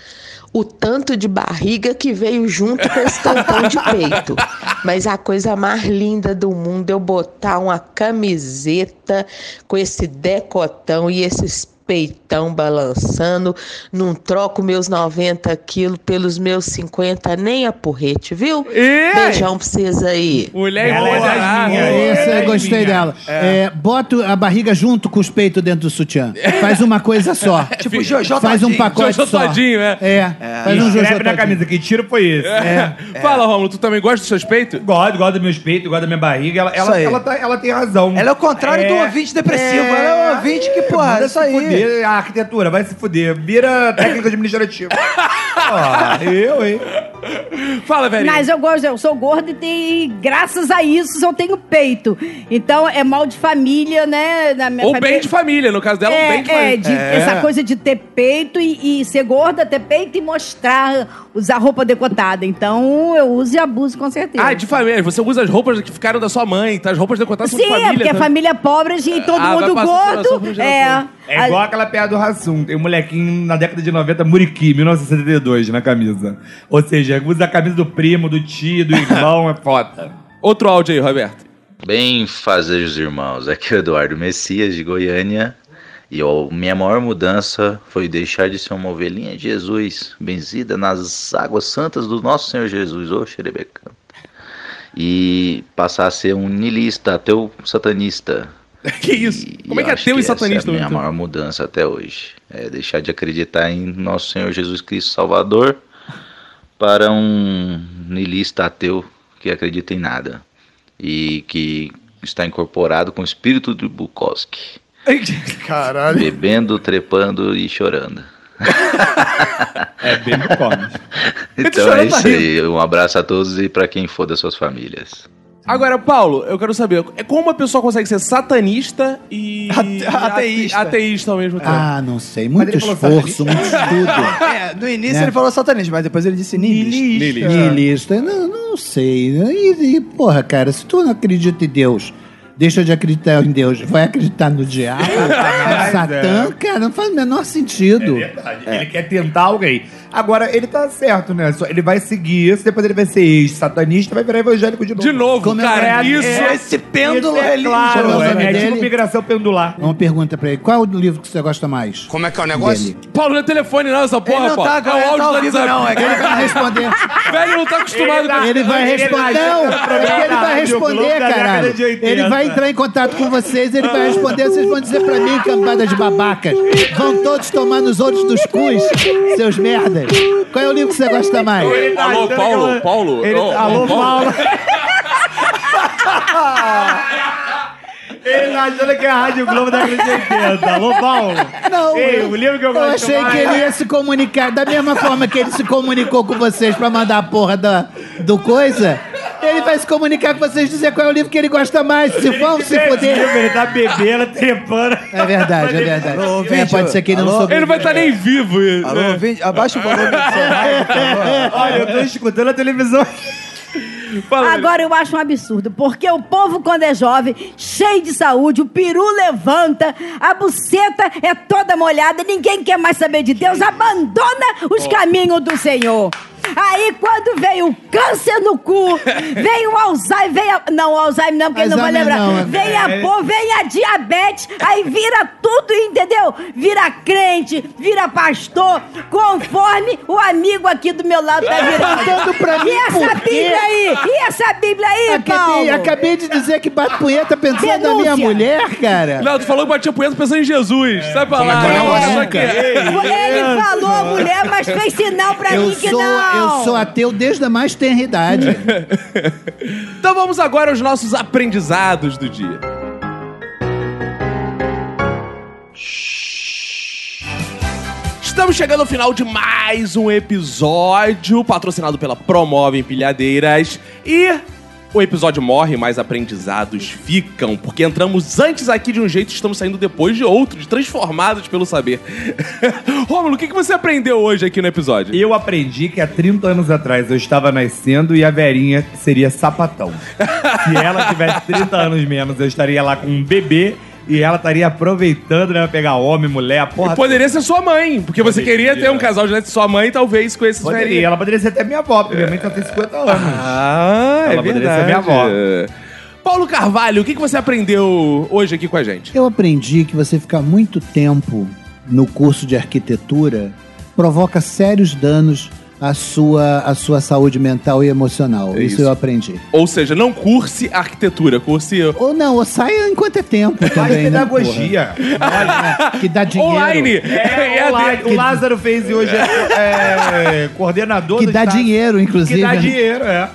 Speaker 12: o tanto de barriga que veio junto com esse tampão de peito. Mas a coisa mais linda do mundo é eu botar uma camiseta com esse decotão e esses peitão balançando, não troco meus 90 quilos pelos meus 50, nem a porrete, viu? Beijão pra vocês aí.
Speaker 3: Mulher
Speaker 12: Ela é das minhas.
Speaker 7: Essa
Speaker 12: Ela é
Speaker 7: eu gostei
Speaker 12: minha.
Speaker 7: dela. ah, É, bota a barriga junto com os peitos dentro do sutiã. Faz uma coisa só.
Speaker 6: Tipo Jojo
Speaker 7: Faz um
Speaker 6: Todinho.
Speaker 7: pacote
Speaker 6: Jojo
Speaker 7: só.
Speaker 6: Todinho,
Speaker 3: é.
Speaker 7: É. Faz um Jojo
Speaker 6: Escreve na
Speaker 7: Todinho.
Speaker 6: camisa, que tiro foi esse?
Speaker 3: É. Fala, Romulo, tu também gosta dos seus peitos?
Speaker 6: Gosto, gosto dos meus peitos, gosto da minha barriga. Ela,
Speaker 4: Isso
Speaker 6: ela,
Speaker 4: aí.
Speaker 6: ela, tá- ela tem razão. Ela é o
Speaker 4: contrário do ouvinte depressivo. Ela é um ouvinte que, porra,
Speaker 6: vai
Speaker 4: é isso aí.
Speaker 6: se fuder. A arquitetura vai se fuder. Vira técnico administrativo. Ah, eu, hein?
Speaker 3: Fala,
Speaker 5: Mas eu gosto, eu sou gorda e, tem- e graças a isso eu tenho peito. Então é mal de família, né? Na minha
Speaker 3: Ou
Speaker 5: família-
Speaker 3: bem de família, no caso dela,
Speaker 5: é,
Speaker 3: um bem de
Speaker 5: é,
Speaker 3: família.
Speaker 5: de- essa coisa de ter peito e, e ser gorda, ter peito e mostrar, usar roupa decotada. Então eu uso e abuso com certeza.
Speaker 3: Ah, de família. Você usa as roupas que ficaram da sua mãe, tá? As roupas decotadas são
Speaker 5: Sim,
Speaker 3: de família.
Speaker 5: é porque é
Speaker 3: né?
Speaker 5: família pobre e todo
Speaker 3: Ah, vai
Speaker 5: mundo
Speaker 3: passando geração por
Speaker 5: gordo. É.
Speaker 3: geração.
Speaker 6: É igual aquela piada do Rassum. Tem um molequinho na década de 90, Muriqui, 1972, na camisa. Ou seja, usa a camisa do primo, do tio, do irmão, é foda.
Speaker 3: Outro áudio aí, Roberto.
Speaker 13: Bem fazejos irmãos, aqui é o Eduardo Messias de Goiânia e eu- minha maior mudança foi deixar de ser uma ovelhinha de Jesus, benzida nas águas santas do nosso Senhor Jesus, ô xerebecanto, e passar a ser um niilista, ateu satanista.
Speaker 3: Que isso? Como é que é
Speaker 6: um
Speaker 3: ateu e
Speaker 13: Essa é
Speaker 3: satanista?
Speaker 13: a minha
Speaker 3: ao
Speaker 6: né?
Speaker 3: mesmo
Speaker 13: maior mudança até hoje, é deixar de acreditar em nosso Senhor Jesus Cristo Salvador para um niilista ateu que acredita em nada e que está incorporado com o espírito de Bukowski,
Speaker 4: Caralho.
Speaker 13: bebendo, trepando e chorando.
Speaker 6: é bem Bukowski.
Speaker 13: Então é isso aí. Um abraço a todos e para quem for das suas famílias.
Speaker 3: Agora, Paulo, eu quero saber, é como a pessoa consegue ser satanista e ateísta, ateísta ao mesmo tempo?
Speaker 7: Ah, não sei. Muito esforço, muito estudo.
Speaker 4: É, no início
Speaker 7: Né?
Speaker 4: ele falou satanismo, mas depois ele disse niilista.
Speaker 7: Niilista. Não, não sei. E, e, porra, cara, se tu não acredita em Deus, deixa de acreditar em Deus, vai acreditar no diabo, no Satã, cara, não faz o menor sentido.
Speaker 6: É Ele quer tentar alguém. Agora, ele tá certo, né? Só- Ele vai seguir isso, depois ele vai ser ex-satanista, vai virar evangélico de novo. é
Speaker 3: De novo, cara, isso-
Speaker 7: é,
Speaker 3: esse pêndulo religioso,
Speaker 6: Claro,
Speaker 7: né?
Speaker 6: é, é tipo
Speaker 7: Dele.
Speaker 6: migração pendular.
Speaker 7: Uma pergunta pra ele: qual é o livro que você gosta mais? Como é que é o
Speaker 3: Paulo, não é telefone não, essa porra,
Speaker 7: não
Speaker 3: Paulo.
Speaker 7: tá agora,
Speaker 3: é o
Speaker 7: ele
Speaker 3: áudio
Speaker 7: tá ao
Speaker 3: do
Speaker 7: vivo
Speaker 3: WhatsApp.
Speaker 7: não, é que ele vai responder.
Speaker 3: Velho não tá acostumado
Speaker 7: Ele
Speaker 3: com
Speaker 7: vai- ele vai responder. Não, é que ele vai responder, caralho. Ele vai entrar em contato com vocês, ele vai responder, vocês vão dizer pra mim, cambada de babacas. Vão todos tomar nos outros dos cus, seus merdas. Qual é o livro que você gosta mais?
Speaker 14: tá
Speaker 3: Alô, Paulo, Paulo.
Speaker 7: Ele-
Speaker 3: Ô,
Speaker 7: Alô,
Speaker 3: ô,
Speaker 7: Paulo.
Speaker 6: Ele tá achando que é a Rádio Globo da década de 80. Alô, Paulo?
Speaker 7: Não,
Speaker 6: Ei, o livro que eu gosto
Speaker 7: achei
Speaker 6: mais-
Speaker 7: que ele ia se comunicar da mesma forma que ele se comunicou com vocês pra mandar a porra da, do coisa. Ele vai se comunicar com vocês dizer qual é o livro que ele gosta mais. Se vão se
Speaker 6: livro,
Speaker 7: foder.
Speaker 6: ele tá bebendo, trepando.
Speaker 7: É verdade, é verdade.
Speaker 4: Alô,
Speaker 7: É,
Speaker 4: ouvinte,
Speaker 7: pode ser que ele não
Speaker 4: alô?
Speaker 7: soube.
Speaker 4: Ele não vai
Speaker 3: tá nem vivo.
Speaker 4: Alô, ouvinte, abaixa o volume.
Speaker 6: Olha, eu tô escutando a televisão.
Speaker 5: Agora eu acho um absurdo, porque o povo, quando é jovem, cheio de saúde, o peru levanta, a buceta é toda molhada, ninguém quer mais saber de Deus, abandona os caminhos do Senhor. Aí quando vem o câncer no cu, vem o Alzheimer, vem a... Não, o Alzheimer não, porque ele não vai
Speaker 7: Alzheimer
Speaker 5: lembrar.
Speaker 7: não, é-
Speaker 5: vem a
Speaker 7: é-
Speaker 5: pô, vem a diabetes, aí vira tudo, entendeu? Vira crente, vira pastor, conforme o amigo aqui do meu lado tá virando.
Speaker 7: Dando pra mim,
Speaker 5: e essa
Speaker 7: por quê?
Speaker 5: Bíblia aí? E essa Bíblia aí,
Speaker 7: Acabei,
Speaker 5: Paulo?
Speaker 7: acabei de dizer que bate punheta pensando na minha
Speaker 5: Denúncia.
Speaker 7: mulher, cara.
Speaker 3: Não, tu falou que batia punheta pensando em Jesus. Sai pra lá.
Speaker 7: Como é que
Speaker 3: Olha
Speaker 7: é?
Speaker 3: só que-
Speaker 5: Ele falou a mulher, mas fez sinal pra
Speaker 7: eu
Speaker 5: mim que
Speaker 7: sou,
Speaker 5: não.
Speaker 7: Eu sou ateu desde a mais tenra idade.
Speaker 3: Então vamos agora aos nossos aprendizados do dia. Estamos chegando ao final de mais um episódio patrocinado pela Promove Empilhadeiras e o episódio morre, mas aprendizados ficam, porque entramos antes aqui de um jeito e estamos saindo depois de outro, de transformados pelo saber. Rômulo, o que que você aprendeu hoje aqui no episódio?
Speaker 6: Eu aprendi que há 30 anos atrás eu estava nascendo e a Verinha seria sapatão. Se ela tivesse 30 anos menos, eu estaria lá com um bebê e ela estaria aproveitando, né? Pegar homem, mulher, a porra.
Speaker 3: E poderia ser sua mãe, porque você queria ter um casal de neto de sua mãe, talvez com esses
Speaker 6: Poderia,
Speaker 3: velhinhos.
Speaker 6: ela poderia ser até minha avó, porque minha mãe só tem 50 anos.
Speaker 3: Ah,
Speaker 6: ela
Speaker 3: é
Speaker 6: poderia
Speaker 3: verdade.
Speaker 6: ser minha avó.
Speaker 3: Paulo Carvalho, o que que você aprendeu hoje aqui com a gente?
Speaker 7: Eu aprendi que você ficar muito tempo no curso de arquitetura provoca sérios danos à sua, à sua saúde mental e emocional.
Speaker 3: É
Speaker 7: isso.
Speaker 3: isso.
Speaker 7: eu aprendi.
Speaker 3: Ou seja, não curse arquitetura, curse.
Speaker 7: Ou não, ou saia enquanto é tempo também, né,
Speaker 6: pedagogia.
Speaker 7: porra? né, Que dá dinheiro.
Speaker 6: Online! É,
Speaker 7: É,
Speaker 6: online.
Speaker 7: que-
Speaker 6: O Lázaro fez e hoje é, é, coordenador
Speaker 7: Que
Speaker 6: do
Speaker 7: dá
Speaker 6: estado.
Speaker 7: dinheiro, inclusive. né?
Speaker 6: Que dá dinheiro, é.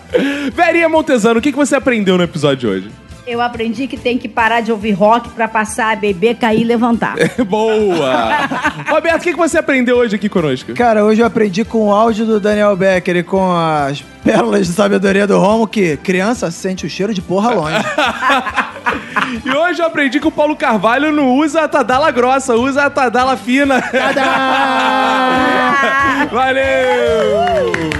Speaker 3: Verinha Montesano, o que que você aprendeu no episódio de hoje?
Speaker 5: Eu aprendi que tem que parar de ouvir rock pra passar, beber, cair e levantar.
Speaker 7: É
Speaker 3: Boa! Roberto, o que que você aprendeu hoje aqui conosco?
Speaker 4: Cara, hoje eu aprendi com o áudio do Daniel Becker e com as pérolas de sabedoria do Romo que criança sente o cheiro de porra longe.
Speaker 3: E hoje eu aprendi que o Paulo Carvalho não usa a tadala grossa, usa a tadala fina. Valeu!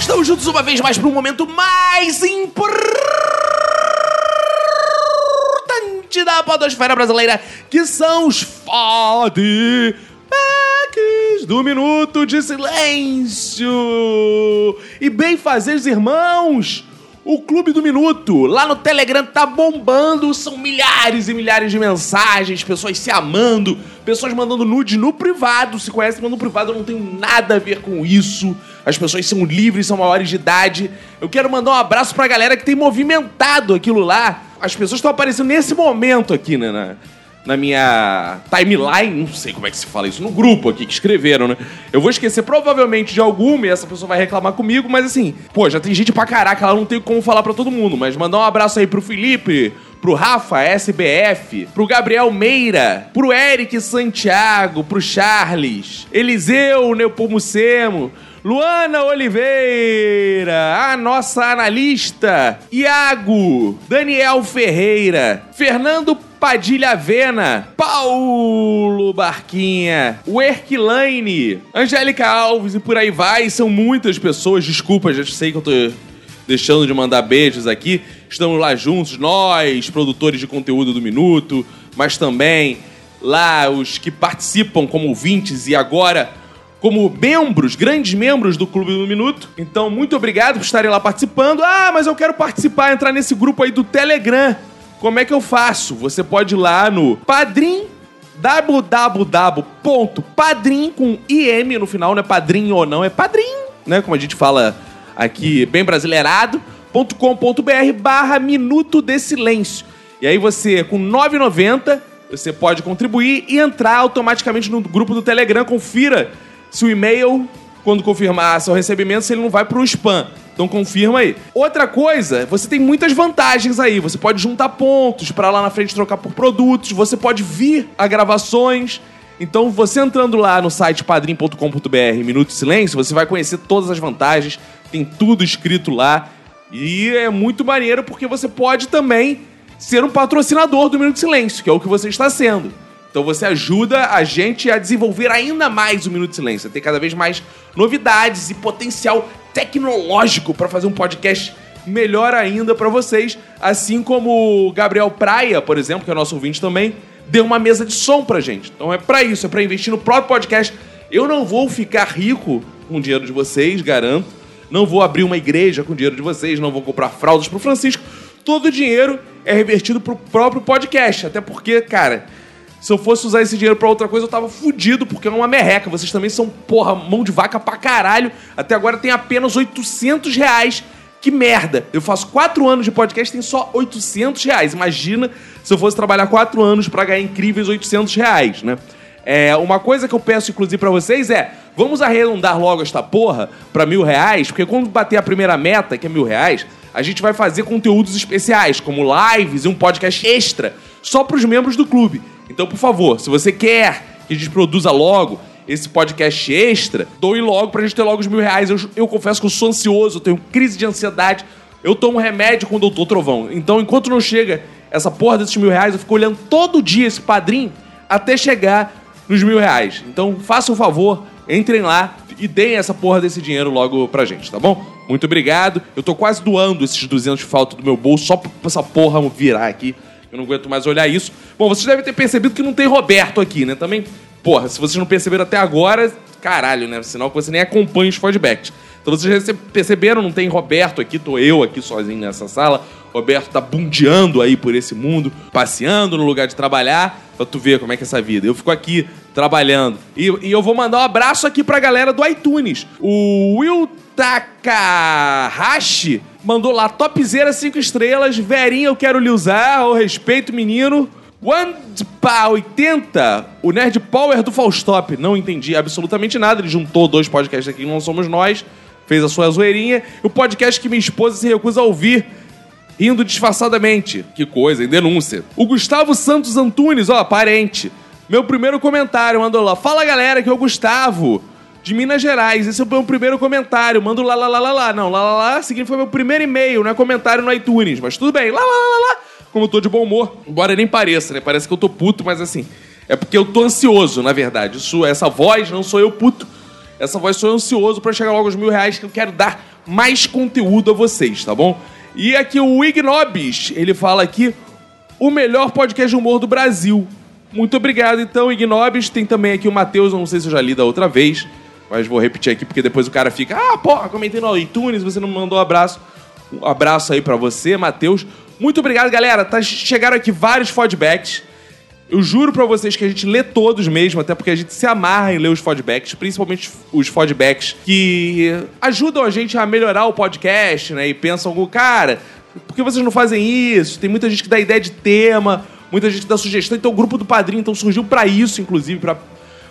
Speaker 3: Estamos juntos uma vez mais para um momento mais importante da podosfera brasileira, que são os feedbacks do Minuto de Silêncio. E bem fazeres, irmãos! O Clube do Minuto, lá no Telegram, tá bombando. São milhares e milhares de mensagens, pessoas se amando, pessoas mandando nude no privado. Se conhece, manda no privado, eu não tenho nada a ver com isso. As pessoas são livres, são maiores de idade. Eu quero mandar um abraço pra galera que tem movimentado aquilo lá. As pessoas estão aparecendo nesse momento aqui, né? na- na minha timeline, não sei como é que se fala isso, no grupo aqui que escreveram, né? Eu vou esquecer provavelmente de alguma e essa pessoa vai reclamar comigo, mas assim, pô, já tem gente pra caraca, lá não tem como falar pra todo mundo, mas mandar um abraço aí pro Felipe, pro Rafa SBF, pro Gabriel Meira, pro Eric Santiago, pro Charles, Eliseu Nepomucemo, Luana Oliveira, a nossa analista, Iago, Daniel Ferreira, Fernando Padilha Avena, Paulo Barquinha, o Erquilaine, Angélica Alves e por aí vai. São muitas pessoas, desculpa, já sei que eu tô deixando de mandar beijos aqui. Estamos lá juntos, nós, produtores de conteúdo do Minuto, mas também lá os que participam como ouvintes e agora como membros, grandes membros do Clube do Minuto. Então, muito obrigado por estarem lá participando. Ah, mas eu quero participar, entrar nesse grupo aí do Telegram. Como é que eu faço? Você pode ir lá no Padrim www.padrim com im no final, não é padrinho ou não, é padrim, né? Como a gente fala aqui, bem brasileirado, .com.br barra Minuto de Silêncio. E aí você, com 9,90, você pode contribuir e entrar automaticamente no grupo do Telegram. Confira se o e-mail, quando confirmar seu recebimento, se ele não vai pro spam. Então confirma aí. Outra coisa, você tem muitas vantagens aí. Você pode juntar pontos pra lá na frente trocar por produtos, você pode vir a gravações. Então, você entrando lá no site padrim.com.br Minuto de Silêncio, você vai conhecer todas as vantagens, tem tudo escrito lá. E é muito maneiro porque você pode também ser um patrocinador do Minuto de Silêncio, que é o que você está sendo. Então você ajuda a gente a desenvolver ainda mais o Minuto de Silêncio, a ter cada vez mais novidades e potencial tecnológico para fazer um podcast melhor ainda para vocês, assim como o Gabriel Praia, por exemplo, que é nosso ouvinte também, deu uma mesa de som pra gente. Então é para isso, é para investir no próprio podcast. Eu não vou ficar rico com o dinheiro de vocês, garanto. Não vou abrir uma igreja com o dinheiro de vocês, não vou comprar fraldas pro Francisco. Todo o dinheiro é revertido pro próprio podcast, até porque, cara, se eu fosse usar esse dinheiro pra outra coisa, eu tava fudido, porque é uma merreca. Vocês também são, porra, mão de vaca pra caralho. Até agora tem apenas 800 reais. Que merda. Eu faço quatro anos de podcast tem só 800 reais. Imagina se eu fosse trabalhar quatro anos pra ganhar incríveis 800 reais, né? É, uma coisa que eu peço, inclusive, pra vocês é: vamos arredondar logo esta porra pra mil reais, porque quando bater a primeira meta, que é mil reais, a gente vai fazer conteúdos especiais, como lives e um podcast extra, só pros membros do clube. Então, por favor, se você quer que a gente produza logo esse podcast extra, doe logo pra gente ter logo os mil reais. Eu, eu confesso que eu sou ansioso, eu tenho crise de ansiedade. Eu tomo remédio com o Doutor Trovão. Então, enquanto não chega essa porra desses mil reais, eu fico olhando todo dia esse padrinho até chegar nos mil reais. Então, faça o favor, entrem lá e deem essa porra desse dinheiro logo pra gente, tá bom? Muito obrigado. Eu tô quase doando esses 200 que faltam do meu bolso só pra essa porra virar aqui. Eu não aguento mais olhar isso. Bom, vocês devem ter percebido que não tem Roberto aqui, né? Também porra, se vocês não perceberam até agora, caralho, né? Sinal que você nem acompanha os feedbacks. Então vocês rece- perceberam, não tem Roberto aqui, tô eu aqui sozinho nessa sala. Roberto tá bundeando aí por esse mundo, passeando no lugar de trabalhar, pra tu ver como é que é essa vida. Eu fico aqui trabalhando. E, e eu vou mandar um abraço aqui pra galera do iTunes. O Will Takahashi mandou lá, topzera 5 estrelas, verinha eu quero lhe usar, eu respeito menino. Wandpa 80, o Nerd Power do Faustop. Não entendi absolutamente nada, ele juntou dois podcasts aqui, Não Somos Nós, fez a sua zoeirinha. E o podcast que minha esposa se recusa a ouvir, rindo disfarçadamente. Que coisa, em denúncia. O Gustavo Santos Antunes, ó, parente. Meu primeiro comentário, mandou lá. Fala galera, que é o Gustavo. De Minas Gerais, esse é o meu primeiro comentário. Mando lá, lá, lá, lá, lá. Não, lá, lá, lá, seguinte foi meu primeiro e-mail, não é comentário no iTunes, mas tudo bem. Lá, lá, lá, lá, lá. Como eu tô de bom humor, embora nem pareça, né? Parece que eu tô puto, mas assim. É porque eu tô ansioso, na verdade. Isso, essa voz não sou eu puto. Essa voz sou eu ansioso pra chegar logo aos mil reais que eu quero dar mais conteúdo a vocês, tá bom? E aqui o Ignobis, ele fala aqui o melhor podcast de humor do Brasil. Muito obrigado, então, Ignobis. Tem também aqui o Matheus, eu não sei se eu já li da outra vez, mas vou repetir aqui porque depois o cara fica, ah, porra, comentei no iTunes, você não me mandou um abraço. Um abraço aí pra você, Matheus. Muito obrigado, galera. Tá, chegaram aqui vários feedbacks. Eu juro pra vocês que a gente lê todos mesmo, até porque a gente se amarra em ler os feedbacks, principalmente os feedbacks que ajudam a gente a melhorar o podcast, né? E pensam, cara, por que vocês não fazem isso? Tem muita gente que dá ideia de tema, muita gente que dá sugestão. Então o grupo do Padrinho então, surgiu pra isso, inclusive, pra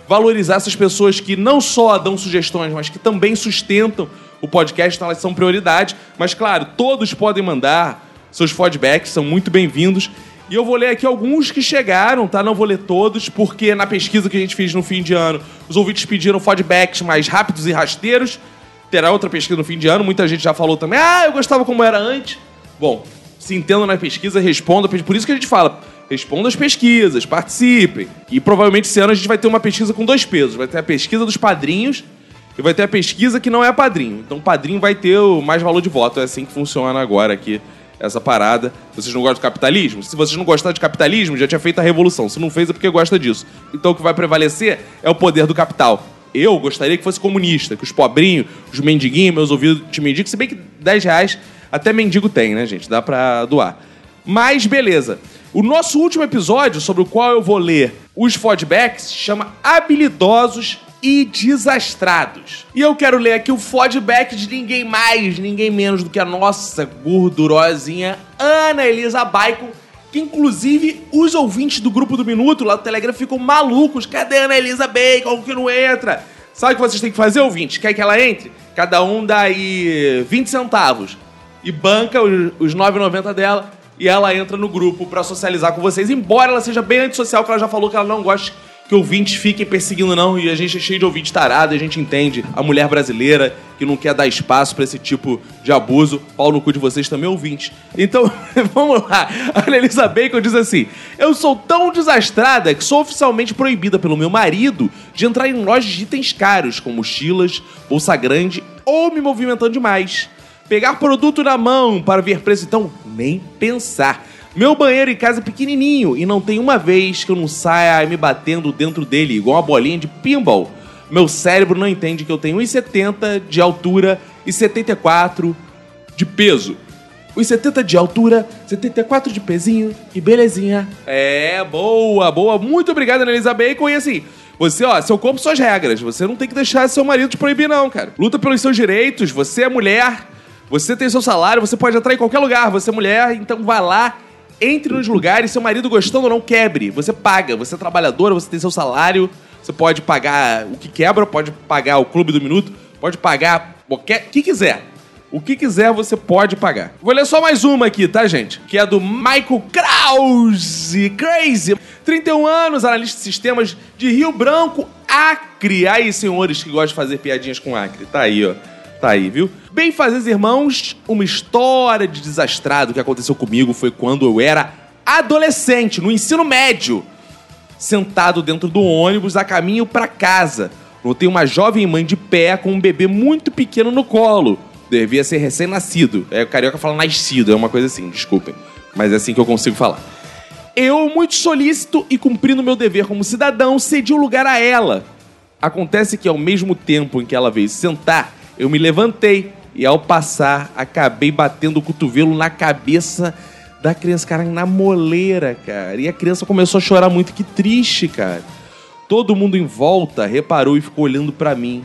Speaker 3: valorizar essas pessoas que não só dão sugestões, mas que também sustentam o podcast, então elas são prioridade. Mas claro, todos podem mandar seus feedbacks, são muito bem-vindos. E eu vou ler aqui alguns que chegaram, tá? Não vou ler todos, porque na pesquisa que a gente fez no fim de ano, os ouvintes pediram feedbacks mais rápidos e rasteiros. Terá outra pesquisa no fim de ano, muita gente já falou também, ah, eu gostava como era antes. Bom, se entendam na pesquisa, respondam. Por isso que a gente fala, respondam as pesquisas, participem. E provavelmente esse ano a gente vai ter uma pesquisa com dois pesos. Vai ter a pesquisa dos padrinhos e vai ter a pesquisa que não é padrinho. Então padrinho vai ter o mais valor de voto. É assim que funciona agora aqui essa parada. Vocês não gostam do capitalismo? Se vocês não gostaram de capitalismo, já tinha feito a revolução. Se não fez é porque gosta disso. Então o que vai prevalecer é o poder do capital. Eu gostaria que fosse comunista, que os pobrinhos, os mendiguinhos, meus ouvidos de mendigo, se bem que 10 reais até mendigo tem, né, gente? Dá pra doar. Mas beleza. O nosso último episódio, sobre o qual eu vou ler os feedbacks, se chama Habilidosos e Desastrados. E eu quero ler aqui o feedback de ninguém mais, ninguém menos do que a nossa gordurosinha Ana Elisa Baicon, que inclusive os ouvintes do grupo do Minuto lá do Telegram ficam malucos. Cadê a Ana Elisa Bacon que não entra? Sabe o que vocês têm que fazer, ouvintes? Quer que ela entre? Cada um dá aí 20 centavos e banca os, os 9,90 dela e ela entra no grupo pra socializar com vocês. Embora ela seja bem antissocial, que ela já falou que ela não gosta que ouvintes fiquem perseguindo, não. E a gente é cheio de ouvinte tarado, e a gente entende a mulher brasileira que não quer dar espaço pra esse tipo de abuso. Pau no cu de vocês também, ouvintes. Então, vamos lá. A Annelisa Bacon diz assim: Eu sou tão desastrada que sou oficialmente proibida pelo meu marido de entrar em lojas de itens caros, como mochilas, bolsa grande ou me movimentando demais. Pegar produto na mão para ver preço, então nem pensar. Meu banheiro em casa é pequenininho e não tem uma vez que eu não saia me batendo dentro dele, igual uma bolinha de pinball. Meu cérebro não entende que eu tenho 1,70 de altura e 74 de peso. Os 70 de altura, 74 de pezinho e belezinha. É, boa, boa. Muito obrigado, Analisa Bacon. E assim, você, ó, seu corpo, suas regras. Você não tem que deixar seu marido te proibir, não, cara. Luta pelos seus direitos. Você é mulher, você tem seu salário, você pode entrar em qualquer lugar. Você é mulher, então vá lá, entre nos lugares. Seu marido gostando ou não, quebre. Você paga. Você é trabalhadora, você tem seu salário. Você pode pagar o que quebra, pode pagar o clube do minuto, pode pagar qualquer. o que quiser. O que quiser você pode pagar. Vou ler só mais uma aqui, tá, gente? Que é do Michael Krause. Crazy. 31 anos, analista de sistemas de Rio Branco, Acre. Aí, senhores que gostam de fazer piadinhas com Acre. Tá aí, ó. Tá aí, viu? Bem fazer, irmãos, uma história de desastrado que aconteceu comigo foi quando eu era adolescente, no ensino médio sentado dentro do ônibus a caminho para casa. Notei uma jovem mãe de pé com um bebê muito pequeno no colo. Devia ser recém-nascido. É, o carioca fala nascido, é uma coisa assim, desculpem. Mas é assim que eu consigo falar. Eu, muito solícito e cumprindo meu dever como cidadão, cedi o lugar a ela. Acontece que ao mesmo tempo em que ela veio sentar, eu me levantei e ao passar, acabei batendo o cotovelo na cabeça da criança, cara, na moleira, cara. E a criança começou a chorar muito, que triste, cara. Todo mundo em volta reparou e ficou olhando pra mim,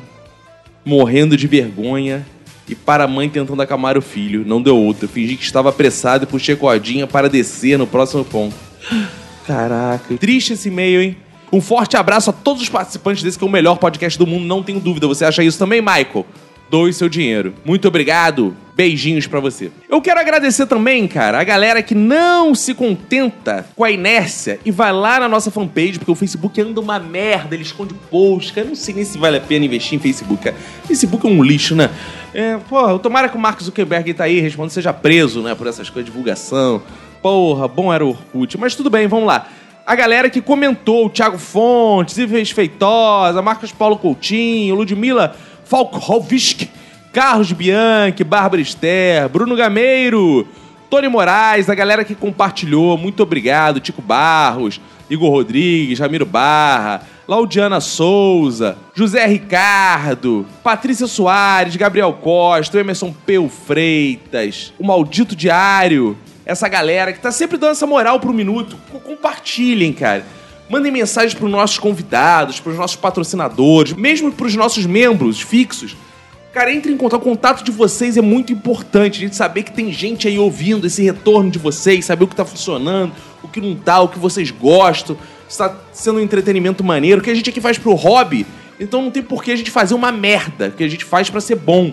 Speaker 3: morrendo de vergonha e para a mãe tentando acalmar o filho. Não deu outra. Eu fingi que estava apressado e puxei a cordinha para descer no próximo ponto. Caraca. Triste esse e-mail, hein? Um forte abraço a todos os participantes desse que é o melhor podcast do mundo, não tenho dúvida. Você acha isso também, Michael? Doe seu dinheiro. Muito obrigado. Beijinhos pra você. Eu quero agradecer também, cara, a galera que não se contenta com a inércia e vai lá na nossa fanpage, porque o Facebook anda uma merda, ele esconde post, cara. Eu não sei nem se vale a pena investir em Facebook, cara. Facebook é um lixo, né? É, porra, tomara que o Mark Zuckerberg tá aí, responde, seja preso, né, por essas coisas de divulgação. Porra, bom era o Orkut. Mas tudo bem, vamos lá. A galera que comentou, o Thiago Fontes, Ives Feitosa, Marcos Paulo Coutinho, Ludmila Falkovski, Carlos Bianchi, Bárbara Esther, Bruno Gameiro, Tony Moraes, a galera que compartilhou, muito obrigado. Tico Barros, Igor Rodrigues, Ramiro Barra, Laudiana Souza, José Ricardo, Patrícia Soares, Gabriel Costa, o Emerson Peu Freitas, o Maldito Diário, essa galera que tá sempre dando essa moral pro minuto. Co- Compartilhem, cara. Mandem mensagens pros nossos convidados, pros nossos patrocinadores, mesmo pros nossos membros fixos. Cara, entre em contato. O contato de vocês é muito importante. A gente saber que tem gente aí ouvindo esse retorno de vocês, saber o que tá funcionando, o que não tá, o que vocês gostam, se tá sendo um entretenimento maneiro, que a gente aqui faz pro hobby. Então não tem por que a gente fazer uma merda, o que a gente faz pra ser bom.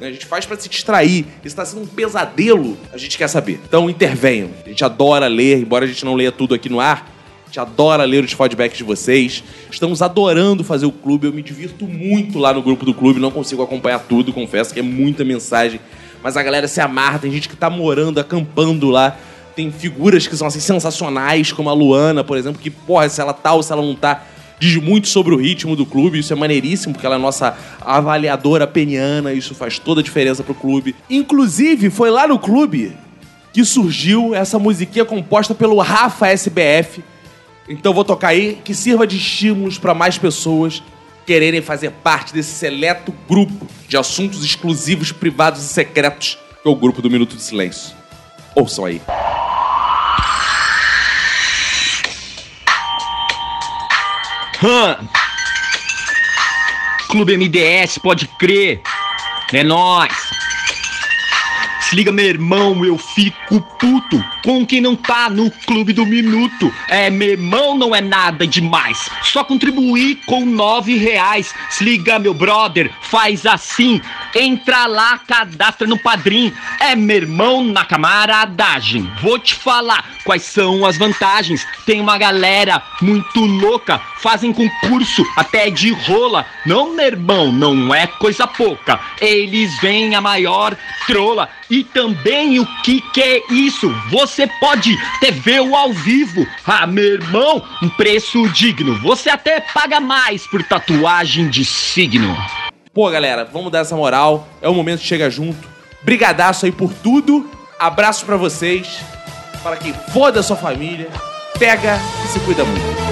Speaker 3: né? A gente faz pra se distrair. Isso tá sendo um pesadelo, a gente quer saber. Então intervenham. A gente adora ler, embora a gente não leia tudo aqui no ar. A gente adora ler os feedbacks de vocês. Estamos adorando fazer o clube. Eu me divirto muito lá no grupo do clube. Não consigo acompanhar tudo, confesso que é muita mensagem. Mas a galera se amarra. Tem gente que tá morando, acampando lá. Tem figuras que são assim sensacionais, como a Luana, por exemplo, que, porra, se ela tá ou se ela não tá, diz muito sobre o ritmo do clube. Isso é maneiríssimo, porque ela é nossa avaliadora peniana. Isso faz toda a diferença pro clube. Inclusive, foi lá no clube que surgiu essa musiquinha composta pelo Rafa SBF. Então vou tocar aí que sirva de estímulos para mais pessoas quererem fazer parte desse seleto grupo de assuntos exclusivos, privados e secretos que é o grupo do Minuto de Silêncio. Ouçam aí.
Speaker 14: Hã? Clube MDS, pode crer. É nóis. Se liga, meu irmão, eu fico puto com quem não tá no clube do minuto. É, meu irmão, não é nada demais. Só contribuir com nove reais. Se liga, meu brother, faz assim. Entra lá, cadastra no padrim. É, meu irmão, na camaradagem. Vou te falar quais são as vantagens. Tem uma galera muito louca, fazem concurso até de rola. Não, meu irmão, não é coisa pouca. Eles vêm a maior trola. E também o que que é isso? Você pode ter vê-o ao vivo. Ah, meu irmão, um preço digno. Você até paga mais por tatuagem de signo.
Speaker 3: Pô, galera, vamos dar essa moral. É o momento que chega junto. Brigadaço aí por tudo. Abraço pra vocês. Para quem for da sua família. Pega e se cuida muito.